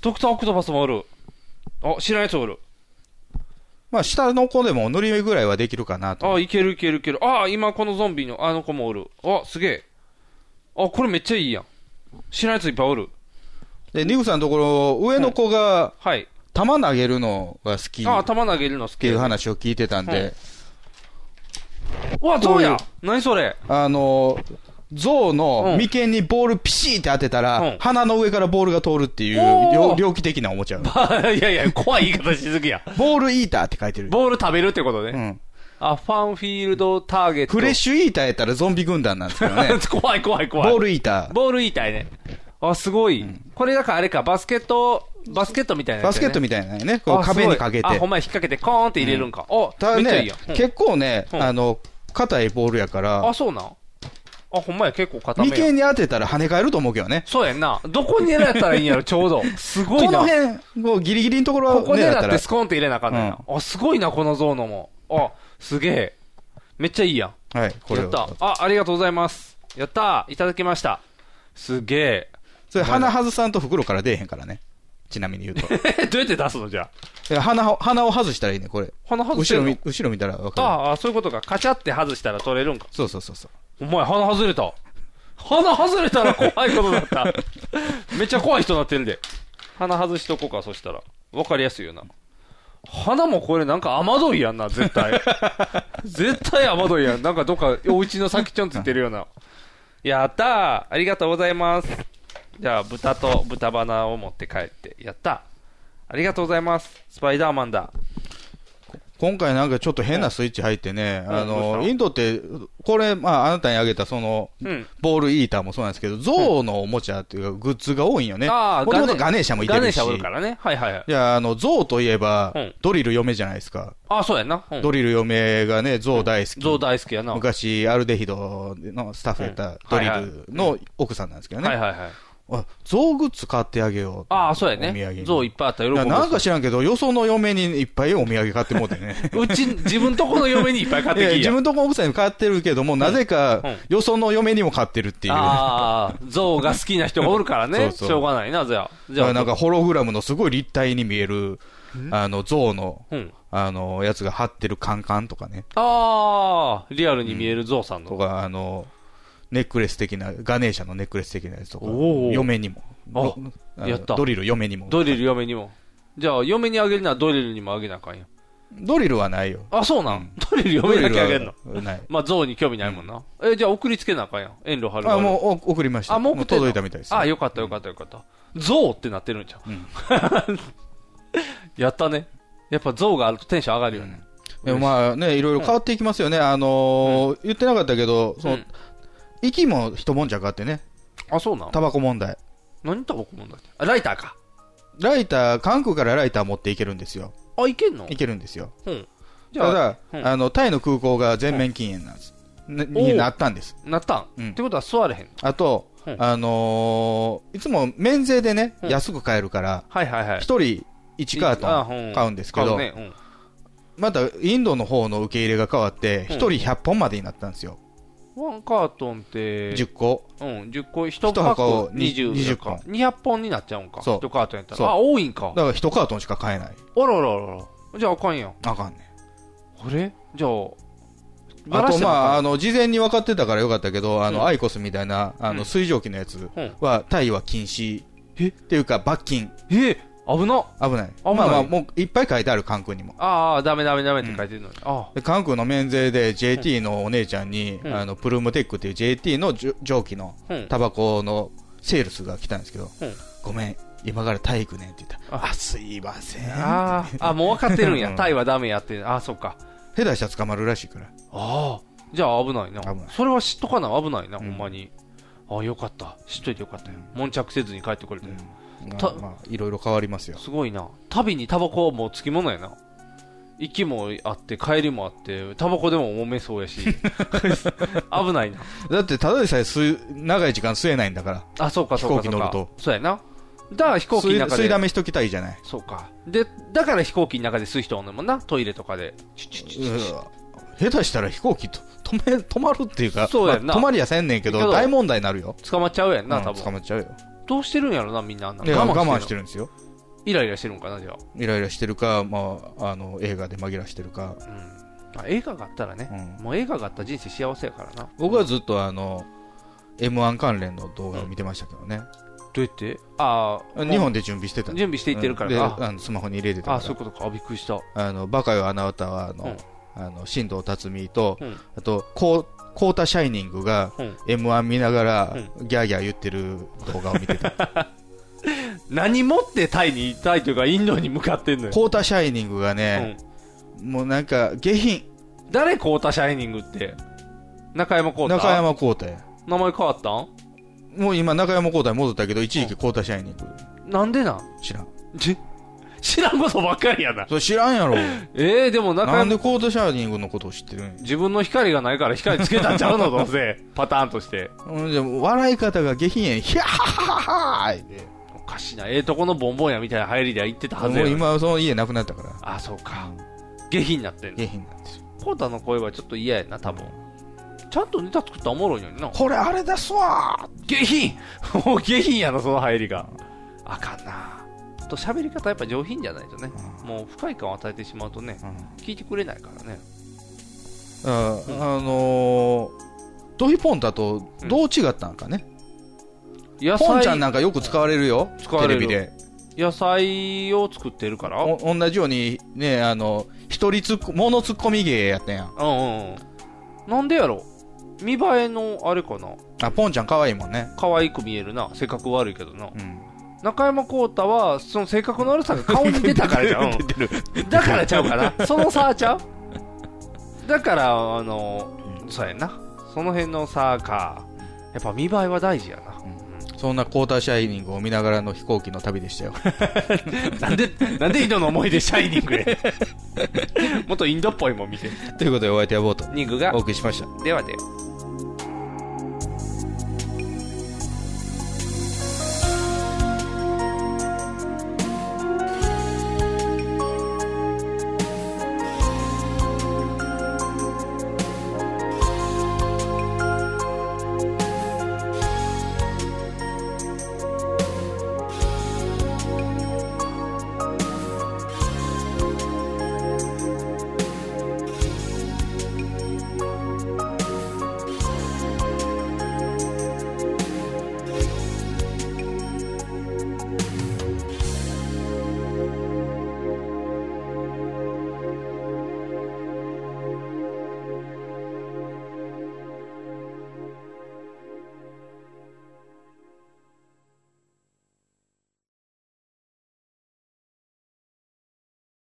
Speaker 3: ドクターオクトパスもある。あ、知らんやつおる。
Speaker 4: まあ、下の子でも塗り絵ぐらいはできるかなと。
Speaker 3: あ、いけるいけるいける。あ、今このゾンビのあの子もおる。あ、すげえ。あ、これめっちゃいいやん。知らんやついっぱいおる。
Speaker 4: で、ニグさんのところ、上の子が、
Speaker 3: はい。
Speaker 4: 玉投げるのが好きっ
Speaker 3: あ、頭投げるの好き。
Speaker 4: ていう話を聞いてたん
Speaker 3: はい
Speaker 4: で、
Speaker 3: うわ、どうや何 それ
Speaker 4: あの、象
Speaker 3: う
Speaker 4: の
Speaker 3: ん
Speaker 4: 眉間にボールピシーって当てた
Speaker 3: う
Speaker 4: ら
Speaker 3: ん、
Speaker 4: 鼻の上からボールが通るっていう
Speaker 3: おー
Speaker 4: 猟、猟奇的なおもちゃ。
Speaker 3: いやいや、怖い言い方しすぎや。
Speaker 4: ボールイーターって書いてる。
Speaker 3: ボール食べるってことね。あ、ファンフィールドターゲット。
Speaker 4: フレッシュイーターやったらゾンビ軍団なんですけど ね。
Speaker 3: 怖い怖い怖い。
Speaker 4: ボールイータ
Speaker 3: ボールイーターやね。あ、すごい。これだからあれか、バスケット、バスケットみたい
Speaker 4: ー。
Speaker 3: な、
Speaker 4: バスケットみ
Speaker 3: たい
Speaker 4: たいなね。こう壁にかけて。
Speaker 3: あ、ほんまや引っ掛けてコーンって入れるんか。あ、
Speaker 4: ただ
Speaker 3: めっちゃいい
Speaker 4: ね
Speaker 3: やん、。
Speaker 4: 結構ね、あの、硬いボールやか
Speaker 3: あ、
Speaker 4: ら、
Speaker 3: そうなん。あ、ほんまや、結構固め
Speaker 4: 眉
Speaker 3: や。
Speaker 4: 間に当てたら跳ね返ると思うけどね。
Speaker 3: そうやんな。どこに狙ったらいいん やろ、ちょうど。すごい
Speaker 4: こ
Speaker 3: な。
Speaker 4: の辺、もうギリギリのところは
Speaker 3: ここ
Speaker 4: ね
Speaker 3: 狙
Speaker 4: だ
Speaker 3: っ
Speaker 4: ら
Speaker 3: てスコーンって入れなあかんねんな。あ、すごいな、このゾーノも。あ、すげえ。めっちゃいいやん。
Speaker 4: はい、これ
Speaker 3: や
Speaker 4: を
Speaker 3: った。あ、ありがとうございます。やったいただきました。すげえ。
Speaker 4: それ、鼻外さんと袋から出えへんからね。ちなみに言うと。
Speaker 3: え、どうやって出すのじゃ
Speaker 4: いや鼻を、鼻を外したらいいね、これ。
Speaker 3: 鼻外して
Speaker 4: 後
Speaker 3: る
Speaker 4: ろ
Speaker 3: の
Speaker 4: 見、後ろ見たらわ
Speaker 3: あ。
Speaker 4: かる。
Speaker 3: ああ、そういうことか。カチャって外したら取れるんか。
Speaker 4: そうそうそうそう。
Speaker 3: お前、鼻外れた。鼻外れたら怖いことだ った。めっちゃ怖い人になってるで。鼻外しとこうか、そしたら。わかりやすいよな。鼻もこれなんか雨どいやんな、絶 対。絶対雨どいやん。なんかどっか、お家の先ちょんついてるような。やったーありがとうございます。じゃあ、豚と豚鼻を持って帰って。やったありがとうございます。スパイダーマンだ。
Speaker 4: 今回なんかちょっと変なスイッチ入ってね、
Speaker 3: うん
Speaker 4: あ
Speaker 3: どう
Speaker 4: の、
Speaker 3: した
Speaker 4: インドって、これ、まあ、あなたにあげた、その、
Speaker 3: うん。
Speaker 4: ボールイーターもそうなんですけど、象のおもちゃっていうか、グッズが多いんよね。
Speaker 3: ああ、
Speaker 4: もともとガネーシャもいて
Speaker 3: ガネー
Speaker 4: るし。
Speaker 3: シャおるからね。はいはいはい。
Speaker 4: いや、あの、象といえば
Speaker 3: うん、
Speaker 4: ドリル嫁じゃないですか。
Speaker 3: ああ、そうやんな。うん
Speaker 4: ドリル嫁がね、象大好き。
Speaker 3: 象大好きやな。
Speaker 4: 昔、アルデヒドのスタッフやったドリルの奥さんなんですけどね。
Speaker 3: はいはいはい。
Speaker 4: あ、象グッズ買ってあげよう。
Speaker 3: ああ、そうや
Speaker 4: お土産
Speaker 3: ね
Speaker 4: に。
Speaker 3: 象いっぱいあったら
Speaker 4: い
Speaker 3: 喜
Speaker 4: や
Speaker 3: ぶ。
Speaker 4: なんか知らんけど、よその嫁にいっぱいお土産買ってもうてね。
Speaker 3: うち、自分とこの嫁にいっぱい 買っ
Speaker 4: いや
Speaker 3: てき
Speaker 4: 自
Speaker 3: や。
Speaker 4: 分とこの奥さんにも買ってるけども、なぜか、よその嫁にも買ってるっていう。
Speaker 3: ああ、象が好きな人がおるからね。
Speaker 4: そうそう
Speaker 3: しょうがないな、じゃあ。じ
Speaker 4: だから
Speaker 3: ゃあ、
Speaker 4: なんかホログラムのすごい立体に見える、あの、象の、
Speaker 3: うん
Speaker 4: あの、やつが貼ってるカンカンとかね。
Speaker 3: ああ、リアルに見える象さん
Speaker 4: と
Speaker 3: の。
Speaker 4: か、あの、ネックレス的な、ガネーシャのネックレス的なやつとか
Speaker 3: お、ー
Speaker 4: 嫁にも。
Speaker 3: あ
Speaker 4: どあ、の
Speaker 3: やった。
Speaker 4: ドリル、嫁にも。
Speaker 3: ドリル嫁にも。じゃあ、嫁にあげるならドリルにもあげなあかんや。
Speaker 4: ドリルはないよ。
Speaker 3: あ、そうなん。ドリル嫁だけあげるの。
Speaker 4: ドリルはない。
Speaker 3: まあ、象に興味ないもんな。え、じゃあ送りつけなあかんや。遠慮はる
Speaker 4: あ、もうお送りました。
Speaker 3: あ、もう送ってんの
Speaker 4: 届いたみたいです。
Speaker 3: あ、よかったよかったよかった。象ってなってるんじゃん。
Speaker 4: うん
Speaker 3: やったね。やっぱ象があるとテンション上がるよね。
Speaker 4: でもまあね、いろいろ変わっていきますよね。あのー言ってなかったけど、その、息も一悶着あってね、
Speaker 3: あ、そうなん
Speaker 4: タバコ問題。
Speaker 3: 何タバコ飲んだっけあ、ライターか。
Speaker 4: ライター、韓国からライター持っていけるんですよ。
Speaker 3: あ、いけんの
Speaker 4: いけるんですよ。
Speaker 3: うん。じゃ
Speaker 4: た
Speaker 3: あ、
Speaker 4: だ、
Speaker 3: うん
Speaker 4: あの、タイの空港が全面禁煙なんです。ね
Speaker 3: おう
Speaker 4: になったんです。
Speaker 3: なったん、
Speaker 4: うん
Speaker 3: ってことは座れへん。
Speaker 4: あと、
Speaker 3: うん
Speaker 4: あのーいつも免税でね、
Speaker 3: うん
Speaker 4: 安く買えるから、
Speaker 3: はいはいはい。
Speaker 4: 一人1カ
Speaker 3: あ
Speaker 4: ートン買うんですけ
Speaker 3: 買
Speaker 4: ど、
Speaker 3: うねうん
Speaker 4: またインドの方の受け入れが変わって、
Speaker 3: うん
Speaker 4: 一人100本までになったんですよ。
Speaker 3: ワンカートンって、
Speaker 4: 10個。
Speaker 3: うん、10個、1
Speaker 4: 一箱
Speaker 3: 箱
Speaker 4: を
Speaker 3: 20
Speaker 4: 20本
Speaker 3: 200本になっちゃうんか。
Speaker 4: そう
Speaker 3: 1カートンやった
Speaker 4: そう
Speaker 3: ら。あ、多いんか。
Speaker 4: だから1カートンしか買えない。
Speaker 3: あらあらあらあら。じゃああかんやん。
Speaker 4: あかんね。
Speaker 3: あれじゃあ、
Speaker 4: あと、まあ、あ
Speaker 3: の、
Speaker 4: の、事前に分かってたからよかったけど、あの、
Speaker 3: うん
Speaker 4: アイコスみたいな、あの、水蒸気のやつ
Speaker 3: うん
Speaker 4: は、タイは禁止。
Speaker 3: え
Speaker 4: っていうか、罰金。
Speaker 3: え危な。
Speaker 4: 危ない。
Speaker 3: 危ない
Speaker 4: まあまあ、もう、いっぱい書いてある、関空にも。
Speaker 3: ああ、ダメダメダメって書いてるのに。あ
Speaker 4: で関空の免税で JT のお姉ちゃんに、
Speaker 3: うん
Speaker 4: あのプルームテックっていう JT のじゅ蒸気の
Speaker 3: うん
Speaker 4: タバコのセールスが来たんですけど、
Speaker 3: うん
Speaker 4: ごめん、今から体育ねんって言ったら、
Speaker 3: あ
Speaker 4: あ、すいません。
Speaker 3: あーあ、もう分かってるん
Speaker 4: う
Speaker 3: や。
Speaker 4: ん
Speaker 3: タイはダメやって。ああ、そっか。
Speaker 4: 下手したら捕まるらしいから。
Speaker 3: ああ、じゃあ危ないな。
Speaker 4: 危ない
Speaker 3: それは知っとかな、危ないな、ほんまに。ああ、よかった。知っといてよかったよ。悶着せずに帰ってこれたよ。
Speaker 4: ま
Speaker 3: た
Speaker 4: あ、まあ、いろいろ変わりますよ。
Speaker 3: すごいな。旅にタバコはもうつきものやな。行きもあって、帰りもあって、タバコでも揉めそう やし。危ないな。
Speaker 4: だって、ただでさえ吸い長い時間吸えないんだから。
Speaker 3: あ、そうか、
Speaker 4: 飛
Speaker 3: そう
Speaker 4: 行
Speaker 3: か。
Speaker 4: 機
Speaker 3: そ
Speaker 4: 乗
Speaker 3: う
Speaker 4: る
Speaker 3: か
Speaker 4: と。
Speaker 3: そうやな。だから飛行機
Speaker 4: 吸い
Speaker 3: の中
Speaker 4: 吸い
Speaker 3: で
Speaker 4: だ。めしときたいじゃない。
Speaker 3: そうか。で、だから飛行機の中で吸う人おんねんもんな。トイレとかで。チュチュチュチュチュ
Speaker 4: うわ下手したら飛行機と止め止まるっていうか、
Speaker 3: そうやんな
Speaker 4: まあ止まりやせんねんけ
Speaker 3: け
Speaker 4: ど、
Speaker 3: ど
Speaker 4: 大問題になるよ。
Speaker 3: 捕まっちゃうやんな、
Speaker 4: うん
Speaker 3: 多分。
Speaker 4: 捕まっちゃうよ。
Speaker 3: どうしてるんやろな、みんな。あんない
Speaker 4: や
Speaker 3: の
Speaker 4: 我慢してるんですよ。
Speaker 3: イライラしてるんかな、じゃあ。
Speaker 4: イライラしてるか、まあ、あの、映画で紛らしてるか。
Speaker 3: まあ映画があったらね、もう映画があったら人生幸せやからな。
Speaker 4: 僕はずっとあの、M1 関連の動画を見てましたけどね。
Speaker 3: どうやってああ、
Speaker 4: 日本で準備してたの
Speaker 3: 準備していってるから
Speaker 4: で
Speaker 3: あ
Speaker 4: あのスマホに入れてたから
Speaker 3: あそういうことかあびっくりした
Speaker 4: あのバカよあなたはあの、あの新藤辰巳と、
Speaker 3: うん
Speaker 4: あとこうコータシャイニングが
Speaker 3: うん
Speaker 4: M1 見ながら、ギャーギャー言ってる動画を見て た
Speaker 3: 何持ってタイに、タイというかインドに向かってんのよ。
Speaker 4: コータシャイニングがね、もうなんか下品
Speaker 3: 誰コータシャイニングって。中山コータ
Speaker 4: 中山コータや
Speaker 3: 名前変わったん
Speaker 4: もう今中山コータに戻ったけど一時期コータシャイニング、
Speaker 3: なんでなん
Speaker 4: 知らん
Speaker 3: じ知らんことばっかりやな。
Speaker 4: それ知らん やろ
Speaker 3: ええでも中
Speaker 4: なんで
Speaker 3: 山、
Speaker 4: コータシャイニングのことを知ってるんや
Speaker 3: 自分の光がないから光つけたんちゃうの、ど うせ。パターンとして。
Speaker 4: うんでも笑い方が下品やんヒャッハッハッハー
Speaker 3: おかしいな。ええとこのボンボンやみたいな入りでは言ってたはず
Speaker 4: も
Speaker 3: や
Speaker 4: う
Speaker 3: のに。
Speaker 4: 今その家なくなったから
Speaker 3: あ、そうか。下品になってんの。
Speaker 4: 下品なんですよ。
Speaker 3: コータの声はちょっと嫌やな、多分。ちゃんとネタ作ったらおもろいのにな。
Speaker 4: これあれですわ
Speaker 3: 下品 もう下品やな、その入りが。あかんな。ちょっと喋り方やっぱ上品じゃないとね。もう不快感を与えてしまうとね、聞いてくれないからね。
Speaker 4: ああのー、ドヒポンタとどう違ったんかね、
Speaker 3: 野
Speaker 4: ポンちゃん
Speaker 3: 菜、
Speaker 4: なんかよく使われるよ、
Speaker 3: 使われ
Speaker 4: テ
Speaker 3: る
Speaker 4: レビで。
Speaker 3: 野菜を作ってるから。
Speaker 4: お同じように、ね、あの、一人ツッコ、モノツッコミ芸やったやん。
Speaker 3: うんうんうん。なんでやろ見栄えのあれかな。
Speaker 4: あ、ポンちゃん可愛いもんね。
Speaker 3: 可愛く見えるな。性格悪いけどな。中山浩太は、その性格の悪さが顔 に出たからじゃん。
Speaker 4: 出てる。
Speaker 3: だからちゃうかな。その差ちゃうだから、あの、そうやな。その辺の差か。やっぱ見栄えは大事や
Speaker 4: そんなクォーターシャイニングを見ながらの飛行機の旅でしたよ。
Speaker 3: な。なんでインドの思い出シャイニングへ。 もっとインドっぽいもん見て。
Speaker 4: ということで、お相手はボート。
Speaker 3: ニングが
Speaker 4: お送りしました。
Speaker 3: ではでは。